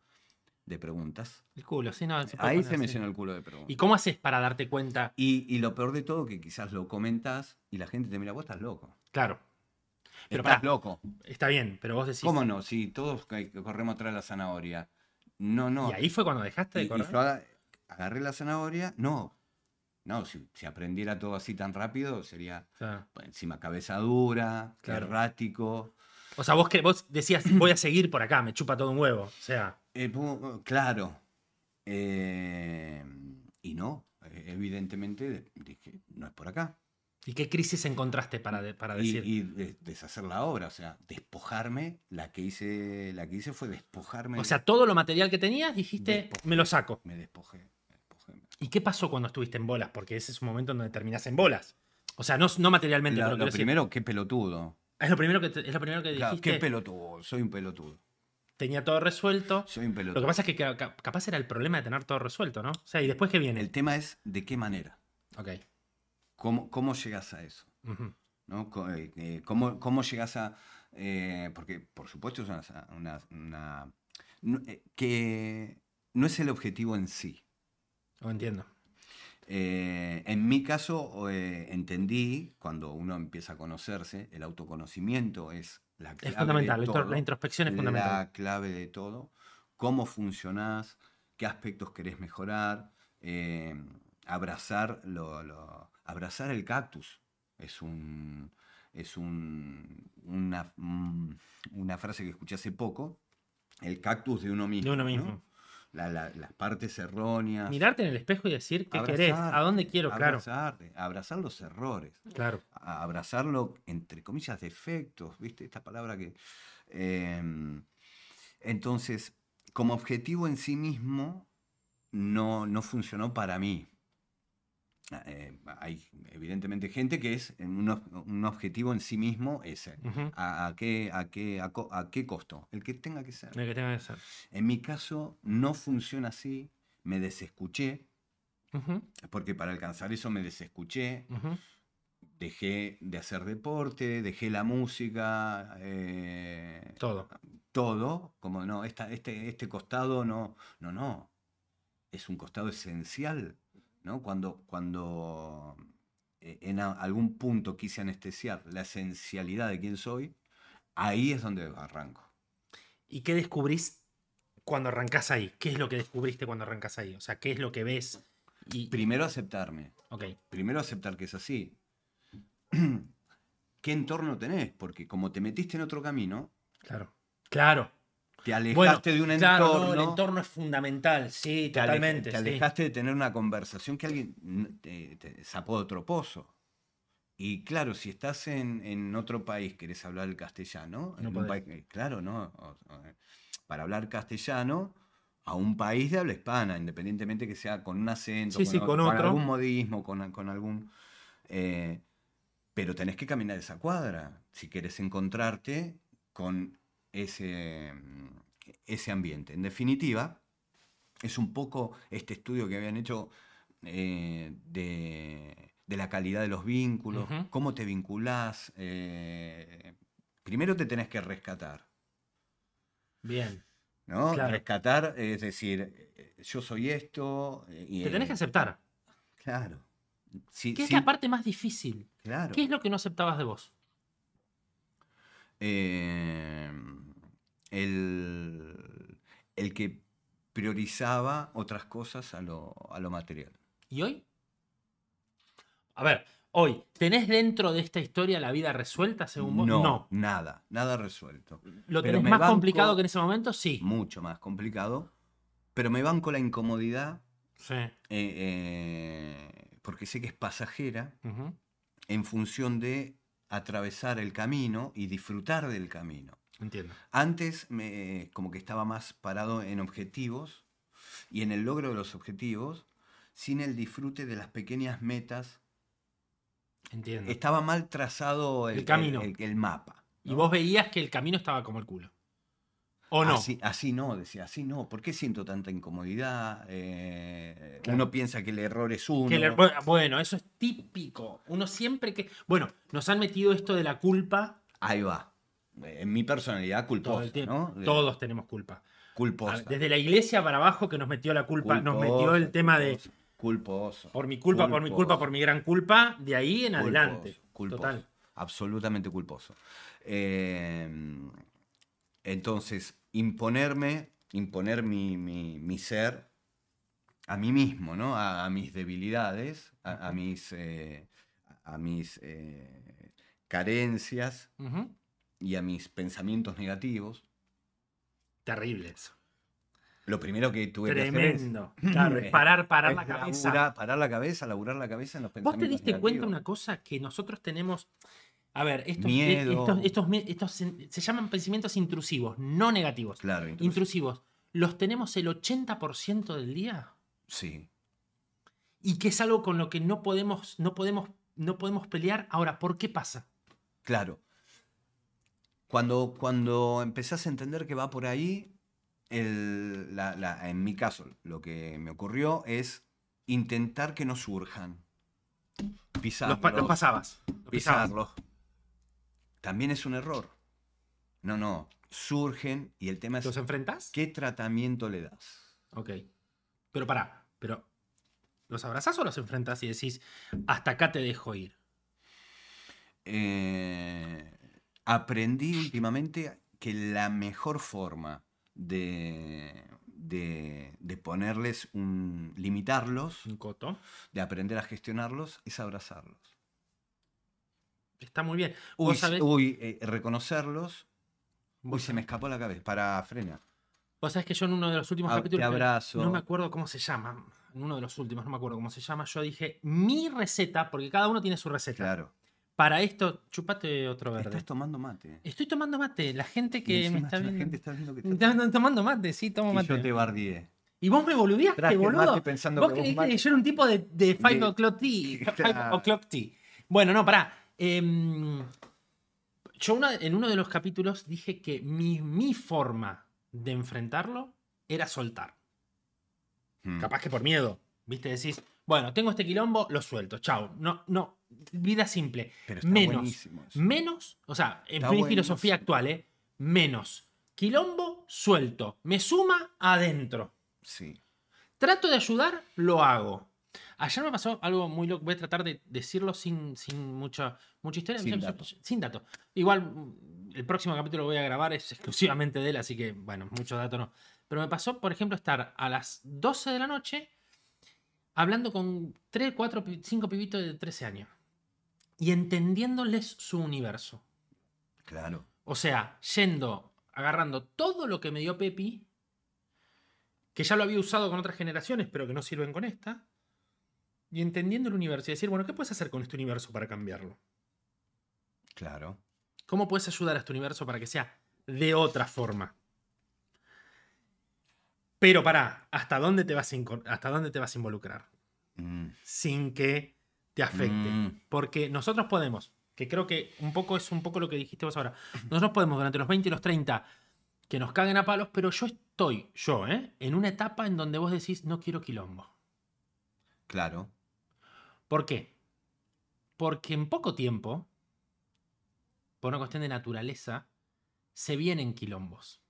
Speaker 2: de preguntas.
Speaker 1: El culo, sí, no. se puede
Speaker 2: Ahí
Speaker 1: poner
Speaker 2: se me
Speaker 1: así.
Speaker 2: llenó el culo de preguntas.
Speaker 1: ¿Y cómo haces para darte cuenta?
Speaker 2: Y, y lo peor de todo, que quizás lo comentas y la gente te mira, vos estás loco.
Speaker 1: Claro, Pero
Speaker 2: estás
Speaker 1: pará.
Speaker 2: loco.
Speaker 1: está bien, pero vos decís.
Speaker 2: ¿Cómo no? Si todos ca- corremos atrás de la zanahoria. No, no.
Speaker 1: Y ahí fue cuando dejaste
Speaker 2: Y-
Speaker 1: de
Speaker 2: y
Speaker 1: correr.
Speaker 2: yo aga- agarré la zanahoria. No. No, si, si aprendiera todo así tan rápido, sería
Speaker 1: O sea,
Speaker 2: bueno, encima cabeza dura,
Speaker 1: Claro.
Speaker 2: errático.
Speaker 1: o sea, vos, que, vos decías, voy a seguir por acá, me chupa todo un huevo. O sea,
Speaker 2: Eh, pu- claro. Eh, y no, eh, evidentemente de- dije, no es por acá.
Speaker 1: ¿y qué crisis encontraste para, de- para
Speaker 2: y,
Speaker 1: decir?
Speaker 2: y de- deshacer la obra, o sea, despojarme, la que hice, la que hice fue despojarme.
Speaker 1: o sea, todo lo material que tenías dijiste,
Speaker 2: Despojo.
Speaker 1: me lo saco.
Speaker 2: me despojé, me despojé.
Speaker 1: ¿Y qué pasó cuando estuviste en bolas? Porque ese es un momento en donde terminás en bolas. O sea, no, no materialmente,
Speaker 2: La-
Speaker 1: pero
Speaker 2: lo
Speaker 1: quiero decir,
Speaker 2: primero, qué pelotudo.
Speaker 1: es lo primero que, te- es lo primero que
Speaker 2: Claro,
Speaker 1: dijiste.
Speaker 2: qué pelotudo, soy un pelotudo.
Speaker 1: tenía todo resuelto.
Speaker 2: Soy un
Speaker 1: Lo que
Speaker 2: pelotudo.
Speaker 1: pasa es que ca- ca- capaz era el problema de tener todo resuelto, ¿no? O sea, ¿y después qué viene?
Speaker 2: El tema es de qué manera,
Speaker 1: Ok.
Speaker 2: cómo, cómo llegas a eso,
Speaker 1: Ujú.
Speaker 2: ¿no? Co- eh, eh, Cómo, cómo llegas a. eh, porque, por supuesto, es una. una- una- no, eh, que no es el objetivo en sí.
Speaker 1: Lo entiendo.
Speaker 2: Eh, en mi caso, o, eh, entendí, cuando uno empieza a conocerse, el autoconocimiento es la clave
Speaker 1: Es fundamental, la
Speaker 2: de
Speaker 1: intro-
Speaker 2: todo.
Speaker 1: la introspección es fundamental.
Speaker 2: la clave de todo. Cómo funcionás, qué aspectos querés mejorar, eh, abrazar, lo, lo- abrazar el cactus. Es un... Es un- una, mm, una frase que escuché hace poco, el cactus de uno mismo.
Speaker 1: De uno
Speaker 2: ¿no?
Speaker 1: mismo.
Speaker 2: La- la- las partes erróneas.
Speaker 1: Mirarte en el espejo y decir qué querés, a
Speaker 2: Abrazarte,
Speaker 1: dónde quiero, claro.
Speaker 2: abrazarte, abrazar los errores,
Speaker 1: Claro.
Speaker 2: a- abrazar lo, entre comillas, defectos, ¿viste? Esta palabra que... em, entonces, como objetivo en sí mismo, no, no funcionó para mí. Eh, hay evidentemente gente que es en un, ob- un objetivo en sí mismo ese.
Speaker 1: Ujú.
Speaker 2: ¿A, a qué, a, qué, a, co- a qué costo? El que tenga que ser.
Speaker 1: Lo que tenga que ser.
Speaker 2: En mi caso, no funciona así. Me desescuché,
Speaker 1: Ujú,
Speaker 2: porque para alcanzar eso me desescuché,
Speaker 1: ujú.
Speaker 2: dejé de hacer deporte, dejé la música, eh,
Speaker 1: Todo.
Speaker 2: todo, como no, esta, este, este costado no, no, no, es un costado esencial, ¿no? Cuando, cuando eh, en a- algún punto quise anestesiar la esencialidad de quién soy, ahí es donde arranco.
Speaker 1: ¿Y qué descubrís cuando arrancás ahí? ¿Qué es lo que descubriste cuando arrancás ahí? O sea, ¿qué es lo que ves? Y...
Speaker 2: Primero aceptarme,
Speaker 1: Ok.
Speaker 2: primero aceptar que es así. ¿Qué entorno tenés? Porque como te metiste en otro camino,
Speaker 1: Claro. Claro.
Speaker 2: te alejaste
Speaker 1: Bueno,
Speaker 2: de un
Speaker 1: claro, no,
Speaker 2: entorno,
Speaker 1: el entorno es fundamental. Sí,
Speaker 2: te, ale-
Speaker 1: totalmente. sí.
Speaker 2: te alejaste de tener una conversación que alguien mm, te, te sacó de otro pozo. Y claro, si estás en, en otro país, querés hablar el castellano, en
Speaker 1: No
Speaker 2: un
Speaker 1: podés.
Speaker 2: país- eh, claro, ¿no? O- o, eh, para hablar castellano a un país de habla hispana, independientemente que sea con un acento,
Speaker 1: Sí, sí, con otro.
Speaker 2: algún modismo, con, con algún... eh, pero tenés que caminar esa cuadra si querés encontrarte con ese, mm, ese ambiente. En definitiva, es un poco este estudio que habían hecho eh, de, de la calidad de los vínculos,
Speaker 1: Ujú.
Speaker 2: cómo te vinculás. eh, primero te tenés que rescatar.
Speaker 1: Bien.
Speaker 2: ¿no?
Speaker 1: Claro.
Speaker 2: Rescatar, eh, es decir, eh, yo soy esto. eh, y,
Speaker 1: Te tenés que
Speaker 2: eh,
Speaker 1: aceptar.
Speaker 2: Claro. Sí,
Speaker 1: ¿Qué es
Speaker 2: sí,
Speaker 1: la parte más difícil?
Speaker 2: claro.
Speaker 1: ¿Qué es lo que no aceptabas de vos?
Speaker 2: eh, el, el que priorizaba otras cosas a lo, a lo material.
Speaker 1: ¿Y hoy? A ver, hoy, ¿tenés dentro de esta historia la vida resuelta según vos?
Speaker 2: No, nada, nada resuelto.
Speaker 1: ¿Lo
Speaker 2: pero
Speaker 1: tenés
Speaker 2: me
Speaker 1: más
Speaker 2: banco-
Speaker 1: complicado que en ese momento? Sí.
Speaker 2: Mucho más complicado, pero me banco la incomodidad
Speaker 1: Sí.
Speaker 2: eh, eh, porque sé que es pasajera
Speaker 1: Ujú.
Speaker 2: en función de atravesar el camino y disfrutar del camino.
Speaker 1: Entiendo.
Speaker 2: Antes me, como que estaba más parado en objetivos y en el logro de los objetivos, sin el disfrute de las pequeñas metas.
Speaker 1: Entiendo.
Speaker 2: Estaba mal trazado el,
Speaker 1: Mm. El camino.
Speaker 2: el- el mapa.
Speaker 1: Y
Speaker 2: ¿no?
Speaker 1: vos veías que el camino estaba como el culo. ¿O no?
Speaker 2: Así, así no, decía, así no. ¿Por qué siento tanta incomodidad? Eh,
Speaker 1: Claro.
Speaker 2: Uno piensa que el error es uno.
Speaker 1: Que le- bueno, bueno, eso es típico. Uno siempre que. Bueno, nos han metido esto de la culpa.
Speaker 2: Ahí va. En mi personalidad culposa,
Speaker 1: Todo el tiempo.
Speaker 2: ¿no? De-
Speaker 1: Todos tenemos culpa.
Speaker 2: Culposa.
Speaker 1: A- Desde la iglesia para abajo que nos metió la culpa, nos metió el
Speaker 2: Culposa,
Speaker 1: tema de
Speaker 2: culposa, Culposo.
Speaker 1: por mi culpa, por mi culpa, por mi gran culpa, de ahí en adelante.
Speaker 2: Culposo, culposo,
Speaker 1: Total.
Speaker 2: Absolutamente culposo. Eh, entonces, imponerme, imponer mi, mi- mi ser a mí mismo, ¿no? A, a mis debilidades, a, a mis, eh, a mis eh, carencias
Speaker 1: Ujú.
Speaker 2: y a mis pensamientos negativos.
Speaker 1: Terrible eso.
Speaker 2: Lo primero que tuve que hacer es
Speaker 1: Tremendo. Claro, es parar, parar la
Speaker 2: es
Speaker 1: cabeza.
Speaker 2: labura- parar la cabeza, laburar la cabeza en los
Speaker 1: ¿Vos te
Speaker 2: pensamientos
Speaker 1: diste cuenta
Speaker 2: negativos.
Speaker 1: una cosa que nosotros tenemos? A ver, estos,
Speaker 2: Miedo.
Speaker 1: estos, estos, mie- estos se se llaman pensamientos intrusivos, no negativos.
Speaker 2: Claro, intrusivo.
Speaker 1: Intrusivos. Los tenemos el 80% del día
Speaker 2: Sí,
Speaker 1: y que es algo con lo que no podemos, no podemos, no podemos pelear. Ahora, ¿por qué pasa?
Speaker 2: claro. Cuando, cuando empezás a entender que va por ahí, el- la- la- en mi caso, lo que me ocurrió es intentar que no surjan.
Speaker 1: Los,
Speaker 2: Pisarlos.
Speaker 1: pa- los pasabas. los pisabas.
Speaker 2: pisarlos. También es un error. No, no. Surgen y el tema es
Speaker 1: ¿Los enfrentás?
Speaker 2: qué tratamiento le das.
Speaker 1: Ok. Pero pará, pero ¿los abrazás o los enfrentás y decís, hasta acá te dejo ir?
Speaker 2: Eh, aprendí últimamente que la mejor forma de, de, de ponerles un. limitarlos,
Speaker 1: Un coto.
Speaker 2: de aprender a gestionarlos, es abrazarlos.
Speaker 1: Está muy bien.
Speaker 2: Uy,
Speaker 1: Vos sabés,
Speaker 2: uy, eh, reconocerlos. Uy,
Speaker 1: vos
Speaker 2: se me escapó la cabeza. Para frena.
Speaker 1: Vos sabés que yo en uno de los últimos
Speaker 2: Ah, te
Speaker 1: capítulos. que
Speaker 2: abrazo.
Speaker 1: No me acuerdo cómo se llama. En uno de los últimos, no me acuerdo cómo se llama. Yo dije mi receta, porque cada uno tiene su receta.
Speaker 2: Claro.
Speaker 1: Para esto, chupate otro verde.
Speaker 2: Estás tomando mate.
Speaker 1: Estoy tomando mate. La gente que
Speaker 2: Y
Speaker 1: me
Speaker 2: encima
Speaker 1: está
Speaker 2: la
Speaker 1: viendo.
Speaker 2: gente está viendo que
Speaker 1: Están-
Speaker 2: estás-
Speaker 1: están tomando mate, sí, tomo
Speaker 2: Y
Speaker 1: mate.
Speaker 2: yo te bardié.
Speaker 1: Y vos me boludeaste,
Speaker 2: Traje
Speaker 1: boludo.
Speaker 2: mate pensando
Speaker 1: Vos
Speaker 2: que vos
Speaker 1: creíste
Speaker 2: mate-
Speaker 1: que eh, yo era un tipo de, de Five
Speaker 2: De-
Speaker 1: O'Clock Tea. Five
Speaker 2: Claro.
Speaker 1: O'Clock Tea. Bueno, no, pará. Em, yo una- en uno de los capítulos dije que mi, mi forma de enfrentarlo era soltar.
Speaker 2: Mm.
Speaker 1: Capaz que por miedo. ¿Viste? Decís, bueno, tengo este quilombo, lo suelto. Chao. No, no. Vida simple.
Speaker 2: Pero está
Speaker 1: menos.
Speaker 2: buenísimo eso.
Speaker 1: Menos, o sea, en
Speaker 2: Está
Speaker 1: mi
Speaker 2: buenísimo.
Speaker 1: filosofía actual, ¿eh? Menos. Quilombo, suelto. Me suma adentro.
Speaker 2: Sí.
Speaker 1: Trato de ayudar, lo hago. Ayer me pasó algo muy loco. Voy a tratar de decirlo sin, sin mucha, mucha historia.
Speaker 2: Sin
Speaker 1: Yo- yo-
Speaker 2: dato.
Speaker 1: sin dato. Igual, mm, el próximo capítulo que voy a grabar es exclusivamente de él, así que, bueno, mucho dato no. Pero me pasó, por ejemplo, estar a las 12 de la noche hablando con 3, 4, 5 pibitos de 13 años y entendiéndoles su universo.
Speaker 2: Claro.
Speaker 1: O sea, yendo, agarrando todo lo que me dio Pepi, que ya lo había usado con otras generaciones, pero que no sirven con esta, y entendiendo el universo y decir, bueno, ¿qué puedes hacer con este universo para cambiarlo?
Speaker 2: Claro.
Speaker 1: ¿Cómo puedes ayudar a este universo para que sea de otra forma? Pero pará, ¿hasta dónde te vas a, inco- hasta dónde te vas a involucrar?
Speaker 2: Mm.
Speaker 1: sin que te afecte.
Speaker 2: Mm.
Speaker 1: Porque nosotros podemos, que creo que un poco es un poco lo que dijiste vos ahora, nosotros podemos durante los 20 y los 30 que nos caguen a palos, pero yo estoy, yo, ¿eh? En una etapa en donde vos decís, no quiero quilombo.
Speaker 2: Claro.
Speaker 1: ¿Por qué? Porque en poco tiempo, por una cuestión de naturaleza, se vienen quilombos.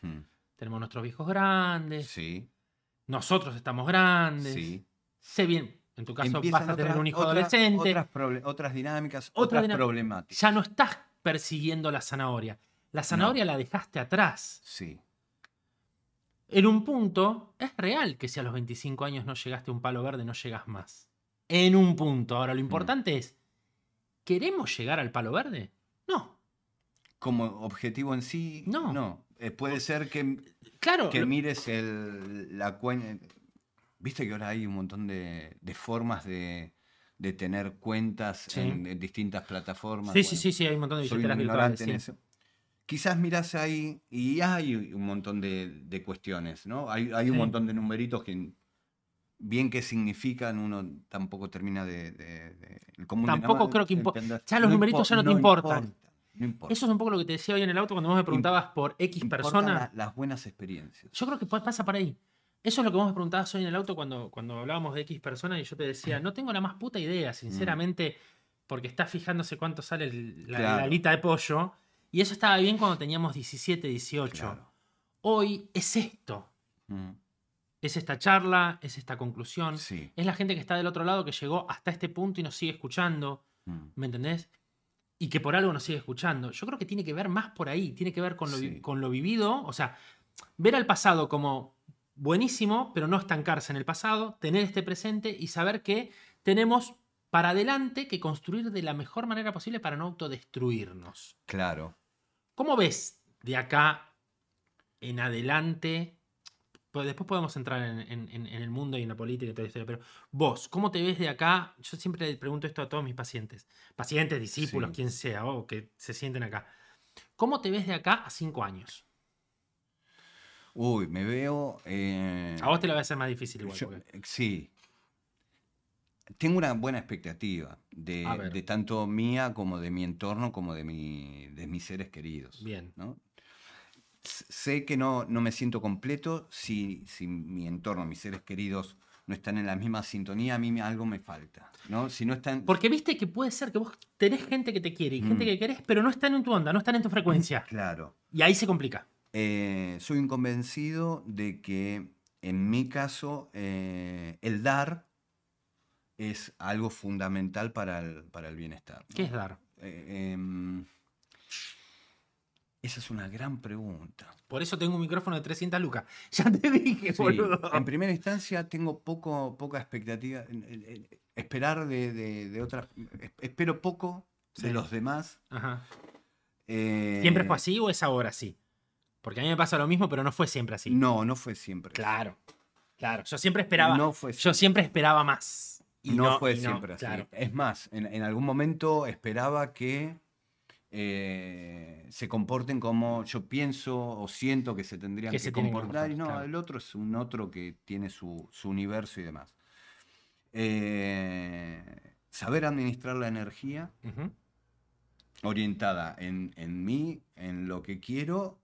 Speaker 2: Mm.
Speaker 1: Tenemos nuestros viejos grandes,
Speaker 2: Sí,
Speaker 1: nosotros estamos grandes,
Speaker 2: sí.
Speaker 1: se vienen. En tu caso
Speaker 2: Empiezan
Speaker 1: vas a tener
Speaker 2: otras-
Speaker 1: un hijo
Speaker 2: otras-
Speaker 1: adolescente.
Speaker 2: Otras, proble- otras dinámicas,
Speaker 1: Otra
Speaker 2: otras
Speaker 1: dinam-
Speaker 2: problemáticas.
Speaker 1: ya no estás persiguiendo la zanahoria. La zanahoria la dejaste atrás.
Speaker 2: Sí,
Speaker 1: En un punto, es real que si a los 25 años no llegaste a un palo verde, no llegas más. en un punto. Ahora,
Speaker 2: Mm.
Speaker 1: lo importante es, ¿queremos llegar al palo verde? No.
Speaker 2: Como objetivo en sí,
Speaker 1: No.
Speaker 2: no. Eh, puede ser que,
Speaker 1: Claro,
Speaker 2: que
Speaker 1: lo-
Speaker 2: mires el, la cuenta. Viste que ahora hay un montón de, de formas de, de tener cuentas
Speaker 1: Sí.
Speaker 2: en, en distintas plataformas.
Speaker 1: sí, sí,
Speaker 2: Bueno,
Speaker 1: sí, sí, hay un montón de
Speaker 2: soy un
Speaker 1: billeteras virtuales.
Speaker 2: ignorante en
Speaker 1: sí.
Speaker 2: eso. Quizás mirás ahí y hay un montón de, de cuestiones, ¿no? Hay, hay un
Speaker 1: Sí.
Speaker 2: montón de numeritos que, bien que significan, uno tampoco termina de. de- de- el común
Speaker 1: Tampoco
Speaker 2: denom-
Speaker 1: creo que impo-
Speaker 2: entender.
Speaker 1: ya los numeritos
Speaker 2: impo-
Speaker 1: ya no te importan.
Speaker 2: No importa.
Speaker 1: Eso es un poco lo que te decía hoy en el auto cuando vos me preguntabas por X
Speaker 2: Importan
Speaker 1: persona.
Speaker 2: la- las buenas experiencias.
Speaker 1: Yo creo que pa- pasa por ahí. Eso es lo que vos me preguntabas hoy en el auto cuando, cuando hablábamos de X persona y yo te
Speaker 2: Mm.
Speaker 1: decía, no tengo la más puta idea, sinceramente, porque está fijándose cuánto sale el- la, la
Speaker 2: Claro.
Speaker 1: alita de pollo. Y eso estaba bien cuando teníamos 17, 18.
Speaker 2: Claro.
Speaker 1: Hoy es esto.
Speaker 2: Mm,
Speaker 1: Es esta charla, es esta conclusión.
Speaker 2: Sí.
Speaker 1: Es la gente que está del otro lado que llegó hasta este punto y nos sigue escuchando.
Speaker 2: mm.
Speaker 1: ¿Me entendés? Y que por algo nos sigue escuchando. Yo creo que tiene que ver más por ahí, tiene que ver con lo, vi-
Speaker 2: Sí.
Speaker 1: con lo vivido, o sea, ver al pasado como buenísimo, pero no estancarse en el pasado, tener este presente y saber que tenemos para adelante que construir de la mejor manera posible para no autodestruirnos.
Speaker 2: Claro.
Speaker 1: ¿Cómo ves de acá en adelante? Pues después podemos entrar en, en- en- en el mundo y en la política y toda la historia, pero vos, ¿cómo te ves de acá? Yo siempre le pregunto esto a todos mis pacientes, pacientes, discípulos,
Speaker 2: Sí.
Speaker 1: quien sea, o que se sienten acá. ¿Cómo te ves de acá a cinco años?
Speaker 2: Uy, me veo. eh,
Speaker 1: A vos te lo voy a hacer más difícil igual.
Speaker 2: Yo-
Speaker 1: porque-
Speaker 2: eh, sí. Tengo una buena expectativa de,
Speaker 1: A ver.
Speaker 2: de tanto mía como de mi entorno, como de, mi, de mis seres queridos.
Speaker 1: Bien,
Speaker 2: ¿no? S- Sé que no, no me siento completo si, si mi entorno, mis seres queridos no están en la misma sintonía, a mí me- algo me falta. ¿no? Si no están...
Speaker 1: porque viste que puede ser que vos tenés gente que te quiere y gente
Speaker 2: Mm.
Speaker 1: que querés, pero no están en tu onda, no están en tu frecuencia.
Speaker 2: Claro.
Speaker 1: Y ahí se complica.
Speaker 2: Eh, soy un convencido de que en mi caso eh, el dar es algo fundamental para el, para el bienestar. ¿no?
Speaker 1: ¿Qué es dar?
Speaker 2: Eh, em, esa es una gran pregunta.
Speaker 1: Por eso tengo un micrófono de 300 lucas. Ya te dije,
Speaker 2: Sí, em
Speaker 1: boludo.
Speaker 2: en primera instancia tengo poco, poca expectativa, en- en- en- esperar de, de- de otras, es- espero poco
Speaker 1: Sí.
Speaker 2: de los demás.
Speaker 1: Ajá.
Speaker 2: eh,
Speaker 1: ¿Siempre fue así o es ahora así? Porque a mí me pasa lo mismo, pero no fue siempre así.
Speaker 2: No, no fue siempre. así.
Speaker 1: Claro, claro. Yo siempre esperaba.
Speaker 2: No fue
Speaker 1: yo siempre esperaba más. Y
Speaker 2: no,
Speaker 1: no,
Speaker 2: fue
Speaker 1: y no,
Speaker 2: siempre así.
Speaker 1: claro.
Speaker 2: Es más, en, en algún momento esperaba que eh, se comporten como yo pienso o siento que se tendrían
Speaker 1: Que
Speaker 2: que,
Speaker 1: se tienen que
Speaker 2: comportar. Y no,
Speaker 1: comportar, claro.
Speaker 2: el otro es un otro que tiene su, su universo y demás. Eh, saber administrar la energía
Speaker 1: Ujú.
Speaker 2: orientada en, en mí, en lo que quiero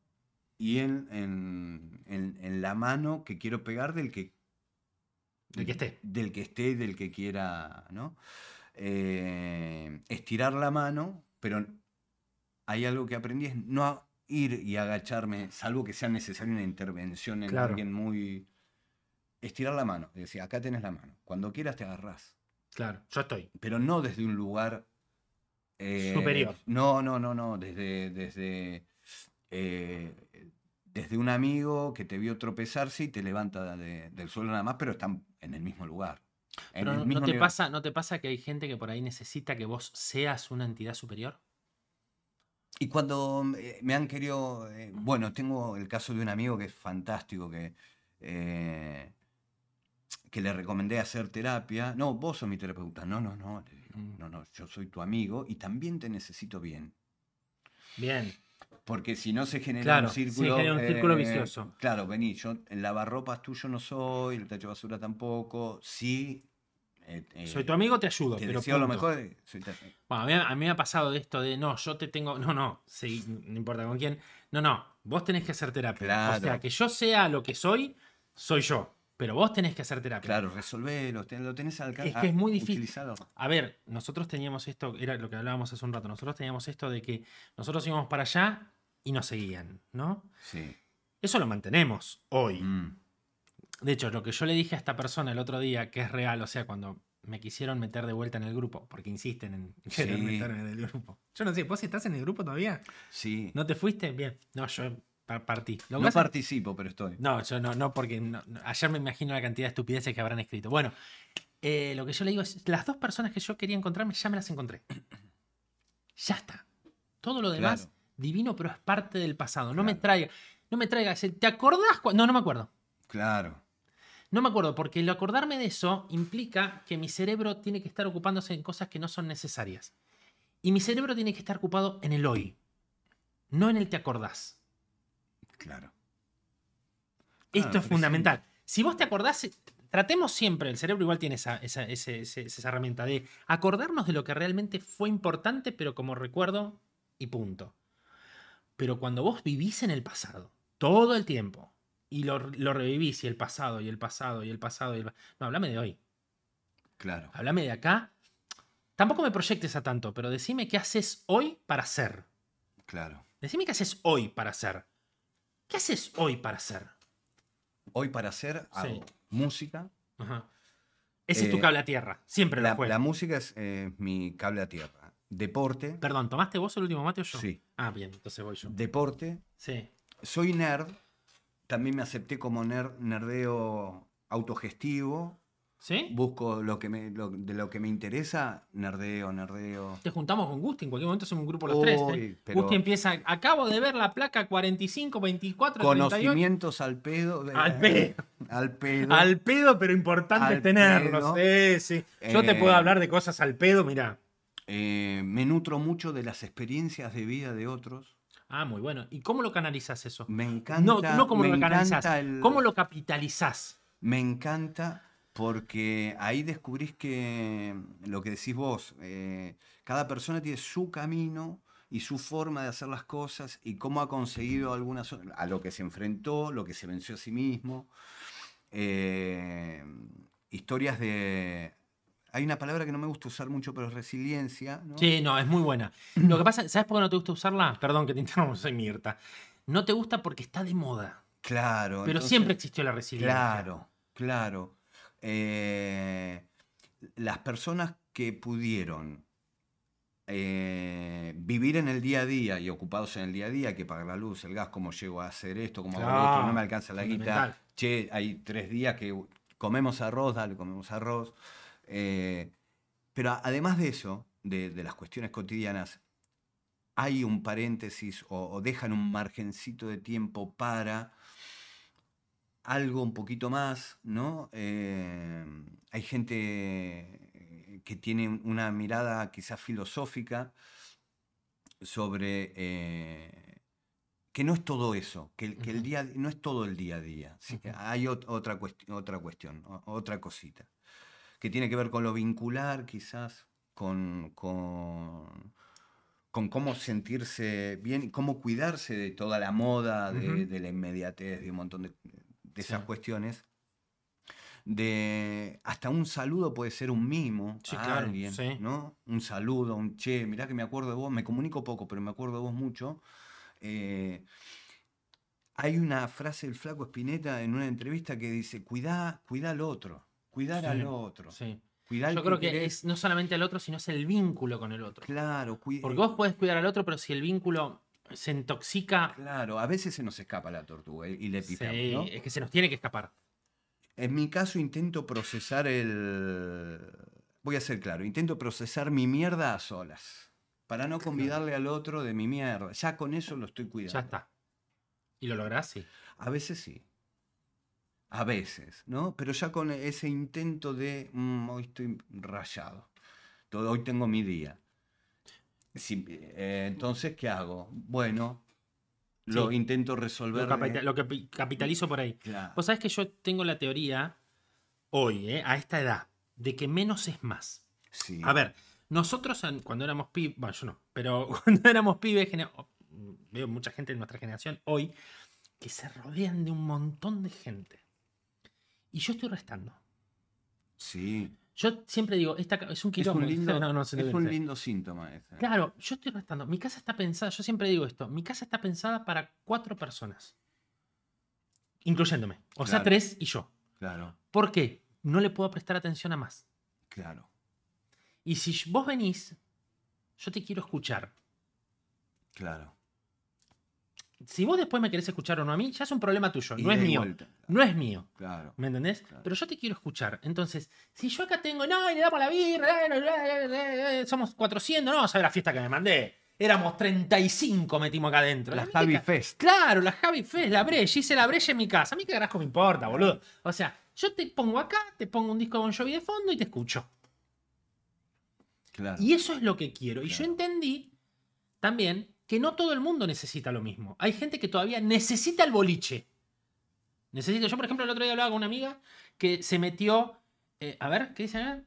Speaker 2: y en, en- en- en la mano que quiero pegar del que,
Speaker 1: Del que esté.
Speaker 2: Del que esté y del que quiera, ¿no? Eh, estirar la mano, pero hay algo que aprendí, es no a- ir y agacharme, salvo que sea necesaria una intervención en
Speaker 1: Claro.
Speaker 2: alguien muy... Estirar la mano, es decir, acá tenés la mano, cuando quieras te agarrás
Speaker 1: Claro, yo estoy.
Speaker 2: pero no desde un lugar eh,
Speaker 1: Superior.
Speaker 2: No, no, no, no, desde desde eh, desde un amigo que te vio tropezarse y te levanta de- del suelo nada más, pero están en el mismo lugar. En
Speaker 1: Pero
Speaker 2: el
Speaker 1: no,
Speaker 2: mismo
Speaker 1: ¿no te
Speaker 2: nivel.
Speaker 1: pasa, ¿no te pasa que hay gente que por ahí necesita que vos seas una entidad superior?
Speaker 2: Y cuando eh, me han querido, eh, bueno, tengo el caso de un amigo que es fantástico, que, eh, que le recomendé hacer terapia. No, vos sos mi terapeuta. No, no, no, le digo,
Speaker 1: Mm.
Speaker 2: no, no, yo soy tu amigo y también te necesito bien.
Speaker 1: Bien,
Speaker 2: Porque si no se genera
Speaker 1: Claro,
Speaker 2: un
Speaker 1: se
Speaker 2: círculo. eh,
Speaker 1: genera un círculo vicioso.
Speaker 2: Claro, vení, yo el lavarropas tuyo no soy, el tacho de basura tampoco. Sí. eh, eh,
Speaker 1: soy tu amigo, te ayudo.
Speaker 2: Te
Speaker 1: pero
Speaker 2: deseo lo
Speaker 1: punto.
Speaker 2: mejor. eh, soy ta-
Speaker 1: Bueno, a, mí, a mí me ha pasado de esto de no, yo te tengo. No, no, sí, no importa con quién. No, no, vos tenés que hacer terapia. O
Speaker 2: Claro.
Speaker 1: sea, que yo sea lo que soy, soy yo. Pero vos tenés que hacer terapia.
Speaker 2: Claro, resolvelo, ten- lo tenés al alcance.
Speaker 1: Es que es muy difícil.
Speaker 2: utilizado.
Speaker 1: A ver, nosotros teníamos esto, era lo que hablábamos hace un rato, nosotros teníamos esto de que nosotros íbamos para allá y nos seguían, ¿no?
Speaker 2: Sí.
Speaker 1: Eso lo mantenemos hoy.
Speaker 2: Mm,
Speaker 1: De hecho, lo que yo le dije a esta persona el otro día, que es real, o sea, cuando me quisieron meter de vuelta en el grupo, porque insisten en querer
Speaker 2: Sí.
Speaker 1: meterme en el grupo. Yo no sé, ¿vos estás en el grupo todavía?
Speaker 2: Sí. No,
Speaker 1: ¿No te fuiste? Bien. No, yo pa- partí. Lo que pasa-
Speaker 2: participo, pero estoy.
Speaker 1: no, yo no, no, porque no- no. ayer me imagino la cantidad de estupideces que habrán escrito. Bueno, Eh, lo que yo le digo es, las dos personas que yo quería encontrarme ya me las encontré. Ya está. Todo lo demás,
Speaker 2: Claro.
Speaker 1: divino, pero es parte del pasado. No me
Speaker 2: Claro.
Speaker 1: traiga, no me traiga, ese, ¿te acordás? cua-?" No, no me acuerdo.
Speaker 2: Claro.
Speaker 1: No me acuerdo, porque el acordarme de eso implica que mi cerebro tiene que estar ocupándose en cosas que no son necesarias. Y mi cerebro tiene que estar ocupado en el hoy, no en el te acordás.
Speaker 2: Claro.
Speaker 1: Esto
Speaker 2: Claro,
Speaker 1: es fundamental. Si vos te acordás, tratemos siempre, el cerebro igual tiene esa, esa- ese- ese- esa herramienta de acordarnos de lo que realmente fue importante, pero como recuerdo y punto. Pero cuando vos vivís en el pasado, todo el tiempo, y lo, lo revivís, y el pasado, y el pasado, y el pasado, y el... pa- No, hablame de hoy.
Speaker 2: Claro.
Speaker 1: Háblame de acá. Tampoco me proyectes a tanto, pero decime qué haces hoy para ser.
Speaker 2: Claro.
Speaker 1: Decime qué haces hoy para ser. ¿Qué haces hoy para ser?
Speaker 2: Hoy para hacer hago música.
Speaker 1: Ajá. Ese es tu
Speaker 2: Eh,
Speaker 1: cable a tierra. Siempre
Speaker 2: la,
Speaker 1: lo fue.
Speaker 2: la música es eh, mi cable a tierra. Deporte.
Speaker 1: Perdón, ¿tomaste vos el último mate o yo?
Speaker 2: Sí.
Speaker 1: Ah, bien, entonces voy yo.
Speaker 2: Deporte.
Speaker 1: Sí.
Speaker 2: Soy nerd. También me acepté como nerd, nerdeo autogestivo.
Speaker 1: ¿Sí?
Speaker 2: Busco lo que me, lo- de lo que me interesa. Nerdeo, nerdeo.
Speaker 1: Te juntamos con Gusti, en cualquier momento somos un grupo los tres. ¿eh?
Speaker 2: Uy, pero-
Speaker 1: Gusti empieza, acabo de ver la placa 45, 24, 38.
Speaker 2: Conocimientos al pedo. eh,
Speaker 1: Al pedo.
Speaker 2: Al pedo.
Speaker 1: Al pedo, pero importante
Speaker 2: Al
Speaker 1: tenerlos. Sí, sí. Yo te
Speaker 2: Eh,
Speaker 1: puedo hablar de cosas al pedo, mirá.
Speaker 2: Eh, me nutro mucho de las experiencias de vida de otros.
Speaker 1: Ah, muy bueno. ¿Y cómo lo canalizás eso?
Speaker 2: Me
Speaker 1: No,
Speaker 2: encanta.
Speaker 1: no cómo
Speaker 2: me
Speaker 1: lo canalizás,
Speaker 2: encanta el-
Speaker 1: cómo lo capitalizás.
Speaker 2: Me encanta porque ahí descubrís que mm, lo que decís vos, eh, cada persona tiene su camino y su forma de hacer las cosas y cómo ha conseguido algunas o- a lo que se enfrentó, lo que se venció a sí mismo. Eh, historias de hay una palabra que no me gusta usar mucho, pero es resiliencia, ¿no?
Speaker 1: Sí, no, es muy buena. Lo que pasa, ¿sabes por qué no te gusta usarla? Perdón que te interrumpa, soy Mirta. No te gusta porque está de moda,
Speaker 2: Claro.
Speaker 1: pero
Speaker 2: entonces-
Speaker 1: siempre existió la resiliencia.
Speaker 2: Claro, claro. Eh, las personas que pudieron eh, vivir en el día a día y ocupados en el día a día, que pagar la luz, el gas, cómo llego a hacer esto, cómo hago lo otro, no
Speaker 1: Claro,
Speaker 2: me alcanza la guita,
Speaker 1: fundamental.
Speaker 2: che, hay tres días que comemos arroz, dale, comemos arroz. Eh, pero a- además de eso, de, de las cuestiones cotidianas, hay un paréntesis o, o dejan un margencito de tiempo para algo un poquito más, ¿no? Eh, hay gente eh, que tiene una mirada quizás filosófica sobre eh, que no es todo eso, que, el- que el
Speaker 1: Ujú.
Speaker 2: día no es todo el día a día. sí,
Speaker 1: Ujú.
Speaker 2: Hay ot- otra, cuest- otra cuestión, o- otra cosita, que tiene que ver con lo vincular quizás, con, con, con cómo sentirse bien y cómo cuidarse de toda la moda, de,
Speaker 1: Ujú.
Speaker 2: de la inmediatez, de un montón de, de esas
Speaker 1: Sí.
Speaker 2: cuestiones. De hasta un saludo puede ser un mimo
Speaker 1: Sí,
Speaker 2: a
Speaker 1: claro,
Speaker 2: alguien,
Speaker 1: sí.
Speaker 2: ¿no? Un saludo, un che, mirá que me acuerdo de vos, me comunico poco, pero me acuerdo de vos mucho. Eh, hay una frase del flaco Spinetta en una entrevista que dice, cuidá, cuidá al otro, cuidar
Speaker 1: Sí,
Speaker 2: al otro,
Speaker 1: Sí.
Speaker 2: cuidá al
Speaker 1: Yo creo que
Speaker 2: querés".
Speaker 1: es no solamente al otro, sino es el vínculo con el otro.
Speaker 2: Claro, eh, cuida-
Speaker 1: Porque vos podés cuidar al otro, pero si el vínculo se intoxica,
Speaker 2: Claro, a veces se nos escapa la tortuga y y le pifamos,
Speaker 1: se-
Speaker 2: ¿no?
Speaker 1: es que se nos tiene que escapar.
Speaker 2: En mi caso intento procesar el... Voy a ser claro, intento procesar mi mierda a solas. Para no convidarle al otro de mi mierda. Ya con eso lo estoy cuidando.
Speaker 1: Ya está. Y lo lográs, sí.
Speaker 2: A veces sí. A veces, ¿no? Pero ya con ese intento de, "Mm, hoy estoy rayado. Todo, hoy tengo mi día. Si- eh, entonces, ¿qué hago? Bueno, lo
Speaker 1: Sí.
Speaker 2: intento resolver.
Speaker 1: Lo,
Speaker 2: de-
Speaker 1: capita- lo capi- capitalizo por ahí.
Speaker 2: Claro.
Speaker 1: Vos sabés que yo tengo la teoría, hoy, eh, a esta edad, de que menos es más.
Speaker 2: Sí.
Speaker 1: A ver, nosotros an- cuando éramos pibes, bueno, yo no, pero cuando éramos pibes, gene- o- veo mucha gente de nuestra generación hoy que se rodean de un montón de gente. Y yo estoy restando.
Speaker 2: Sí.
Speaker 1: Yo siempre digo, esta ca- es un
Speaker 2: Es
Speaker 1: quilombo.
Speaker 2: un, lindo,
Speaker 1: No, no, se
Speaker 2: es
Speaker 1: debe
Speaker 2: un
Speaker 1: hacer.
Speaker 2: lindo síntoma ese.
Speaker 1: Claro, yo estoy restando. Mi casa está pensada, yo siempre digo esto, mi casa está pensada para cuatro personas. Incluyéndome. O sea,
Speaker 2: Claro.
Speaker 1: tres y yo.
Speaker 2: Claro,
Speaker 1: ¿Por qué? No le puedo prestar atención a más.
Speaker 2: claro.
Speaker 1: Y si vos venís, yo te quiero escuchar.
Speaker 2: claro.
Speaker 1: si vos después me querés escuchar o no a mí, ya es un problema tuyo, no
Speaker 2: Ida
Speaker 1: es
Speaker 2: y
Speaker 1: mío.
Speaker 2: vuelta.
Speaker 1: No es mío.
Speaker 2: Claro.
Speaker 1: ¿Me entendés?
Speaker 2: Claro.
Speaker 1: Pero yo te quiero escuchar. Entonces, si yo acá tengo, no, y le damos la birra, eh, no, eh, eh, eh, somos 400, no, sabes la fiesta que me mandé. Éramos 35, metimos acá adentro.
Speaker 2: Las
Speaker 1: La
Speaker 2: Javi
Speaker 1: mica-
Speaker 2: Fest.
Speaker 1: Claro, la Javi Fest, la Breche, hice la Breche en mi casa. A mí qué carajo me importa, boludo. O sea, yo te pongo acá, te pongo un disco de Bon Jovi de fondo y te escucho.
Speaker 2: Claro.
Speaker 1: Y eso es lo que quiero. Y yo
Speaker 2: Claro.
Speaker 1: entendí también que no todo el mundo necesita lo mismo. Hay gente que todavía necesita el boliche. Necesito. Yo, por ejemplo, el otro día hablaba con una amiga que se metió. eh, a ver, ¿qué dice acá?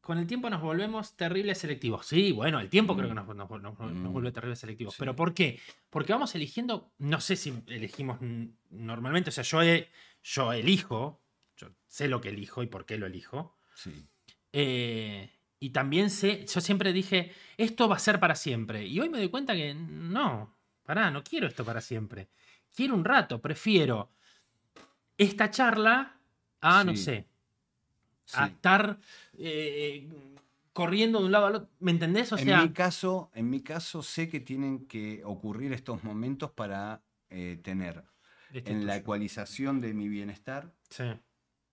Speaker 1: Con el tiempo nos volvemos terribles selectivos. Sí, bueno, el tiempo creo que nos, nos- nos- nos vuelve
Speaker 2: Mm.
Speaker 1: terribles selectivos.
Speaker 2: Sí.
Speaker 1: ¿Pero por qué? Porque vamos eligiendo. No sé si elegimos mm, normalmente. O sea, yo, he- yo elijo. Yo sé lo que elijo y por qué lo elijo.
Speaker 2: Sí.
Speaker 1: Eh, y también sé, yo siempre dije, esto va a ser para siempre. Y hoy me doy cuenta que no, pará, no quiero esto para siempre. Quiero un rato, prefiero esta charla a, no
Speaker 2: Sí,
Speaker 1: sé,
Speaker 2: sí.
Speaker 1: a estar eh, corriendo de un lado al otro. ¿Me entendés? O
Speaker 2: en
Speaker 1: sea,
Speaker 2: mi caso, en mi caso sé que tienen que ocurrir estos momentos para eh, tener
Speaker 1: este
Speaker 2: en la
Speaker 1: tuyo.
Speaker 2: ecualización de mi bienestar.
Speaker 1: Sí,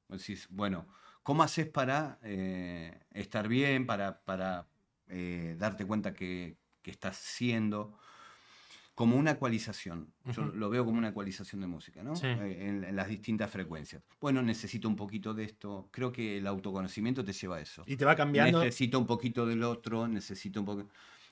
Speaker 2: Vos Decís, bueno, ¿cómo haces para eh, estar bien, para, para eh, darte cuenta que, que estás siendo? Como una ecualización. Yo
Speaker 1: Ujú.
Speaker 2: lo veo como una ecualización de música, ¿no?
Speaker 1: Sí.
Speaker 2: Eh, en- en las distintas frecuencias. Bueno, necesito un poquito de esto. Creo que el autoconocimiento te lleva a eso.
Speaker 1: Y te va cambiando.
Speaker 2: Necesito un poquito del otro, necesito un poco.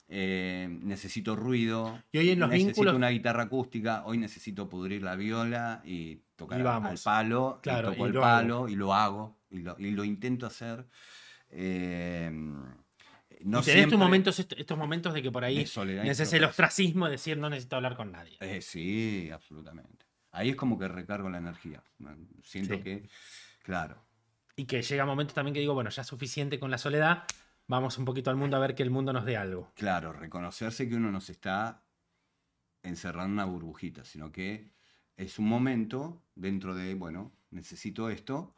Speaker 2: eh, necesito ruido.
Speaker 1: Y hoy en los
Speaker 2: necesito
Speaker 1: vínculos-
Speaker 2: una guitarra acústica. Hoy necesito pudrir la viola y tocar
Speaker 1: Y vamos.
Speaker 2: al palo.
Speaker 1: Claro,
Speaker 2: y
Speaker 1: y
Speaker 2: toco el
Speaker 1: lo hago.
Speaker 2: palo y lo hago. Y lo, y lo intento hacer. Eh, no
Speaker 1: y tenés tus
Speaker 2: siempre
Speaker 1: momentos, est- estos momentos de que por
Speaker 2: de
Speaker 1: ahí
Speaker 2: soledad y
Speaker 1: necesitas el
Speaker 2: soledad.
Speaker 1: ostracismo de decir no necesito hablar con nadie.
Speaker 2: Eh, sí, absolutamente. Ahí es como que recargo la energía. Siento
Speaker 1: Sí.
Speaker 2: que, claro,
Speaker 1: Y que llega momentos también que digo, bueno, ya es suficiente con la soledad, vamos un poquito al mundo a ver que el mundo nos dé algo.
Speaker 2: Claro, reconocerse que uno no se está encerrando en una burbujita, sino que es un momento dentro de, bueno, necesito esto,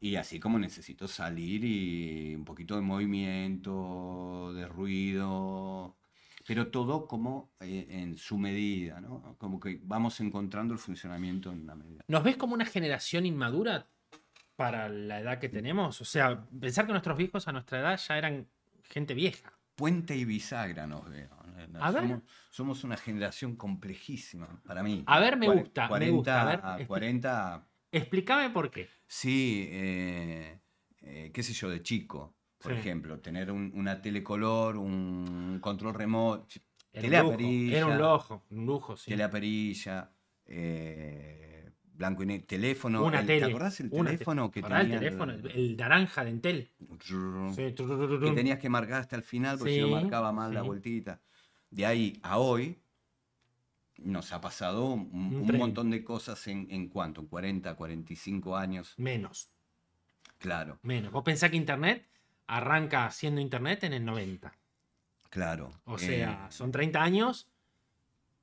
Speaker 2: y así como necesito salir y un poquito de movimiento, de ruido, pero todo como eh, en su medida, ¿no? Como que vamos encontrando el funcionamiento en una medida.
Speaker 1: ¿Nos ves como una generación inmadura para la edad que tenemos? O sea, pensar que nuestros viejos a nuestra edad ya eran gente vieja.
Speaker 2: Puente y bisagra nos veo.
Speaker 1: A ver.
Speaker 2: Somos, somos una generación complejísima, para mí.
Speaker 1: A ver, me
Speaker 2: Cuare-
Speaker 1: gusta, me gusta, a ver, este expli-
Speaker 2: 40, 40
Speaker 1: Explícame por qué.
Speaker 2: Sí, eh, eh, qué sé yo, de chico, por
Speaker 1: Sí.
Speaker 2: ejemplo, tener un- una telecolor, un control remoto, ch-
Speaker 1: Era un lujo.
Speaker 2: Teleaperilla.
Speaker 1: Era un lujo, un lujo, sí.
Speaker 2: teleaperilla, eh, blanco y negro, teléfono.
Speaker 1: Una
Speaker 2: el-
Speaker 1: tele,
Speaker 2: ¿Te acordás el
Speaker 1: una te-
Speaker 2: teléfono que
Speaker 1: Ahora el
Speaker 2: tenía
Speaker 1: teléfono, el, el naranja de Entel.
Speaker 2: Rrrr,
Speaker 1: Sí,
Speaker 2: Que
Speaker 1: tururururun.
Speaker 2: tenías que marcar hasta el final porque si no
Speaker 1: Sí,
Speaker 2: marcaba mal la
Speaker 1: sí.
Speaker 2: vueltita. De ahí a hoy nos ha pasado un, un
Speaker 1: tren.
Speaker 2: montón de cosas en, en cuanto, 40, 45 años,
Speaker 1: Menos,
Speaker 2: claro.
Speaker 1: menos. Vos pensás que Internet arranca siendo Internet en el 90.
Speaker 2: Claro.
Speaker 1: O
Speaker 2: eh,
Speaker 1: sea, son 30 años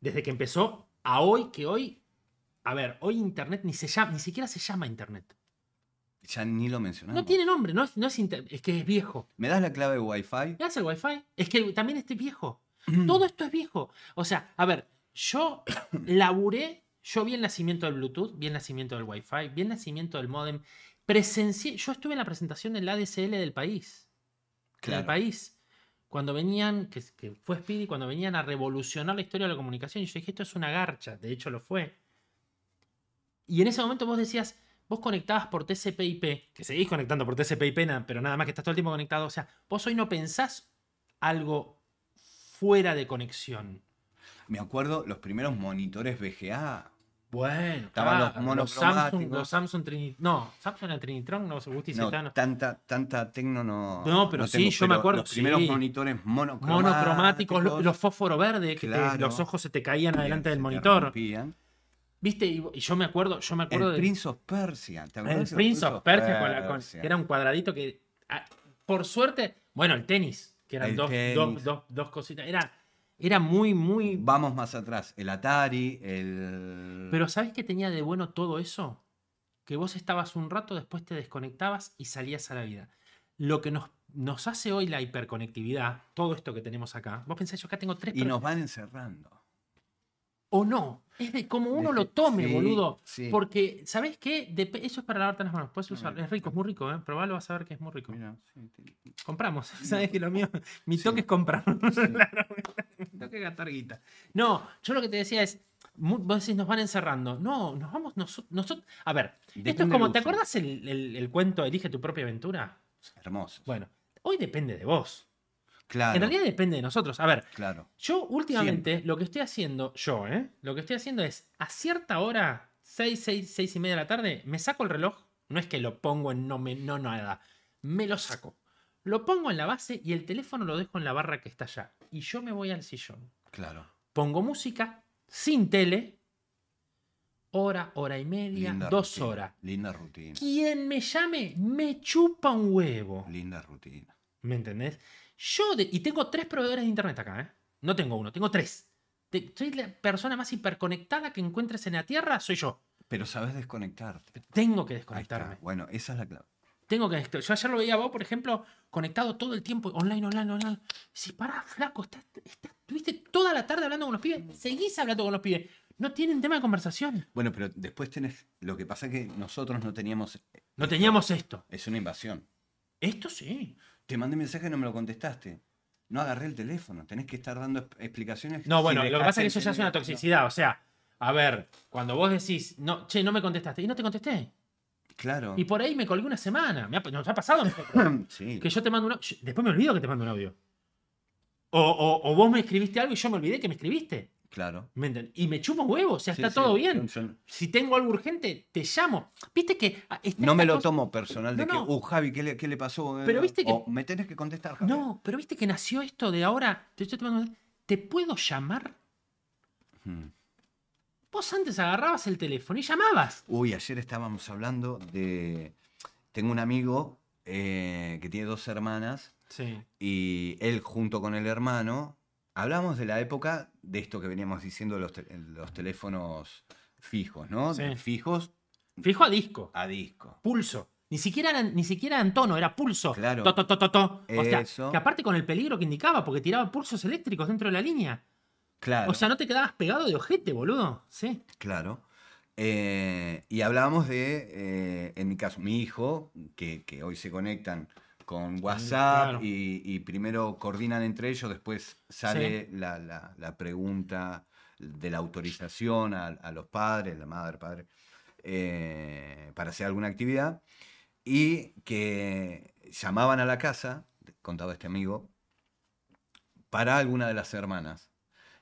Speaker 1: desde que empezó a hoy, que hoy, a ver, hoy Internet ni, se llama, ni siquiera se llama Internet.
Speaker 2: eh, Ya ni lo mencionamos.
Speaker 1: No tiene nombre, no es, no es Internet, es que es viejo.
Speaker 2: ¿Me das la clave de Wi-Fi?
Speaker 1: ¿Qué hace el Wi-Fi? Es que también este es viejo. Todo esto es viejo. O sea, a ver, yo laburé, yo vi el nacimiento del Bluetooth, vi el nacimiento del Wi-Fi, vi el nacimiento del modem. Presencié, yo estuve en la presentación del ADSL del país. del país. Cuando venían, que, que fue Speedy, cuando venían a revolucionar la historia de la comunicación, y yo dije, esto es una garcha, de hecho lo fue. Y en ese momento vos decías, vos conectabas por TCP/IP, que seguís conectando por TCP/IP, na- pero nada más que estás todo el tiempo conectado. O sea, vos hoy no pensás algo fuera de conexión.
Speaker 2: Me acuerdo los primeros monitores VGA.
Speaker 1: Bueno,
Speaker 2: Estaban los
Speaker 1: Ah, los Samsung,
Speaker 2: monocromáticos.
Speaker 1: los Samsung Trini- no, Samsung era Trinitron, no se gusta y se
Speaker 2: No,
Speaker 1: estaban-
Speaker 2: tanta, tanta tecno no.
Speaker 1: No, pero sí, yo me acuerdo,
Speaker 2: Los primeros
Speaker 1: sí.
Speaker 2: monitores monocromáticos.
Speaker 1: monocromáticos, lo- los fósforo verde, que te-
Speaker 2: Claro.
Speaker 1: los ojos se te caían adelante
Speaker 2: que
Speaker 1: del
Speaker 2: se
Speaker 1: monitor.
Speaker 2: rompían.
Speaker 1: ¿Viste? Y, y yo me acuerdo, yo me acuerdo
Speaker 2: El
Speaker 1: del
Speaker 2: Prince of Persia. ¿Te acordás
Speaker 1: el
Speaker 2: de los
Speaker 1: Prince of Persia, con la- con-
Speaker 2: Persia?
Speaker 1: que era un cuadradito que, ah, por suerte, bueno, el tenis, que eran
Speaker 2: El
Speaker 1: dos,
Speaker 2: tenis.
Speaker 1: dos- dos- dos cositas, era, era muy, muy...
Speaker 2: Vamos más atrás. El Atari, el.
Speaker 1: Pero ¿sabes qué tenía de bueno todo eso? Que vos estabas un rato, después te desconectabas y salías a la vida. Lo que nos, nos hace hoy la hiperconectividad, todo esto que tenemos acá, vos pensás, yo acá tengo tres
Speaker 2: y
Speaker 1: per-
Speaker 2: nos van encerrando.
Speaker 1: o no. Es de como uno lo tome,
Speaker 2: Sí,
Speaker 1: boludo.
Speaker 2: sí.
Speaker 1: Porque, ¿sabés qué? Dep- eso es para lavarte las manos. Puedes usar.
Speaker 2: Mira.
Speaker 1: Es rico, es muy rico, ¿eh? Probalo, vas a ver que es muy rico.
Speaker 2: Mira, sí, te-
Speaker 1: Compramos. ¿Sabés que lo mío? Mi
Speaker 2: Sí.
Speaker 1: toque es comprar.
Speaker 2: sí.
Speaker 1: Mi toque es gastar guita. No, yo lo que te decía es. mu- Vos decís, nos van encerrando. No, nos vamos nosotros. a ver, esto es
Speaker 2: Depende
Speaker 1: como.
Speaker 2: del
Speaker 1: ¿Te
Speaker 2: uso.
Speaker 1: acordás el, el- el cuento Elige tu propia aventura?
Speaker 2: Hermoso.
Speaker 1: Bueno, hoy depende de vos.
Speaker 2: Claro.
Speaker 1: En realidad depende de nosotros. A ver,
Speaker 2: Claro.
Speaker 1: Yo últimamente lo que estoy haciendo, yo, ¿eh? Lo que estoy haciendo es, a cierta hora, 6, 6, 6 y media de la tarde, me saco el reloj. No es que lo pongo en no, me, no nada. Me lo saco. Lo pongo en la base y el teléfono lo dejo en la barra que está allá. Y yo me voy al sillón.
Speaker 2: Claro.
Speaker 1: Pongo música, sin tele, hora, hora y media,
Speaker 2: Linda
Speaker 1: dos
Speaker 2: rutina,
Speaker 1: horas.
Speaker 2: Linda rutina.
Speaker 1: Quien me llame, me chupa un huevo.
Speaker 2: Linda rutina.
Speaker 1: ¿Me entendés? Yo, de- y tengo tres proveedores de internet acá, ¿eh? No tengo uno, tengo tres. Te- soy la persona más hiperconectada que encuentres en la Tierra, soy yo.
Speaker 2: Pero sabes desconectarte.
Speaker 1: Tengo que
Speaker 2: Ahí está.
Speaker 1: desconectarme.
Speaker 2: Bueno, esa es la clave.
Speaker 1: Tengo que desco- Yo ayer lo veía a vos, por ejemplo, conectado todo el tiempo, online, online, online. Si pará, flaco, estás, estás- estuviste toda la tarde hablando con los pibes, seguís hablando con los pibes. No tienen tema de conversación.
Speaker 2: Bueno, pero después tenés. Lo que pasa es que nosotros no teníamos.
Speaker 1: No teníamos esto.
Speaker 2: Es una invasión.
Speaker 1: Esto sí.
Speaker 2: Te mandé mensaje y no me lo contestaste. No agarré el teléfono. Tenés que estar dando exp- explicaciones.
Speaker 1: No,
Speaker 2: si
Speaker 1: bueno, lo que
Speaker 2: dejaste
Speaker 1: pasa es que
Speaker 2: el
Speaker 1: eso ya es una
Speaker 2: teléfono.
Speaker 1: toxicidad. O sea, a ver, cuando vos decís, no, che, no me contestaste, y no te contesté.
Speaker 2: Claro.
Speaker 1: Y por ahí me colgué una semana. Me ha- nos ha pasado a nosotros.
Speaker 2: Sí.
Speaker 1: que yo te mando un audio. Después me olvido que te mando un audio. O, o- o vos me escribiste algo y yo me olvidé que me escribiste.
Speaker 2: Claro.
Speaker 1: ¿Me enten- y me chupo huevo. O sea,
Speaker 2: Sí,
Speaker 1: está
Speaker 2: sí.
Speaker 1: todo bien.
Speaker 2: Yo-
Speaker 1: Si tengo algo urgente, te llamo. Viste que. ah, está
Speaker 2: No me
Speaker 1: esta
Speaker 2: lo
Speaker 1: cosa-
Speaker 2: tomo personal de
Speaker 1: No,
Speaker 2: que,
Speaker 1: no.
Speaker 2: uh, Javi, ¿qué le, qué le pasó? Eh,
Speaker 1: Pero viste que-
Speaker 2: O, me tenés que contestar, Javi.
Speaker 1: No, pero viste que nació esto de ahora. Te, yo te mando un- ¿Te puedo llamar?
Speaker 2: Mm.
Speaker 1: Vos antes agarrabas el teléfono y llamabas.
Speaker 2: Uy, ayer estábamos hablando de. Tengo un amigo eh, que tiene dos hermanas
Speaker 1: Sí.
Speaker 2: y él junto con el hermano. Hablamos de la época de esto que veníamos diciendo de los, te- los teléfonos fijos, ¿no?
Speaker 1: Sí.
Speaker 2: Fijos
Speaker 1: Fijo a disco.
Speaker 2: a disco.
Speaker 1: pulso. Ni siquiera era, ni siquiera era en tono, era pulso.
Speaker 2: Claro.
Speaker 1: To, to, to, to, to. O sea,
Speaker 2: Eso.
Speaker 1: que aparte con el peligro que indicaba, porque tiraba pulsos eléctricos dentro de la línea.
Speaker 2: Claro.
Speaker 1: O sea, no te quedabas pegado de ojete, boludo. Sí.
Speaker 2: Claro. Eh, y hablábamos de, eh, en mi caso, mi hijo, que, que hoy se conectan con WhatsApp
Speaker 1: claro.
Speaker 2: y, y primero coordinan entre ellos, después sale la, la- la pregunta de la autorización a, a los padres, la madre, padre, eh, para hacer alguna actividad. Y que llamaban a la casa, contaba este amigo, para alguna de las hermanas.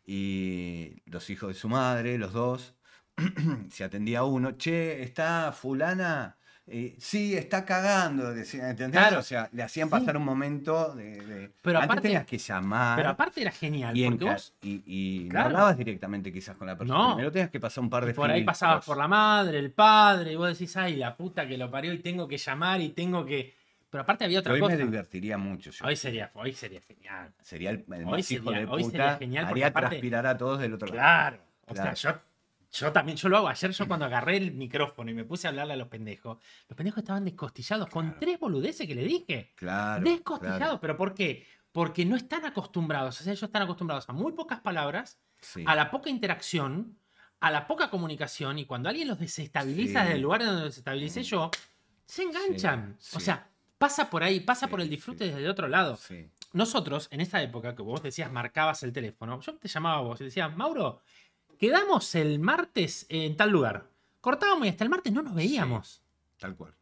Speaker 2: Y los hijos de su madre, los dos, se atendía uno, che, está fulana, Eh, sí, está cagando, decía, ¿entendés?
Speaker 1: Claro.
Speaker 2: O sea, le hacían
Speaker 1: Sí.
Speaker 2: pasar un momento de... de-
Speaker 1: Pero
Speaker 2: Antes
Speaker 1: aparte-
Speaker 2: tenías que llamar
Speaker 1: Pero aparte era genial,
Speaker 2: y, en
Speaker 1: porque
Speaker 2: ca-
Speaker 1: vos
Speaker 2: y- y no
Speaker 1: Claro.
Speaker 2: hablabas directamente quizás con la persona.
Speaker 1: No.
Speaker 2: Primero tenías que pasar un par de
Speaker 1: por ahí
Speaker 2: filtros.
Speaker 1: pasabas por la madre, el padre, y vos decís, ay, la puta que lo parió y tengo que llamar y tengo que. Pero aparte había otra
Speaker 2: Hoy
Speaker 1: cosa.
Speaker 2: me divertiría mucho. yo.
Speaker 1: Hoy sería, hoy sería genial.
Speaker 2: Sería el, el
Speaker 1: hoy
Speaker 2: más hijo
Speaker 1: sería-
Speaker 2: de
Speaker 1: hoy sería
Speaker 2: puta.
Speaker 1: genial porque
Speaker 2: haría
Speaker 1: aparte-
Speaker 2: transpirar a todos del otro lado.
Speaker 1: Claro. O
Speaker 2: Claro.
Speaker 1: sea, yo, yo también, yo lo hago. Ayer yo cuando agarré el micrófono y me puse a hablarle a los pendejos, los pendejos estaban descostillados con
Speaker 2: Claro.
Speaker 1: tres boludeces que le dije.
Speaker 2: Claro.
Speaker 1: descostillados.
Speaker 2: claro.
Speaker 1: ¿Pero por qué? Porque no están acostumbrados. O sea, ellos están acostumbrados a muy pocas palabras,
Speaker 2: Sí.
Speaker 1: a la poca interacción, a la poca comunicación. Y cuando alguien los desestabiliza
Speaker 2: Sí.
Speaker 1: desde el lugar en donde los estabilicé
Speaker 2: Sí.
Speaker 1: yo, se enganchan.
Speaker 2: Sí,
Speaker 1: O
Speaker 2: sí.
Speaker 1: sea, pasa por ahí, pasa por
Speaker 2: Sí,
Speaker 1: el disfrute
Speaker 2: sí.
Speaker 1: desde el otro lado
Speaker 2: Sí.
Speaker 1: nosotros, en esta época que vos decías, marcabas el teléfono, yo te llamaba a vos y decía, Mauro, quedamos el martes en tal lugar. Cortábamos y hasta el martes no nos veíamos.
Speaker 2: Tal cual.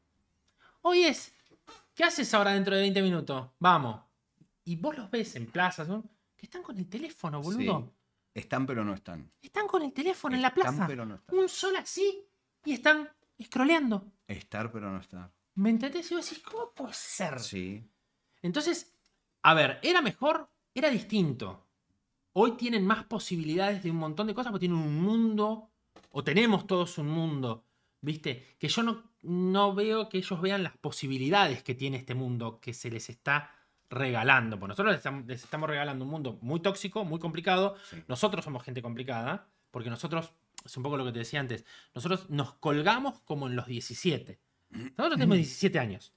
Speaker 1: Hoy es, ¿qué haces ahora dentro de 20 minutos? Vamos. Y vos los ves en plazas, ¿no? que están con el teléfono, boludo.
Speaker 2: Están pero no están.
Speaker 1: Están con el teléfono en la
Speaker 2: Están,
Speaker 1: plaza.
Speaker 2: pero no están.
Speaker 1: Un sol así y están scrolleando.
Speaker 2: Estar pero no estar.
Speaker 1: ¿Me entendés? Y vos decís, ¿cómo puede ser?
Speaker 2: Sí.
Speaker 1: Entonces, a ver, era mejor, era distinto. Hoy tienen más posibilidades de un montón de cosas porque tienen un mundo, o tenemos todos un mundo, ¿viste? Que yo no, no veo que ellos vean las posibilidades que tiene este mundo que se les está regalando. Porque nosotros les estamos, les estamos regalando un mundo muy tóxico, muy complicado.
Speaker 2: Sí.
Speaker 1: Nosotros somos gente complicada, porque nosotros, es un poco lo que te decía antes, nosotros nos colgamos como en los 17. Nosotros tenemos 17 años.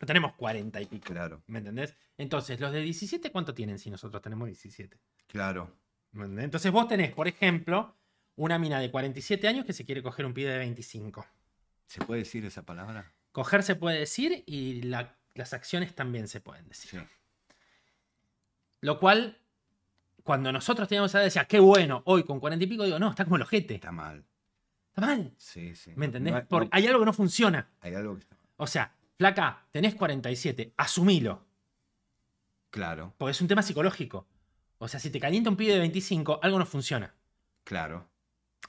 Speaker 1: No tenemos 40 y pico.
Speaker 2: Claro.
Speaker 1: ¿Me entendés? Entonces, los de 17, ¿cuánto tienen si nosotros tenemos 17?
Speaker 2: Claro.
Speaker 1: ¿me entendés? Entonces vos tenés, por ejemplo, una mina de 47 años que se quiere coger un pibe de 25.
Speaker 2: ¿Se puede decir esa palabra?
Speaker 1: Coger se puede decir y la- las acciones también se pueden decir.
Speaker 2: Sí.
Speaker 1: Lo cual, cuando nosotros teníamos esa edad, decía, qué bueno, hoy con 40 y pico, digo, no, está como el ojete. Está
Speaker 2: Está mal.
Speaker 1: mal.
Speaker 2: Sí, sí.
Speaker 1: ¿Me entendés?
Speaker 2: No hay-
Speaker 1: Porque
Speaker 2: no-
Speaker 1: hay algo que no funciona.
Speaker 2: hay algo que está mal.
Speaker 1: O sea, flaca, tenés 47, asumilo.
Speaker 2: Claro,
Speaker 1: Porque es un tema psicológico. O sea, si te calienta un pibe de 25, algo no funciona.
Speaker 2: claro.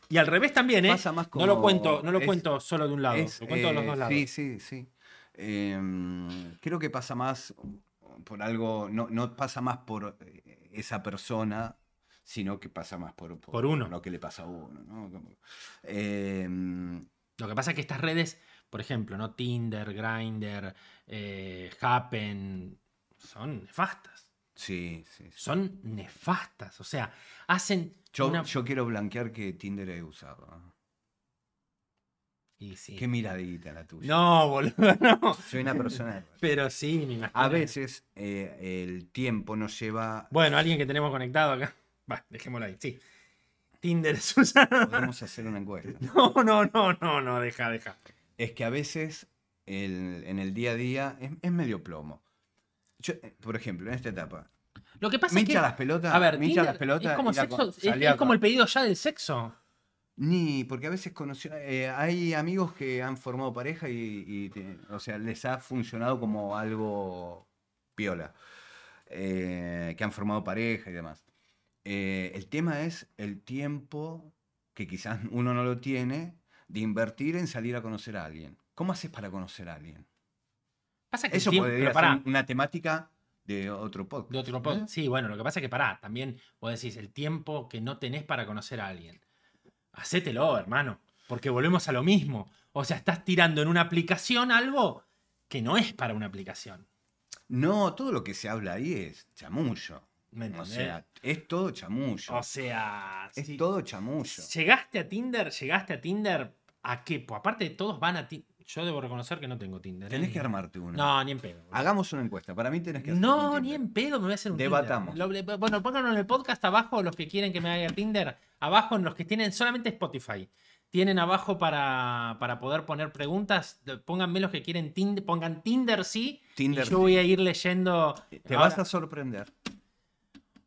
Speaker 1: Y al revés también, ¿eh?
Speaker 2: Pasa más
Speaker 1: No
Speaker 2: como-
Speaker 1: lo cuento, no lo
Speaker 2: es-
Speaker 1: cuento solo de un lado,
Speaker 2: es,
Speaker 1: lo cuento de los
Speaker 2: eh,
Speaker 1: dos lados.
Speaker 2: Sí, sí, sí. Em, creo que pasa más por algo, no, no pasa más por eh, esa persona, sino que pasa más por,
Speaker 1: Por uno.
Speaker 2: lo que le pasa a uno. ¿no? Como- Em,
Speaker 1: Lo que pasa es que estas redes, por ejemplo, ¿no? Tinder, Grindr, eh, Happen, son nefastas.
Speaker 2: sí, sí. sí.
Speaker 1: Son nefastas. O sea, hacen.
Speaker 2: Yo,
Speaker 1: una-
Speaker 2: yo quiero blanquear que Tinder he usado. ¿no?
Speaker 1: Y sí.
Speaker 2: Qué miradita la tuya.
Speaker 1: No, boludo, no.
Speaker 2: Soy una persona.
Speaker 1: Pero sí, me imagino.
Speaker 2: A veces eh, el tiempo nos lleva.
Speaker 1: Bueno, alguien que tenemos conectado acá. Va, dejémoslo ahí. Sí. Tinder, Susana.
Speaker 2: Podemos hacer una encuesta.
Speaker 1: No, no, no, no, no, deja, deja.
Speaker 2: Es que a veces el- en el día a día es, es medio plomo. Yo, eh, por ejemplo, en esta etapa,
Speaker 1: Lo que pasa
Speaker 2: me
Speaker 1: es que.
Speaker 2: hincha las pelotas.
Speaker 1: a ver,
Speaker 2: me hincha
Speaker 1: Tinder
Speaker 2: las pelotas.
Speaker 1: es como,
Speaker 2: y la
Speaker 1: sexo-
Speaker 2: con-
Speaker 1: es-
Speaker 2: salía
Speaker 1: es como
Speaker 2: con-
Speaker 1: el pedido ya del sexo.
Speaker 2: Ni, porque a veces conoció, eh, hay amigos que han formado pareja y, y te- o sea, les ha funcionado como algo piola. eh, que han formado pareja y demás. Eh, el tema es el tiempo, que quizás uno no lo tiene, de invertir en salir a conocer a alguien. ¿Cómo haces para conocer a alguien?
Speaker 1: Pasa que el
Speaker 2: Eso
Speaker 1: tiempo-
Speaker 2: podría
Speaker 1: pero pará,
Speaker 2: ser una temática de otro podcast.
Speaker 1: de otro
Speaker 2: ¿eh?
Speaker 1: pod- Sí, bueno, lo que pasa es que pará, también vos decís el tiempo que no tenés para conocer a alguien. Hacételo, hermano, porque volvemos a lo mismo. O sea, estás tirando en una aplicación algo que no es para una aplicación.
Speaker 2: No, todo lo que se habla ahí es chamullo.
Speaker 1: ¿Me
Speaker 2: O
Speaker 1: entendés?
Speaker 2: sea, es todo chamullo.
Speaker 1: O sea,
Speaker 2: Es
Speaker 1: si
Speaker 2: todo chamullo.
Speaker 1: llegaste a Tinder, llegaste a Tinder, ¿a qué? Pues aparte todos van a Tinder. Yo debo reconocer que no tengo Tinder. ¿eh?
Speaker 2: Tenés que armarte uno.
Speaker 1: No, ni en pedo. boludo.
Speaker 2: Hagamos una encuesta. Para mí tenés que hacer
Speaker 1: No,
Speaker 2: un
Speaker 1: ni
Speaker 2: Tinder.
Speaker 1: en pedo me voy a hacer un
Speaker 2: Debatamos.
Speaker 1: Tinder. Lo- bueno, pónganlo en el podcast abajo los que quieren que me haga Tinder. Abajo en los que tienen solamente Spotify. Tienen abajo para, para poder poner preguntas. de- Pónganme los que quieren Tinder. Pongan Tinder sí.
Speaker 2: Tinder
Speaker 1: y yo voy a ir leyendo.
Speaker 2: sí. Te vas a sorprender.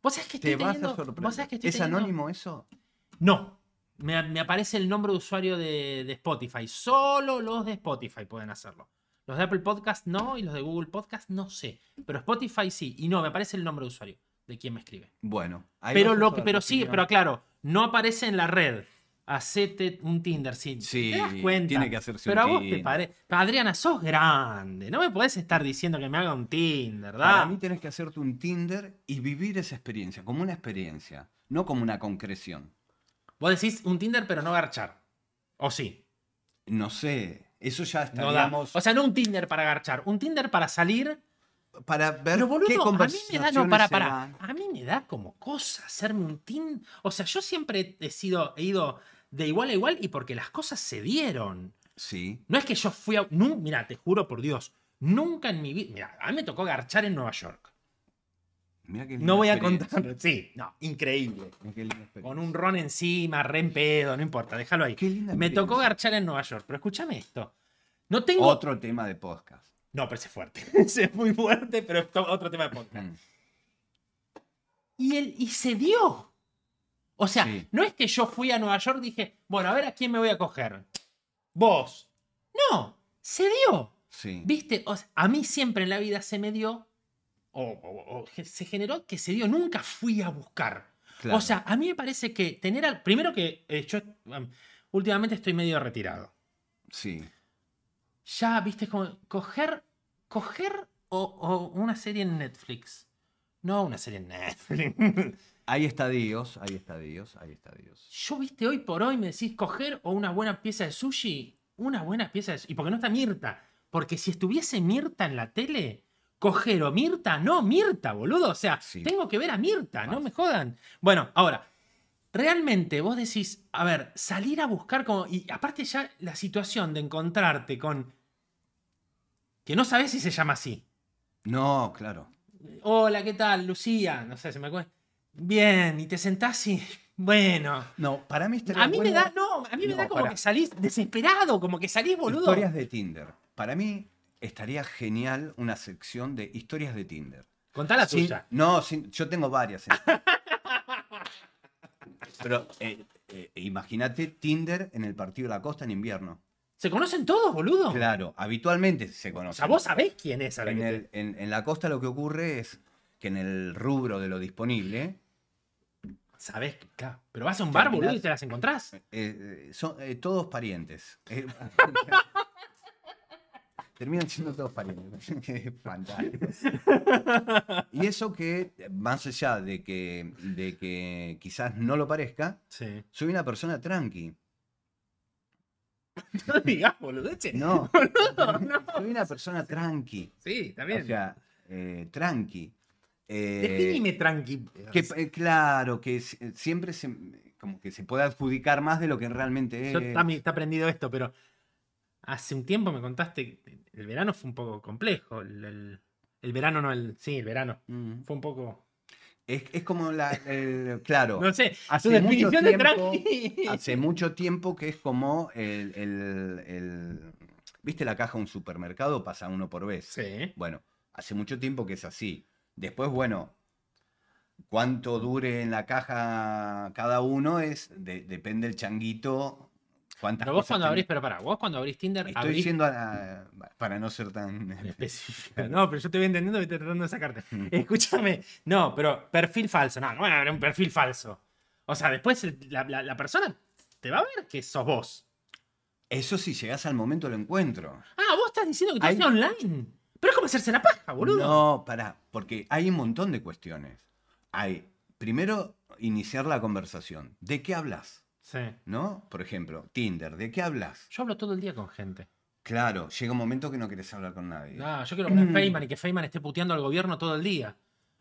Speaker 1: ¿Vos sabés que estoy
Speaker 2: Te vas
Speaker 1: teniendo-
Speaker 2: a sorprender.
Speaker 1: vos sabés que estoy
Speaker 2: ¿Es
Speaker 1: teniendo-
Speaker 2: anónimo eso?
Speaker 1: No. Me, me aparece el nombre de usuario de, de Spotify. Solo los de Spotify pueden hacerlo. Los de Apple Podcast no y los de Google Podcast no sé. Pero Spotify sí. Y no, me aparece el nombre de usuario de quien me escribe.
Speaker 2: Bueno. ahí
Speaker 1: Pero,
Speaker 2: vas a
Speaker 1: lo,
Speaker 2: saber
Speaker 1: pero
Speaker 2: tu
Speaker 1: sí,
Speaker 2: opinión.
Speaker 1: pero claro, no aparece en la red. Hacete un Tinder, sí.
Speaker 2: Sí,
Speaker 1: ¿Te das cuenta?
Speaker 2: tiene que hacerse
Speaker 1: Pero
Speaker 2: un
Speaker 1: a vos te
Speaker 2: Tinder.
Speaker 1: parece. Adriana, sos grande. No me podés estar diciendo que me haga un Tinder,
Speaker 2: Para
Speaker 1: ¿verdad?
Speaker 2: mí tenés que hacerte un Tinder y vivir esa experiencia, como una experiencia, no como una concreción.
Speaker 1: Vos decís un Tinder, pero no garchar. O sí.
Speaker 2: No sé, eso ya
Speaker 1: No da.
Speaker 2: estaríamos
Speaker 1: O sea, no un Tinder para garchar, un Tinder para salir.
Speaker 2: para ver
Speaker 1: Pero
Speaker 2: qué
Speaker 1: boludo, a mí me da,
Speaker 2: conversaciones
Speaker 1: no, para,
Speaker 2: se
Speaker 1: para.
Speaker 2: dan.
Speaker 1: A mí me da como cosa hacerme un Tinder. O sea, yo siempre he sido, he ido de igual a igual y porque las cosas se dieron.
Speaker 2: Sí,
Speaker 1: No es que yo fui a. nu- mira, te juro por Dios. Nunca en mi vida. Mira, a mí me tocó garchar en Nueva York.
Speaker 2: mira qué linda
Speaker 1: No voy a
Speaker 2: experiencia,
Speaker 1: contar. Sí, no, increíble.
Speaker 2: mirá qué linda experiencia.
Speaker 1: Con un ron encima, re en pedo, no importa, déjalo ahí.
Speaker 2: Qué linda
Speaker 1: Me tocó
Speaker 2: experiencia.
Speaker 1: garchar en Nueva York, pero escúchame esto. No tengo.
Speaker 2: Otro tema de podcast.
Speaker 1: No, pero ese es fuerte. Ese es muy fuerte, pero es to- otro tema de podcast.
Speaker 2: Mm.
Speaker 1: Y, el, y se dio. O sea,
Speaker 2: Sí.
Speaker 1: no es que yo fui a Nueva York y dije, bueno, a ver a quién me voy a coger. Vos. No, se dio.
Speaker 2: Sí.
Speaker 1: ¿Viste? O sea, a mí siempre en la vida se me dio, o, o- o ge- se generó que se dio, nunca fui a buscar.
Speaker 2: Claro.
Speaker 1: O sea, a mí me parece que tener al. Primero que eh, yo um, últimamente estoy medio retirado.
Speaker 2: sí.
Speaker 1: Ya, viste, como coger. Coger o, o una serie en Netflix. No, una serie en Netflix.
Speaker 2: Hay estadios, hay estadios, hay estadios.
Speaker 1: Yo, viste, hoy por hoy me decís coger o una buena pieza de sushi, una buena pieza de sushi. Y porque no está Mirta. Porque si estuviese Mirta en la tele, coger o Mirta, no, Mirta, boludo. O sea,
Speaker 2: Sí.
Speaker 1: tengo que ver a Mirta, no
Speaker 2: Pasa.
Speaker 1: me jodan. Bueno, ahora, realmente vos decís, a ver, salir a buscar como. Y aparte, ya la situación de encontrarte con. que no sabes si se llama así.
Speaker 2: No, claro.
Speaker 1: Hola, ¿qué tal? Lucía, no sé, se me acuerda. Bien, y te sentás y. Bueno.
Speaker 2: No, para mí estaría
Speaker 1: A mí me
Speaker 2: bueno
Speaker 1: da, no, a mí me
Speaker 2: No,
Speaker 1: da como
Speaker 2: pará.
Speaker 1: que salís desesperado, como que salís, boludo.
Speaker 2: Historias de Tinder. Para mí estaría genial una sección de historias de Tinder.
Speaker 1: Contá la
Speaker 2: Sin-
Speaker 1: tuya.
Speaker 2: no, sin- yo tengo varias. en- Pero eh, eh, imagínate Tinder en el partido de la costa en invierno.
Speaker 1: Se conocen todos, boludo.
Speaker 2: Claro, habitualmente se
Speaker 1: O
Speaker 2: conoce.
Speaker 1: sea, vos sabés quién es. a la
Speaker 2: en,
Speaker 1: que te-
Speaker 2: el- en- en la costa lo que ocurre es que en el rubro de lo disponible
Speaker 1: Sabés, que- claro. Pero vas a un bar, boludo, y te las encontrás.
Speaker 2: eh, eh, son eh, todos parientes. Eh, terminan siendo todos parientes. Es Fantástico. Y eso que, más allá de que, de que quizás no lo parezca,
Speaker 1: Sí.
Speaker 2: soy una persona tranqui.
Speaker 1: No digas, boludeche.
Speaker 2: No,
Speaker 1: no.
Speaker 2: soy una persona tranqui.
Speaker 1: Sí, está bien.
Speaker 2: O sea, eh, tranqui. Eh,
Speaker 1: Definime tranqui.
Speaker 2: que, eh, claro, que si- siempre se, como que se puede adjudicar más de lo que realmente es.
Speaker 1: Yo, a mí está aprendido esto, pero hace un tiempo me contaste que el verano fue un poco complejo. El, el- el verano no, el. Sí, el verano.
Speaker 2: Mm.
Speaker 1: Fue un poco.
Speaker 2: Es, es como la. el- claro.
Speaker 1: No sé,
Speaker 2: hace
Speaker 1: tu
Speaker 2: mucho
Speaker 1: definición de
Speaker 2: tiempo-
Speaker 1: tranqui.
Speaker 2: Hace mucho tiempo que es como el, el- el- ¿Viste la caja de un supermercado? Pasa uno por vez.
Speaker 1: Sí.
Speaker 2: Bueno, hace mucho tiempo que es así. Después, bueno, cuánto dure en la caja cada uno es. de- depende el changuito. Cuántas
Speaker 1: Pero vos
Speaker 2: cosas
Speaker 1: cuando
Speaker 2: tenga.
Speaker 1: abrís, pero pará, vos cuando abrís Tinder,
Speaker 2: Estoy
Speaker 1: abrís
Speaker 2: yendo a la- para no ser tan.
Speaker 1: específica. No, pero yo te voy entendiendo que estoy tratando de sacarte. Escúchame. No, pero perfil falso. No, no van a ver un perfil falso. O sea, después el- la, la- la persona te va a ver que sos vos.
Speaker 2: Eso si llegás al momento del encuentro.
Speaker 1: Ah, vos estás diciendo que tú
Speaker 2: Ahí-
Speaker 1: estás online. Pero es como hacerse la paja, boludo.
Speaker 2: No, pará, porque hay un montón de cuestiones. Hay, primero, iniciar la conversación. ¿De qué hablas?
Speaker 1: Sí.
Speaker 2: ¿No? Por ejemplo, Tinder, ¿de qué hablas?
Speaker 1: Yo hablo todo el día con gente.
Speaker 2: Claro, llega un momento que no querés hablar con nadie.
Speaker 1: No, yo quiero hablar
Speaker 2: Mm.
Speaker 1: a Feynman y que Feynman esté puteando al gobierno todo el día.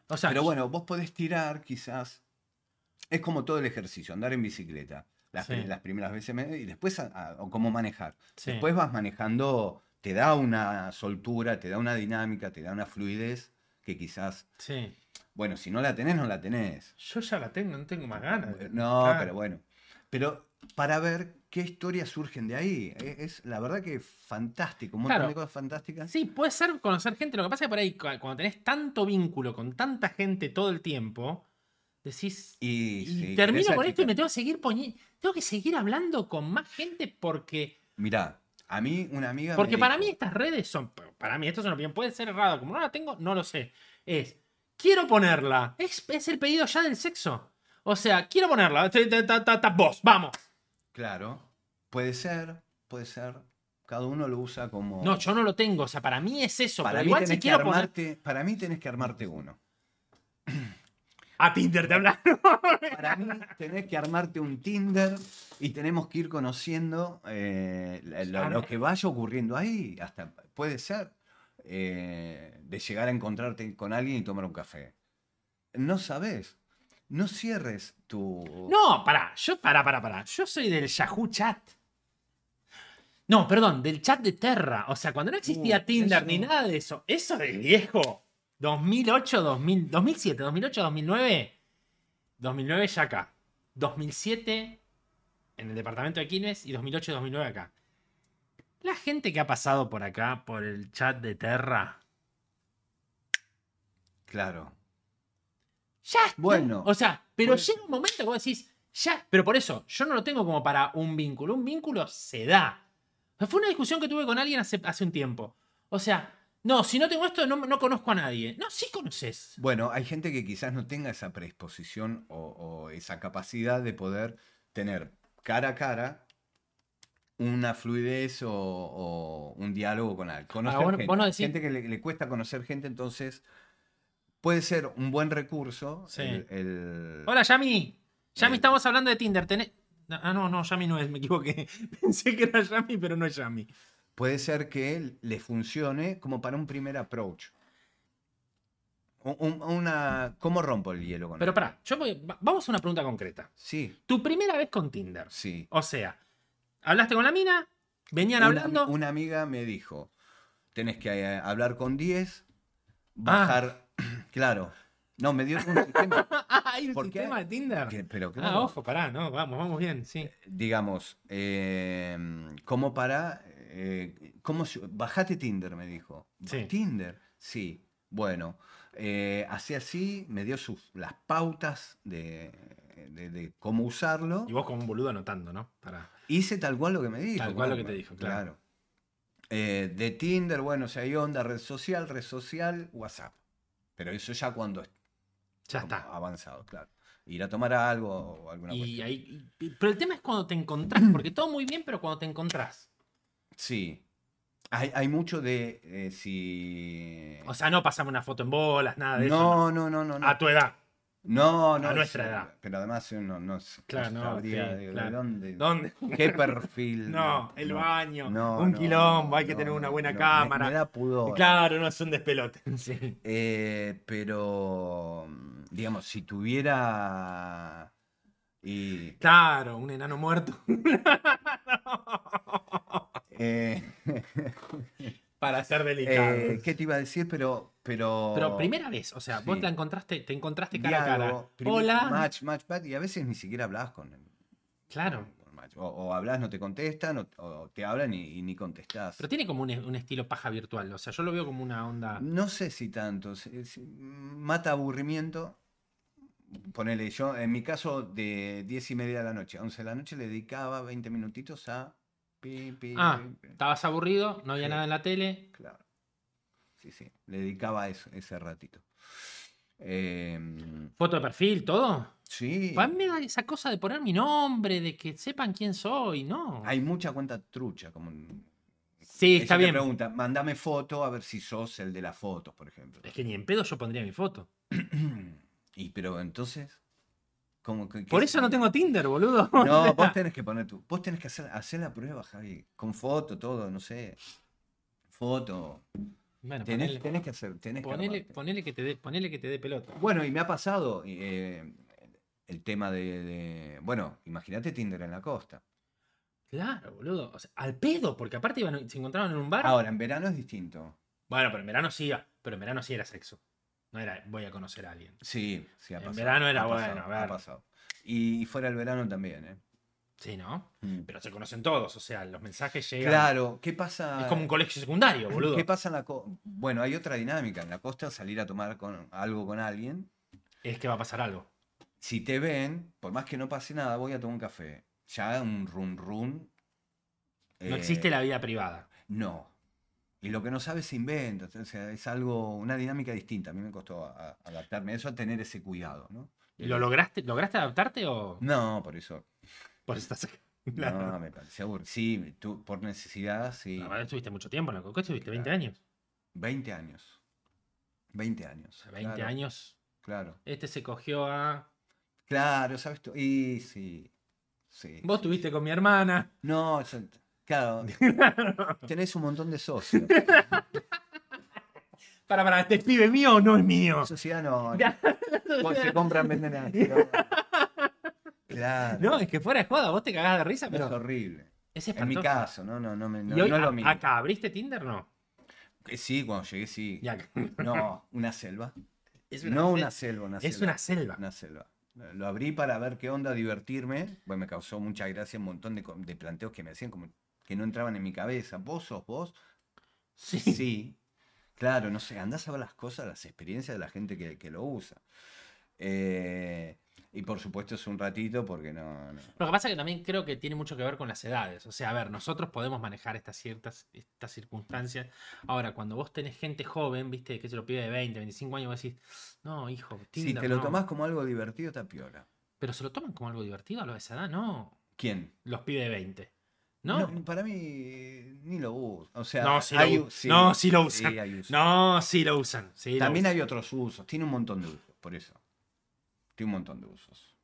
Speaker 1: O sea,
Speaker 2: Pero bueno, vos podés tirar, quizás. Es como todo el ejercicio, andar en bicicleta. Las,
Speaker 1: Sí.
Speaker 2: las primeras veces me- y después a- a- o cómo manejar.
Speaker 1: sí.
Speaker 2: Después vas manejando, te da una soltura, te da una dinámica, te da una fluidez que quizás,
Speaker 1: sí.
Speaker 2: bueno, si no la tenés, no la tenés.
Speaker 1: Yo ya la tengo, no tengo más ganas.
Speaker 2: No,
Speaker 1: Claro.
Speaker 2: pero bueno. Pero para ver qué historias surgen de ahí. E- Es, la verdad que fantástico, un montón
Speaker 1: Claro.
Speaker 2: de cosas fantásticas.
Speaker 1: Sí, puede ser conocer gente. Lo que pasa es que por ahí, cu- cuando tenés tanto vínculo con tanta gente todo el tiempo, decís.
Speaker 2: Y,
Speaker 1: Y,
Speaker 2: sí, querés
Speaker 1: termino con esto y
Speaker 2: achicar.
Speaker 1: me tengo que seguir poniendo. Tengo que seguir hablando con más gente porque.
Speaker 2: Mirá, a mí una amiga. me
Speaker 1: Porque para
Speaker 2: dijo,
Speaker 1: mí estas redes son. Para mí, esto es una opinión. Puede ser errada. Como no la tengo, no lo sé. Es. Quiero ponerla. Es, es el pedido ya del sexo. O sea, quiero ponerla. Ta, ta, ta, ta, ta, vos, vamos.
Speaker 2: Claro, puede ser, puede ser. Cada uno lo usa como.
Speaker 1: No, yo no lo tengo. O sea, para mí es eso.
Speaker 2: para
Speaker 1: pero
Speaker 2: mí,
Speaker 1: igual
Speaker 2: tenés
Speaker 1: si
Speaker 2: que
Speaker 1: quiero poner.
Speaker 2: armarte, para mí tenés que armarte uno.
Speaker 1: A Tinder te hablas.
Speaker 2: Para mí tenés que armarte un Tinder y tenemos que ir conociendo eh, la- lo, lo que vaya ocurriendo ahí. Hasta puede ser eh, de llegar a encontrarte con alguien y tomar un café. No sabes. No cierres tu.
Speaker 1: No, pará, yo, pará, pará, pará. Yo soy del Yahoo Chat. No, perdón, del chat de Terra. O sea, cuando no existía
Speaker 2: Uh,
Speaker 1: Tinder
Speaker 2: eso.
Speaker 1: ni nada de eso. Eso de viejo. 2008, 2000, 2007, 2008, 2009. 2009 ya acá. 2007 en el departamento de Quilmes y 2008, 2009 acá. La gente que ha pasado por acá, por el chat de Terra.
Speaker 2: Claro.
Speaker 1: Ya está.
Speaker 2: Bueno,
Speaker 1: O sea, pero
Speaker 2: por eso.
Speaker 1: llega un momento que vos decís, ya. Pero por eso, yo no lo tengo como para un vínculo. Un vínculo se da. Fue una discusión que tuve con alguien hace, hace un tiempo. O sea, no, si no tengo esto, no, no conozco a nadie. No, sí conoces.
Speaker 2: Bueno, hay gente que quizás no tenga esa predisposición o, o esa capacidad de poder tener cara a cara una fluidez o, o un diálogo con alguien. Conocer
Speaker 1: vos no-
Speaker 2: gente.
Speaker 1: Ah, vos no decís-
Speaker 2: gente que le, le cuesta conocer gente, entonces puede ser un buen recurso.
Speaker 1: Sí.
Speaker 2: el- el-
Speaker 1: Hola, Yami. Yami,
Speaker 2: Eh.
Speaker 1: estamos hablando de Tinder. ¿Tenés- Ah, no, no, Yami no es, me equivoqué. Pensé que era Yami, pero no es Yami.
Speaker 2: Puede ser que le funcione como para un primer approach. Un- un- una, ¿Cómo rompo el hielo con
Speaker 1: Pero
Speaker 2: alguien?
Speaker 1: pará, yo voy- va- vamos a una pregunta concreta.
Speaker 2: Sí,
Speaker 1: Tu primera vez con Tinder.
Speaker 2: sí.
Speaker 1: O sea, hablaste con la mina, venían
Speaker 2: Una-
Speaker 1: hablando.
Speaker 2: Una, amiga me
Speaker 1: Ah.
Speaker 2: dijo, tenés que eh, hablar con 10, bajar, claro, No, me dio un sistema.
Speaker 1: Ah, hay un
Speaker 2: ¿Por qué?
Speaker 1: sistema de Tinder.
Speaker 2: que- pero claro,
Speaker 1: Ah, ojo, pará, no, vamos, vamos bien, sí.
Speaker 2: digamos, eh, ¿cómo para? eh, ¿cómo, se- bajate Tinder, me dijo.
Speaker 1: Sí.
Speaker 2: Tinder, sí. Bueno, eh, así así, me dio sus, las pautas de, de- de cómo usarlo.
Speaker 1: Y vos como un boludo anotando, ¿no? Pará.
Speaker 2: Hice tal cual lo que me dijo.
Speaker 1: Tal cual lo que
Speaker 2: claro,
Speaker 1: te dijo, claro.
Speaker 2: Eh, de Tinder, bueno, si hay onda, red social, red social, WhatsApp. Pero eso ya cuando es
Speaker 1: Ya
Speaker 2: como
Speaker 1: está.
Speaker 2: avanzado, claro. Ir a tomar algo o alguna
Speaker 1: Y
Speaker 2: cuestión.
Speaker 1: ahí, y- pero el tema es cuando te encontrás, porque todo muy bien, pero cuando te encontrás.
Speaker 2: Sí. Hay, hay mucho de eh, si.
Speaker 1: O sea, no pasame una foto en bolas, nada de eso.
Speaker 2: Eh. no, no, no, no, no.
Speaker 1: A tu edad.
Speaker 2: no, no,
Speaker 1: a nuestra
Speaker 2: sí,
Speaker 1: edad.
Speaker 2: Pero además uno no, s-
Speaker 1: Claro, no,
Speaker 2: sabría
Speaker 1: sí,
Speaker 2: de, de
Speaker 1: claro.
Speaker 2: dónde.
Speaker 1: ¿Dónde?
Speaker 2: ¿Qué perfil?
Speaker 1: No, el
Speaker 2: no,
Speaker 1: baño,
Speaker 2: no,
Speaker 1: un
Speaker 2: no,
Speaker 1: quilombo, hay que
Speaker 2: no,
Speaker 1: tener
Speaker 2: no,
Speaker 1: una buena
Speaker 2: no, me-
Speaker 1: cámara.
Speaker 2: Me, da pudor.
Speaker 1: Claro, no es un despelote. Sí.
Speaker 2: Eh, pero, mm, digamos, si tuviera. Y,
Speaker 1: Claro, un enano muerto.
Speaker 2: eh,
Speaker 1: Para ser delicado.
Speaker 2: eh, ¿Qué te iba a decir? Pero. Pero,
Speaker 1: Pero primera vez, o sea, vos
Speaker 2: Sí.
Speaker 1: te encontraste, te encontraste cara a
Speaker 2: diálogo,
Speaker 1: cara.
Speaker 2: primer
Speaker 1: Hola.
Speaker 2: Match, match, match. Y a veces ni siquiera hablabas con él.
Speaker 1: Claro.
Speaker 2: con el match. O, o hablas, no te contestan, o, o te hablan y, y ni contestás.
Speaker 1: Pero tiene como un, un estilo paja virtual. O sea, yo lo veo como una onda.
Speaker 2: No sé si tanto. se- se- mata aburrimiento. Ponele, yo en mi caso de 10 y media de la noche a 11 de la noche le dedicaba 20 minutitos a... pi, pi,
Speaker 1: Ah,
Speaker 2: pi, pi.
Speaker 1: Estabas aburrido, no había
Speaker 2: Sí.
Speaker 1: nada en la tele.
Speaker 2: Claro. Sí, sí. Le dedicaba eso, ese ratito. Em,
Speaker 1: Foto de perfil, todo.
Speaker 2: sí.
Speaker 1: A mí me da esa cosa de poner mi nombre, de que sepan quién soy, ¿no?
Speaker 2: Hay mucha cuenta trucha. Como... en-
Speaker 1: sí,
Speaker 2: Ella
Speaker 1: está
Speaker 2: te
Speaker 1: bien.
Speaker 2: pregunta, mandame foto a ver si sos el de las fotos, por ejemplo.
Speaker 1: Es que ni en pedo yo pondría mi foto.
Speaker 2: y pero entonces... ¿cómo que- qué
Speaker 1: Por
Speaker 2: es-
Speaker 1: eso no tengo Tinder, boludo. O
Speaker 2: No,
Speaker 1: sea,
Speaker 2: vos tenés que poner tu. Vos tenés que hacer, hacer la prueba, Javi. Con foto, todo, no sé. Foto.
Speaker 1: bueno,
Speaker 2: Tenés,
Speaker 1: ponele,
Speaker 2: tenés que hacer. Tenés que
Speaker 1: ponele-
Speaker 2: armarte.
Speaker 1: ponele que te dé, ponele que te dé pelota.
Speaker 2: Bueno, y me ha pasado eh, el tema de. de- bueno, imagínate Tinder en la costa.
Speaker 1: Claro, boludo. O sea, al pedo, porque aparte iban, se encontraban en un bar.
Speaker 2: Ahora, en verano es distinto.
Speaker 1: Bueno, pero en verano sí, iba- pero en verano sí era sexo. No era voy a conocer a alguien.
Speaker 2: Sí, sí, ha
Speaker 1: En
Speaker 2: pasado.
Speaker 1: verano era
Speaker 2: ha
Speaker 1: bueno,
Speaker 2: pasado,
Speaker 1: a ver.
Speaker 2: Ha pasado. Y, fuera el verano también, ¿eh?
Speaker 1: Sí, ¿no?
Speaker 2: Mm.
Speaker 1: Pero se conocen todos, o sea, los mensajes llegan.
Speaker 2: Claro, ¿qué pasa?
Speaker 1: Es como un colegio secundario, boludo.
Speaker 2: Eh, ¿Qué pasa en la costa? Bueno, hay otra dinámica. En la costa, salir a tomar con, algo con alguien
Speaker 1: Es que va a pasar algo.
Speaker 2: si te ven, por más que no pase nada, voy a tomar un café. Ya un run run.
Speaker 1: No
Speaker 2: Eh,
Speaker 1: existe la vida privada.
Speaker 2: No. Y lo que no sabes se inventa. O sea, es algo, una dinámica distinta. A mí me costó a- a- adaptarme a eso, a tener ese cuidado, ¿no?
Speaker 1: ¿Lo lograste, lograste adaptarte o
Speaker 2: eh, No, por eso.
Speaker 1: por eso estás acá?
Speaker 2: No, me parecía aburrido. Sí, tú, por necesidad, sí.
Speaker 1: La verdad, estuviste mucho tiempo en la coca, estuviste 20
Speaker 2: Claro.
Speaker 1: años.
Speaker 2: 20 años. 20 años.
Speaker 1: O sea, 20
Speaker 2: claro,
Speaker 1: años.
Speaker 2: Claro.
Speaker 1: Este se cogió a.
Speaker 2: Claro, ¿sabes tú? Y sí. Sí.
Speaker 1: Vos estuviste con mi hermana.
Speaker 2: No, yo- claro. Tenés un montón de socios.
Speaker 1: Para, para, este pibe es mío o no es mío.
Speaker 2: Sociedad no. Con- se compran, venden a- Claro.
Speaker 1: No, es que fuera de joda, vos te cagás de risa,
Speaker 2: es
Speaker 1: pero.
Speaker 2: horrible.
Speaker 1: Es
Speaker 2: En mi
Speaker 1: espantoso.
Speaker 2: caso, no, no, no, me, no,
Speaker 1: y hoy,
Speaker 2: no es
Speaker 1: a-
Speaker 2: lo mismo.
Speaker 1: acá, ¿abriste Tinder? No.
Speaker 2: Eh, Sí, cuando llegué, sí.
Speaker 1: Ya acá.
Speaker 2: No, una selva.
Speaker 1: Es
Speaker 2: no una selva, una
Speaker 1: es
Speaker 2: selva.
Speaker 1: una selva.
Speaker 2: Una selva. Lo abrí para ver qué onda, divertirme. Bueno, me causó mucha gracia un montón de, co- de planteos que me hacían como que no entraban en mi cabeza. ¿Vos sos vos?
Speaker 1: Sí.
Speaker 2: Sí. Claro, no sé, andás a ver las cosas, las experiencias de la gente que, que lo usa. Eh, y por supuesto es un ratito porque no- no,
Speaker 1: Lo que pasa es que también creo que tiene mucho que ver con las edades. O sea, a ver, nosotros podemos manejar estas ciertas estas circunstancias. Ahora, cuando vos tenés gente joven, viste, que se lo pide de 20, 25 años, vos decís, no, hijo, Tinder.
Speaker 2: si te lo
Speaker 1: no".
Speaker 2: tomás como algo divertido, está piola.
Speaker 1: Pero se lo toman como algo divertido a los de esa edad, no.
Speaker 2: ¿Quién?
Speaker 1: Los pide de 20. No, no,
Speaker 2: para mí ni lo uso. O sea,
Speaker 1: No, sí lo u- no, sí lo usan.
Speaker 2: hay uso.
Speaker 1: sí lo usan. sí lo
Speaker 2: También
Speaker 1: usan.
Speaker 2: hay otros usos. Tiene un montón de usos, por eso. Tiene un montón de usos.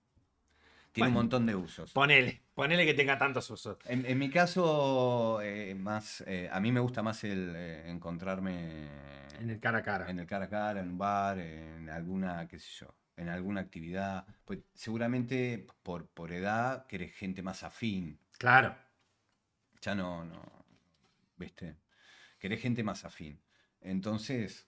Speaker 2: Tiene un
Speaker 1: Bueno.
Speaker 2: montón de usos.
Speaker 1: Ponele, ponele que tenga tantos usos.
Speaker 2: En, en mi caso, eh, más, eh, a mí me gusta más el eh, encontrarme
Speaker 1: En el cara a cara.
Speaker 2: en el cara a cara, en un bar, en alguna, qué sé yo, en alguna actividad. Pues seguramente por, por edad que eres gente más afín.
Speaker 1: Claro.
Speaker 2: ya no, no, ¿viste? Querés gente más afín. Entonces,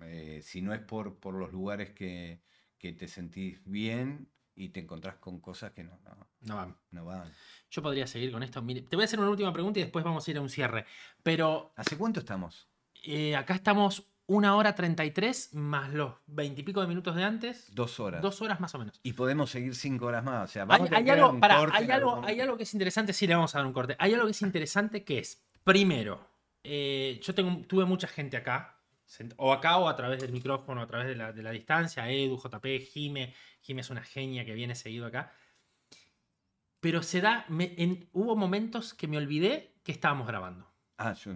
Speaker 2: Eh, si no es por, por los lugares que, que te sentís bien y te encontrás con cosas que no, no,
Speaker 1: No van.
Speaker 2: no van.
Speaker 1: Yo podría seguir con esto. Mire, te voy a hacer una última pregunta y después vamos a ir a un cierre. Pero
Speaker 2: ¿Hace cuánto estamos?
Speaker 1: eh, acá estamos una hora 33 más los veintipico de minutos de antes.
Speaker 2: Dos horas.
Speaker 1: Dos horas más o menos.
Speaker 2: Y podemos seguir cinco horas más. O sea,
Speaker 1: Hay,
Speaker 2: vamos a
Speaker 1: hay
Speaker 2: tener
Speaker 1: algo,
Speaker 2: un
Speaker 1: pará,
Speaker 2: corte
Speaker 1: hay,
Speaker 2: en
Speaker 1: algo,
Speaker 2: algún
Speaker 1: hay
Speaker 2: momento.
Speaker 1: algo que es interesante, sí le vamos a dar un corte. Hay algo que es interesante que es, primero, eh, yo tengo, tuve mucha gente acá, sent- o acá o a través del micrófono, a través de la, de la distancia, Edu, JP, Jime, Jime es una genia que viene seguido acá. Pero se da, me- en- hubo momentos que me olvidé que estábamos grabando.
Speaker 2: Ah, yo...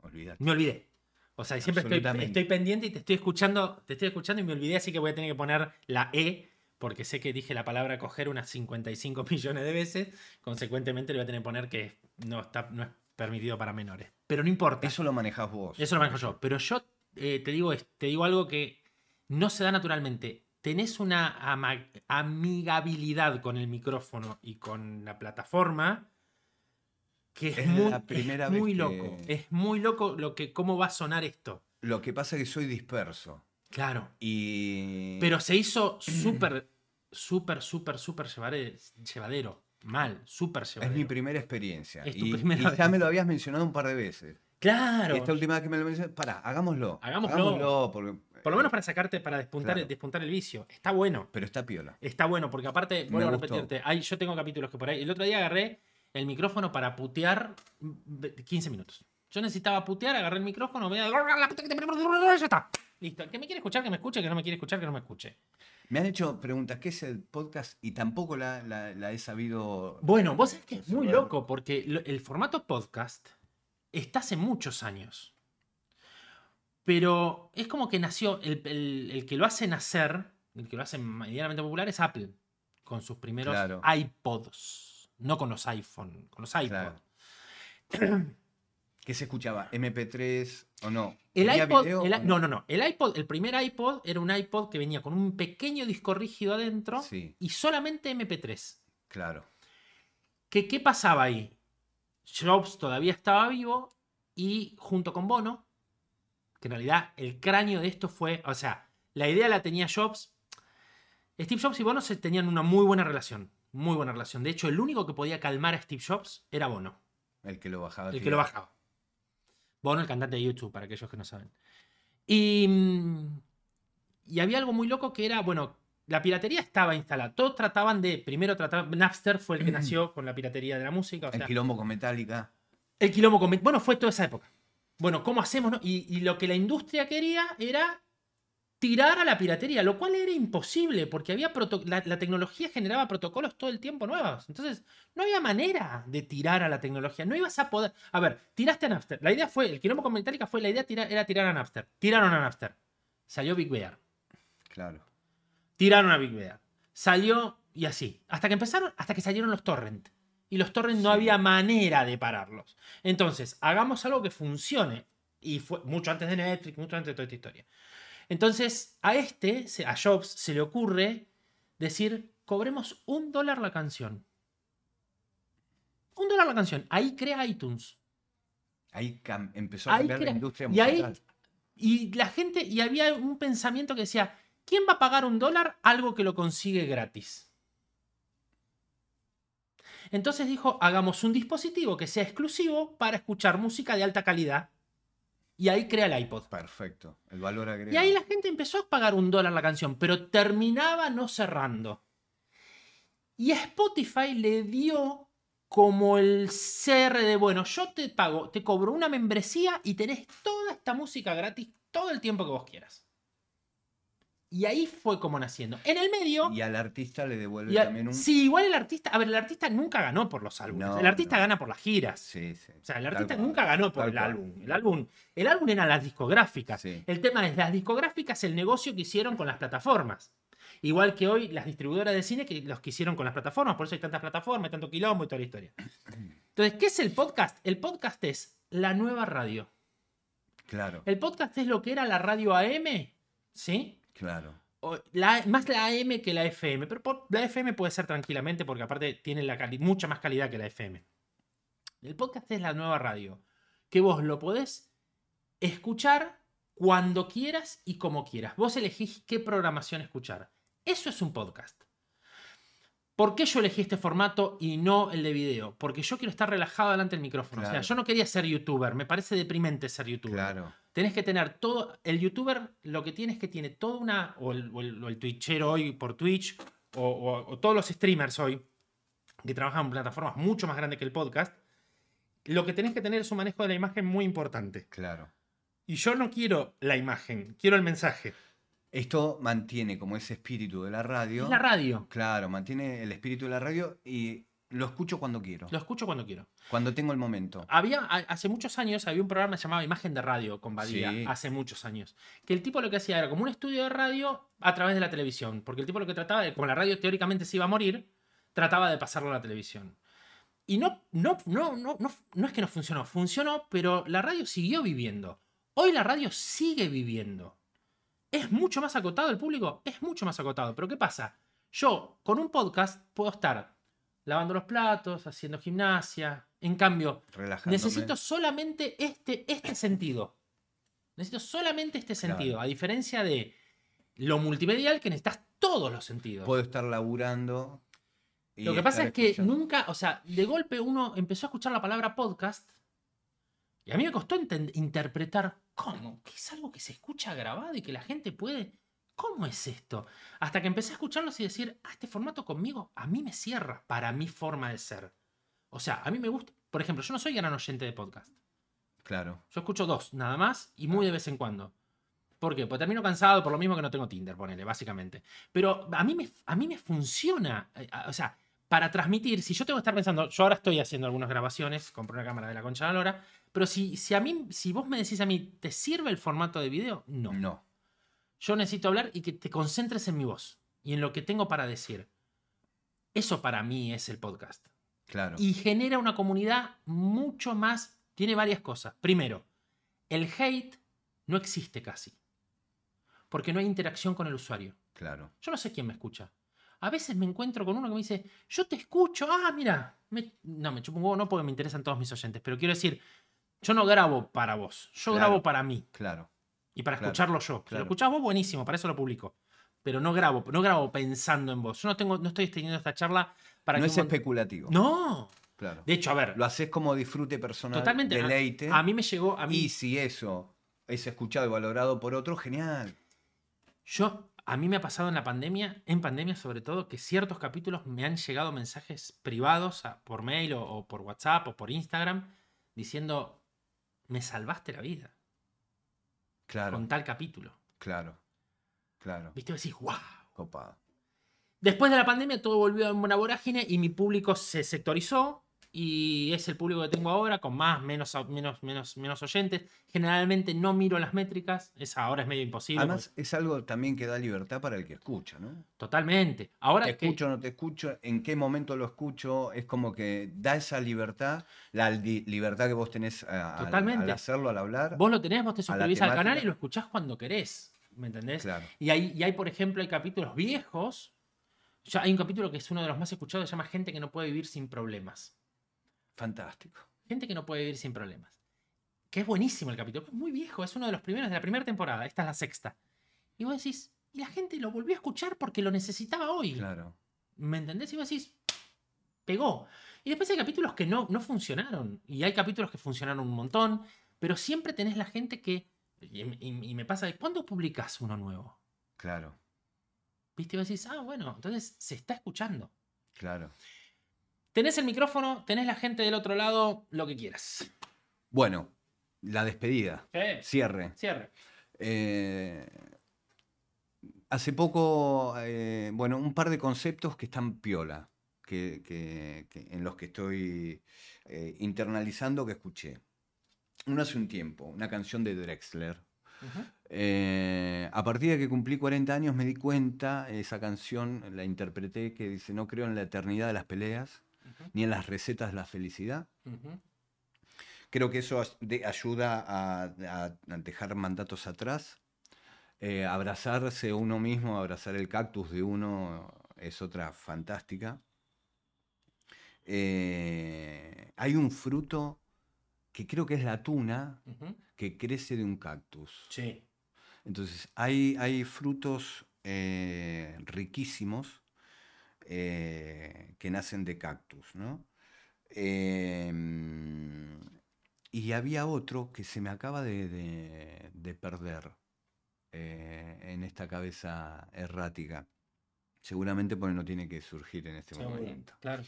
Speaker 2: Olvídate.
Speaker 1: Me olvidé. O sea, siempre estoy,
Speaker 2: Absolutamente.
Speaker 1: estoy pendiente y te estoy escuchando, te estoy escuchando y me olvidé, así que voy a tener que poner la E, porque sé que dije la palabra coger unas 55 millones de veces. Consecuentemente le voy a tener que poner que no, está, no es permitido para menores. Pero no importa. Eso,
Speaker 2: Eso lo manejás vos.
Speaker 1: lo manejo yo. Pero yo eh, te, digo, es- te digo algo que no se da naturalmente. Tenés una ama- amigabilidad con el micrófono y con la plataforma que es,
Speaker 2: Es
Speaker 1: muy,
Speaker 2: la
Speaker 1: es
Speaker 2: primera vez
Speaker 1: muy
Speaker 2: que-
Speaker 1: loco. Es muy loco lo que, cómo va a sonar esto.
Speaker 2: Lo que pasa es que soy disperso.
Speaker 1: Claro.
Speaker 2: Y...
Speaker 1: Pero se hizo súper, súper, súper, súper llevare- llevadero. Mal, súper
Speaker 2: Es
Speaker 1: llevadero.
Speaker 2: mi primera experiencia.
Speaker 1: Es tu
Speaker 2: y,
Speaker 1: primera
Speaker 2: y
Speaker 1: vez.
Speaker 2: ya me lo habías mencionado un par de veces.
Speaker 1: Claro.
Speaker 2: Esta última vez que me lo mencionaste, pará, hagámoslo.
Speaker 1: Hagámoslo.
Speaker 2: porque,
Speaker 1: Por lo menos para sacarte, para despuntar,
Speaker 2: Claro.
Speaker 1: despuntar el vicio. Está bueno.
Speaker 2: Pero está piola.
Speaker 1: Está bueno, porque aparte,
Speaker 2: Me
Speaker 1: vuelvo a
Speaker 2: gustó.
Speaker 1: repetirte, hay, yo tengo capítulos que por ahí. El otro día agarré el micrófono para putear ve- 15 minutos. Yo necesitaba putear, agarré el micrófono, me la puta que te ya está. Listo. El que me quiere escuchar, que me escuche, el que no me quiere escuchar, que no me escuche.
Speaker 2: Me han hecho preguntas, ¿qué es el podcast? Y tampoco la, la- la he sabido...
Speaker 1: Bueno, vos sabés que es muy
Speaker 2: resolver.
Speaker 1: loco porque lo- el formato podcast está hace muchos años. Pero es como que nació, el, el- el que lo hace nacer, el que lo hace medianamente popular es Apple, con sus primeros
Speaker 2: Claro.
Speaker 1: iPods, no con los iPhone, con los iPods.
Speaker 2: Claro. ¿Qué se escuchaba? ¿MP3 o no?
Speaker 1: El
Speaker 2: ¿Tenía
Speaker 1: iPod,
Speaker 2: video
Speaker 1: el
Speaker 2: o
Speaker 1: i- no, no, no. El iPod, el primer iPod era un iPod que venía con un pequeño disco rígido adentro
Speaker 2: Sí,
Speaker 1: y solamente MP3.
Speaker 2: claro.
Speaker 1: ¿Qué, ¿Qué pasaba ahí? Jobs todavía estaba vivo y junto con Bono, que en realidad el cráneo de esto fue, o sea, la idea la tenía Jobs. Steve Jobs y Bono se tenían una muy buena relación, muy buena relación. De hecho, el único que podía calmar a Steve Jobs era Bono,
Speaker 2: El que lo bajaba.
Speaker 1: el que
Speaker 2: tiraba.
Speaker 1: lo bajaba. Bono, el cantante de YouTube, para aquellos que no saben. Y, mm, y había algo muy loco que era, bueno, la piratería estaba instalada. Todos trataban de, primero trataban, Napster fue el que nació con la piratería de la música. O sea,
Speaker 2: El quilombo con Metallica.
Speaker 1: el quilombo con... Bueno, fue toda esa época. Bueno, ¿cómo hacemos? no? Y, y lo que la industria quería era tirar a la piratería, lo cual era imposible, porque había proto- la, la tecnología generaba protocolos todo el tiempo nuevos. Entonces, no había manera de tirar a la tecnología. No ibas a poder... A ver, tiraste a Napster. La idea fue, el quilombo con Metallica fue, la idea tira- era tirar a Napster. Tiraron a Napster. Salió Big Bear.
Speaker 2: Claro.
Speaker 1: Tiraron a Big Bear. Salió y así. Hasta que empezaron, hasta que salieron los torrent. Y los torrent no
Speaker 2: Sí.
Speaker 1: había manera de pararlos. Entonces, hagamos algo que funcione. Y fue mucho antes de Netflix, mucho antes de toda esta historia. Entonces, a este, se- a Jobs, se le ocurre decir, cobremos un dólar la canción. Un dólar la canción. Ahí crea iTunes.
Speaker 2: Ahí cam- empezó a
Speaker 1: Ahí
Speaker 2: cambiar la
Speaker 1: crea-
Speaker 2: industria
Speaker 1: y ahí-
Speaker 2: musical.
Speaker 1: Y la gente, y había un pensamiento que decía, ¿quién va a pagar un dólar algo que lo consigue gratis? Entonces dijo, hagamos un dispositivo que sea exclusivo para escuchar música de alta calidad. Y ahí crea el iPod.
Speaker 2: Perfecto. El valor agregado.
Speaker 1: Y ahí la gente empezó a pagar un dólar la canción, pero terminaba no cerrando. Y Spotify le dio como el cierre de, bueno, yo te pago, te cobro una membresía y tenés toda esta música gratis todo el tiempo que vos quieras. Y ahí fue como naciendo. En el medio...
Speaker 2: Y al artista le devuelve
Speaker 1: y a-
Speaker 2: también un...
Speaker 1: Sí, igual el artista... A ver, el artista nunca ganó por los álbumes.
Speaker 2: No,
Speaker 1: el artista
Speaker 2: no.
Speaker 1: gana por las giras.
Speaker 2: Sí, sí.
Speaker 1: O sea, el
Speaker 2: Tal
Speaker 1: artista
Speaker 2: cual.
Speaker 1: nunca ganó por
Speaker 2: Tal
Speaker 1: el
Speaker 2: cual.
Speaker 1: álbum. El álbum. El álbum eran las discográficas.
Speaker 2: Sí.
Speaker 1: El tema es las discográficas, el negocio que hicieron con las plataformas. Igual que hoy las distribuidoras de cine que los que hicieron con las plataformas. Por eso hay tantas plataformas, hay tanto quilombo y toda la historia. Entonces, ¿qué es el podcast? El podcast es la nueva radio.
Speaker 2: Claro,
Speaker 1: El podcast es lo que era la radio AM, ¿sí?
Speaker 2: claro.
Speaker 1: o- la- más la AM que la FM, pero po- la FM puede ser tranquilamente porque aparte tiene la cali- mucha más calidad que la FM. El podcast es la nueva radio, que vos lo podés escuchar cuando quieras y como quieras. Vos elegís qué programación escuchar. Eso es un podcast. ¿Por qué yo elegí este formato y no el de video? Porque yo quiero estar relajado delante del micrófono. O sea,
Speaker 2: Claro.
Speaker 1: yo no quería ser youtuber. Me parece deprimente ser youtuber.
Speaker 2: Claro.
Speaker 1: Tenés que tener todo. El youtuber lo que tiene es que tiene toda una. O el, o el- o el twitchero hoy por Twitch. O, o- o todos los streamers hoy. Que trabajan en plataformas mucho más grandes que el podcast. Lo que tenés que tener es un manejo de la imagen muy importante.
Speaker 2: Claro.
Speaker 1: Y yo no quiero la imagen. Quiero el mensaje.
Speaker 2: Esto mantiene como ese espíritu de la radio.
Speaker 1: Es la radio.
Speaker 2: Claro, mantiene el espíritu de la radio y lo escucho cuando quiero,
Speaker 1: Lo escucho cuando quiero.
Speaker 2: cuando tengo el momento.
Speaker 1: Había, ha- hace muchos años había un programa llamado Imagen de Radio con Badía,
Speaker 2: Sí.
Speaker 1: hace muchos años. Que el tipo lo que hacía era como un estudio de radio a través de la televisión. Porque el tipo lo que trataba, de- como la radio teóricamente se iba a morir, trataba de pasarlo a la televisión. Y no, no, no, no, no, no es que no funcionó, funcionó, pero la radio siguió viviendo. Hoy la radio sigue viviendo. Es mucho más acotado el público, es mucho más acotado. Pero ¿qué pasa? Yo con un podcast puedo estar lavando los platos, haciendo gimnasia. En cambio,
Speaker 2: Relajándome.
Speaker 1: Necesito solamente este, este sentido. Necesito solamente este
Speaker 2: Claro.
Speaker 1: sentido. A diferencia de lo multimedial que necesitas todos los sentidos.
Speaker 2: Puedo estar laburando. y
Speaker 1: Lo que pasa
Speaker 2: estar
Speaker 1: es que
Speaker 2: escuchando.
Speaker 1: nunca, o sea, de golpe uno empezó a escuchar la palabra podcast y a mí me costó enten- interpretar cómo, que es algo que se escucha grabado y que la gente puede, ¿cómo es esto? Hasta que empecé a escucharlos y decir, ah, este formato conmigo a mí me cierra para mi forma de ser. O sea, a mí me gusta, por ejemplo, yo no soy gran oyente de podcast.
Speaker 2: Claro.
Speaker 1: Yo escucho dos, nada más, y muy de vez en cuando. ¿Por qué? Porque termino cansado por lo mismo que no tengo Tinder, ponele, básicamente. Pero a mí me, a mí me funciona. eh, a- O sea, para transmitir, si yo tengo que estar pensando, yo ahora estoy haciendo algunas grabaciones, compré una cámara de la concha de la lora, pero si, si a mí, si vos me decís a mí, ¿te sirve el formato de video? No.
Speaker 2: No.
Speaker 1: Yo necesito hablar y que te concentres en mi voz y en lo que tengo para decir. Eso para mí es el podcast
Speaker 2: Claro.
Speaker 1: y genera una comunidad mucho más. Tiene varias cosas. Primero, el hate no existe casi. Porque no hay interacción con el usuario.
Speaker 2: Claro.
Speaker 1: Yo no sé quién me escucha. A veces me encuentro con uno que me dice, yo te escucho, ah, mira. me- No, me chupo un huevo, no porque me interesan todos mis oyentes. Pero quiero decir, yo no grabo para vos, yo
Speaker 2: Claro.
Speaker 1: grabo para mí
Speaker 2: Claro.
Speaker 1: y para
Speaker 2: Claro,
Speaker 1: escucharlo yo. Si lo
Speaker 2: claro.
Speaker 1: escuchás vos, buenísimo, para eso lo publico. Pero no grabo, no grabo pensando en vos. Yo no, tengo, no estoy teniendo esta charla para
Speaker 2: No
Speaker 1: que.
Speaker 2: es
Speaker 1: un mon-
Speaker 2: especulativo.
Speaker 1: no.
Speaker 2: Claro.
Speaker 1: De hecho, a ver,
Speaker 2: Lo haces como disfrute personal.
Speaker 1: Totalmente. a-
Speaker 2: Deleite.
Speaker 1: A, mí me llegó, a mí,
Speaker 2: Y si eso es escuchado y valorado por otro, genial.
Speaker 1: yo, a mí me ha pasado en la pandemia, en pandemia sobre todo, que ciertos capítulos me han llegado mensajes privados a- por mail o, o por WhatsApp o por Instagram diciendo, me salvaste la vida
Speaker 2: Claro.
Speaker 1: con tal capítulo.
Speaker 2: Claro. Claro.
Speaker 1: Viste, Y decís, wow.
Speaker 2: Copado.
Speaker 1: Después de la pandemia todo volvió a una vorágine y mi público se sectorizó y es el público que tengo ahora con más, menos, menos, menos, menos oyentes. Generalmente no miro las métricas, esa ahora es medio imposible.
Speaker 2: Además, es algo también que da libertad para el que escucha, ¿no?
Speaker 1: porque- totalmente. Ahora
Speaker 2: Te
Speaker 1: que-
Speaker 2: escucho, no te escucho, en qué momento lo escucho, es como que da esa libertad, la li- libertad que vos tenés eh, al,
Speaker 1: Totalmente.
Speaker 2: al hacerlo, al hablar.
Speaker 1: Vos lo tenés, vos te
Speaker 2: a la
Speaker 1: suscribís al canal
Speaker 2: temática.
Speaker 1: y lo escuchás cuando querés. ¿Me entendés?
Speaker 2: Claro,
Speaker 1: Y, hay, y hay, por ejemplo, hay capítulos viejos. Ya hay un capítulo que es uno de los más escuchados, se llama Gente que no puede vivir sin problemas.
Speaker 2: fantástico.
Speaker 1: Gente que no puede vivir sin problemas. Que es buenísimo el capítulo, es muy viejo, es uno de los primeros de la primera temporada, esta es la sexta. Y vos decís, y la gente lo volvió a escuchar porque lo necesitaba hoy.
Speaker 2: Claro,
Speaker 1: ¿Me entendés? Y vos decís, pegó. Y después hay capítulos que no, no funcionaron. Y hay capítulos que funcionaron un montón. Pero siempre tenés la gente que. Y, y- y me pasa de cuándo publicás uno nuevo.
Speaker 2: claro,
Speaker 1: ¿Viste? Y vos decís, ah, bueno, entonces se está escuchando.
Speaker 2: claro.
Speaker 1: Tenés el micrófono, tenés la gente del otro lado, lo que quieras.
Speaker 2: Bueno, la despedida, cierre.
Speaker 1: Cierre.
Speaker 2: Eh, hace poco, eh, bueno, un par de conceptos que están piola, que, que- que- en los que estoy eh, internalizando que escuché. Uno hace un tiempo, una canción de Drexler.
Speaker 1: Ujú.
Speaker 2: Eh, a partir de que cumplí 40 años me di cuenta, esa canción la interpreté que dice, no creo en la eternidad de las peleas,
Speaker 1: Ujú.
Speaker 2: ni en las recetas de la felicidad.
Speaker 1: Ujú.
Speaker 2: Creo que eso as- de- ayuda a, a- a dejar mandatos atrás. Eh, abrazarse uno mismo, abrazar el cactus de uno es otra fantástica. Eh, hay un fruto que creo que es la tuna
Speaker 1: Ujú.
Speaker 2: que crece de un cactus.
Speaker 1: Sí.
Speaker 2: Entonces, hay, hay frutos eh, riquísimos eh, que nacen de cactus, ¿no? Em, y había otro que se me acaba de, de- de perder eh, en esta cabeza errática. Seguramente porque no tiene que surgir en este
Speaker 1: seguro,
Speaker 2: momento.
Speaker 1: Claro.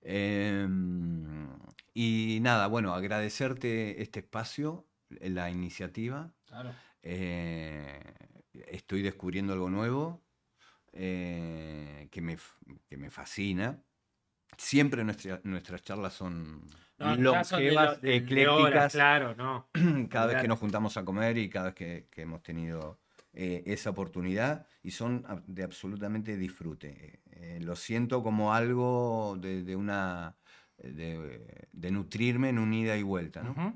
Speaker 2: Em, y nada, bueno, agradecerte este espacio, la iniciativa.
Speaker 1: Claro.
Speaker 2: Eh, estoy descubriendo algo nuevo eh, que, me, f- que me fascina. Siempre nuestra- nuestras charlas son
Speaker 1: No, en caso de
Speaker 2: longevas,
Speaker 1: lo- de
Speaker 2: eclécticas,
Speaker 1: horas, claro, no.
Speaker 2: cada vez
Speaker 1: olvidate.
Speaker 2: que nos juntamos a comer y cada vez que, que hemos tenido eh, esa oportunidad y son ab- de absolutamente disfrute. Eh, lo siento como algo de, de una... De, de nutrirme en un ida y vuelta, ¿no?
Speaker 1: Ujú.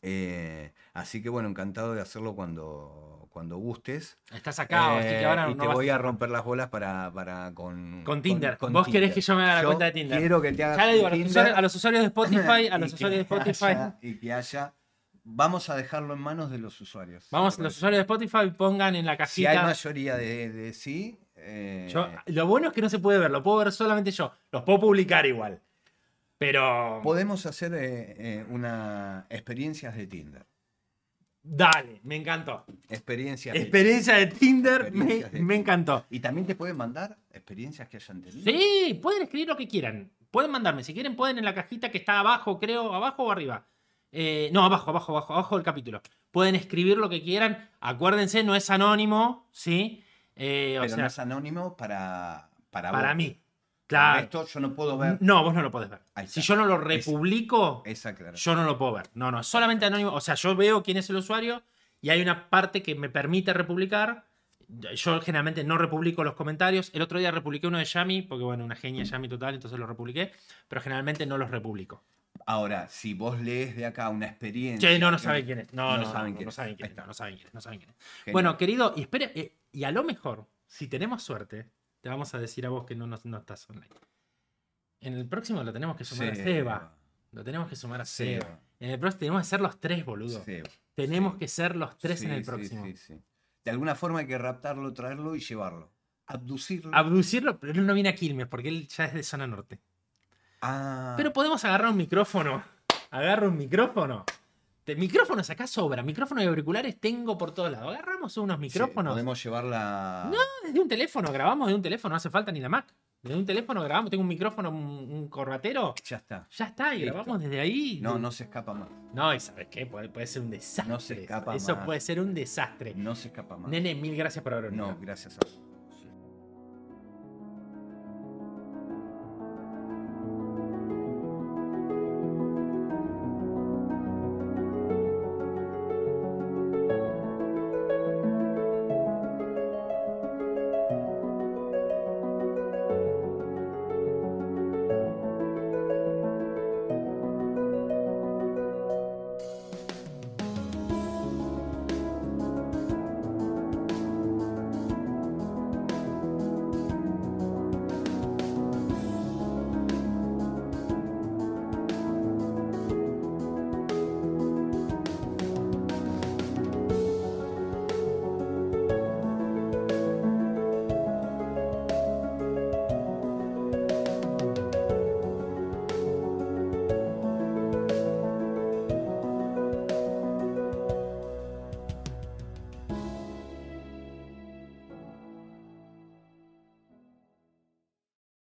Speaker 2: Eh, así que bueno, encantado de hacerlo cuando, cuando gustes.
Speaker 1: Estás acá, así
Speaker 2: Eh,
Speaker 1: que ahora
Speaker 2: y
Speaker 1: no
Speaker 2: te
Speaker 1: vas-
Speaker 2: voy a romper las bolas para, para con,
Speaker 1: Con Tinder. Vos querés que yo me haga la cuenta de Tinder.
Speaker 2: Quiero que te hagas
Speaker 1: Ya le digo, a los,
Speaker 2: Tinder
Speaker 1: usuarios, a los usuarios de Spotify, a
Speaker 2: y
Speaker 1: los
Speaker 2: que
Speaker 1: usuarios de Spotify,
Speaker 2: haya- y que haya. Vamos a dejarlo en manos de los usuarios.
Speaker 1: vamos,
Speaker 2: ¿te
Speaker 1: los
Speaker 2: parece?
Speaker 1: usuarios de Spotify pongan en la
Speaker 2: Si hay
Speaker 1: cajita.
Speaker 2: mayoría de, de sí. eh,
Speaker 1: Yo- lo bueno es que no se puede ver, lo puedo ver solamente yo. Los puedo publicar igual. Pero.
Speaker 2: Podemos hacer eh, eh, una experiencias de Tinder.
Speaker 1: Dale, me encantó.
Speaker 2: Experiencias de-
Speaker 1: Experiencia de Tinder, me,
Speaker 2: Experiencias de
Speaker 1: me
Speaker 2: Tinder.
Speaker 1: encantó.
Speaker 2: Y también te pueden mandar experiencias que hayan tenido.
Speaker 1: Sí, pueden escribir lo que quieran. Pueden mandarme, si quieren, pueden en la cajita que está abajo, creo, abajo o arriba. Eh, no, abajo, abajo, abajo, abajo del capítulo. Pueden escribir lo que quieran. Acuérdense, no es anónimo, ¿sí? Eh, o
Speaker 2: Pero
Speaker 1: sea,
Speaker 2: no es anónimo para, para,
Speaker 1: para
Speaker 2: vos.
Speaker 1: mí.
Speaker 2: Claro.
Speaker 1: Claro.
Speaker 2: Esto yo no puedo ver.
Speaker 1: No, vos no lo podés ver.
Speaker 2: Ahí
Speaker 1: Si
Speaker 2: está.
Speaker 1: yo no lo
Speaker 2: Es-
Speaker 1: republico,
Speaker 2: Esa aclaración.
Speaker 1: yo no lo puedo ver. No, no, es solamente anónimo. O sea, yo veo quién es el usuario y hay una parte que me permite republicar. Yo generalmente no republico los comentarios. El otro día republiqué uno de Yami, porque bueno, una genia Yami total, entonces lo republiqué. Pero generalmente no los republico.
Speaker 2: Ahora, si vos lees de acá una experiencia.
Speaker 1: Che, no, no
Speaker 2: que-
Speaker 1: saben quién es. No, no, no, no saben quién
Speaker 2: es.
Speaker 1: es. No,
Speaker 2: Ahí está.
Speaker 1: no saben quién es. No saben quién es.
Speaker 2: Genial.
Speaker 1: Bueno, querido, y espera, eh, y a lo mejor, si tenemos suerte, te vamos a decir a vos que no, nos- no estás online. En el próximo lo tenemos que sumar a Seba. Lo tenemos que sumar a Seba.
Speaker 2: Seba,
Speaker 1: En el próximo tenemos que ser los tres, boludo.
Speaker 2: Seba.
Speaker 1: tenemos
Speaker 2: sí.
Speaker 1: que ser los tres en
Speaker 2: Sí,
Speaker 1: el
Speaker 2: sí,
Speaker 1: próximo.
Speaker 2: sí, sí. De alguna forma hay que raptarlo, traerlo y llevarlo. Abducirlo.
Speaker 1: Abducirlo, pero él no viene a Quilmes porque él ya es de zona norte.
Speaker 2: Ah,
Speaker 1: Pero podemos agarrar un micrófono. Agarra un micrófono. Te- micrófonos acá sobra. Micrófonos y auriculares tengo por todos lados. Agarramos unos
Speaker 2: sí,
Speaker 1: micrófonos.
Speaker 2: Podemos llevarla.
Speaker 1: No, desde un teléfono, grabamos de un teléfono, no hace falta ni la Mac. Desde un teléfono grabamos, tengo un micrófono, un, un corbatero,
Speaker 2: Ya está.
Speaker 1: ya está, y
Speaker 2: Listo.
Speaker 1: grabamos desde ahí.
Speaker 2: No, no se escapa más.
Speaker 1: No, y sabes qué, puede, puede ser un desastre.
Speaker 2: No se escapa
Speaker 1: Eso
Speaker 2: más.
Speaker 1: puede ser un desastre.
Speaker 2: No se escapa más.
Speaker 1: Nene, mil gracias por haber venido.
Speaker 2: No, gracias a vos.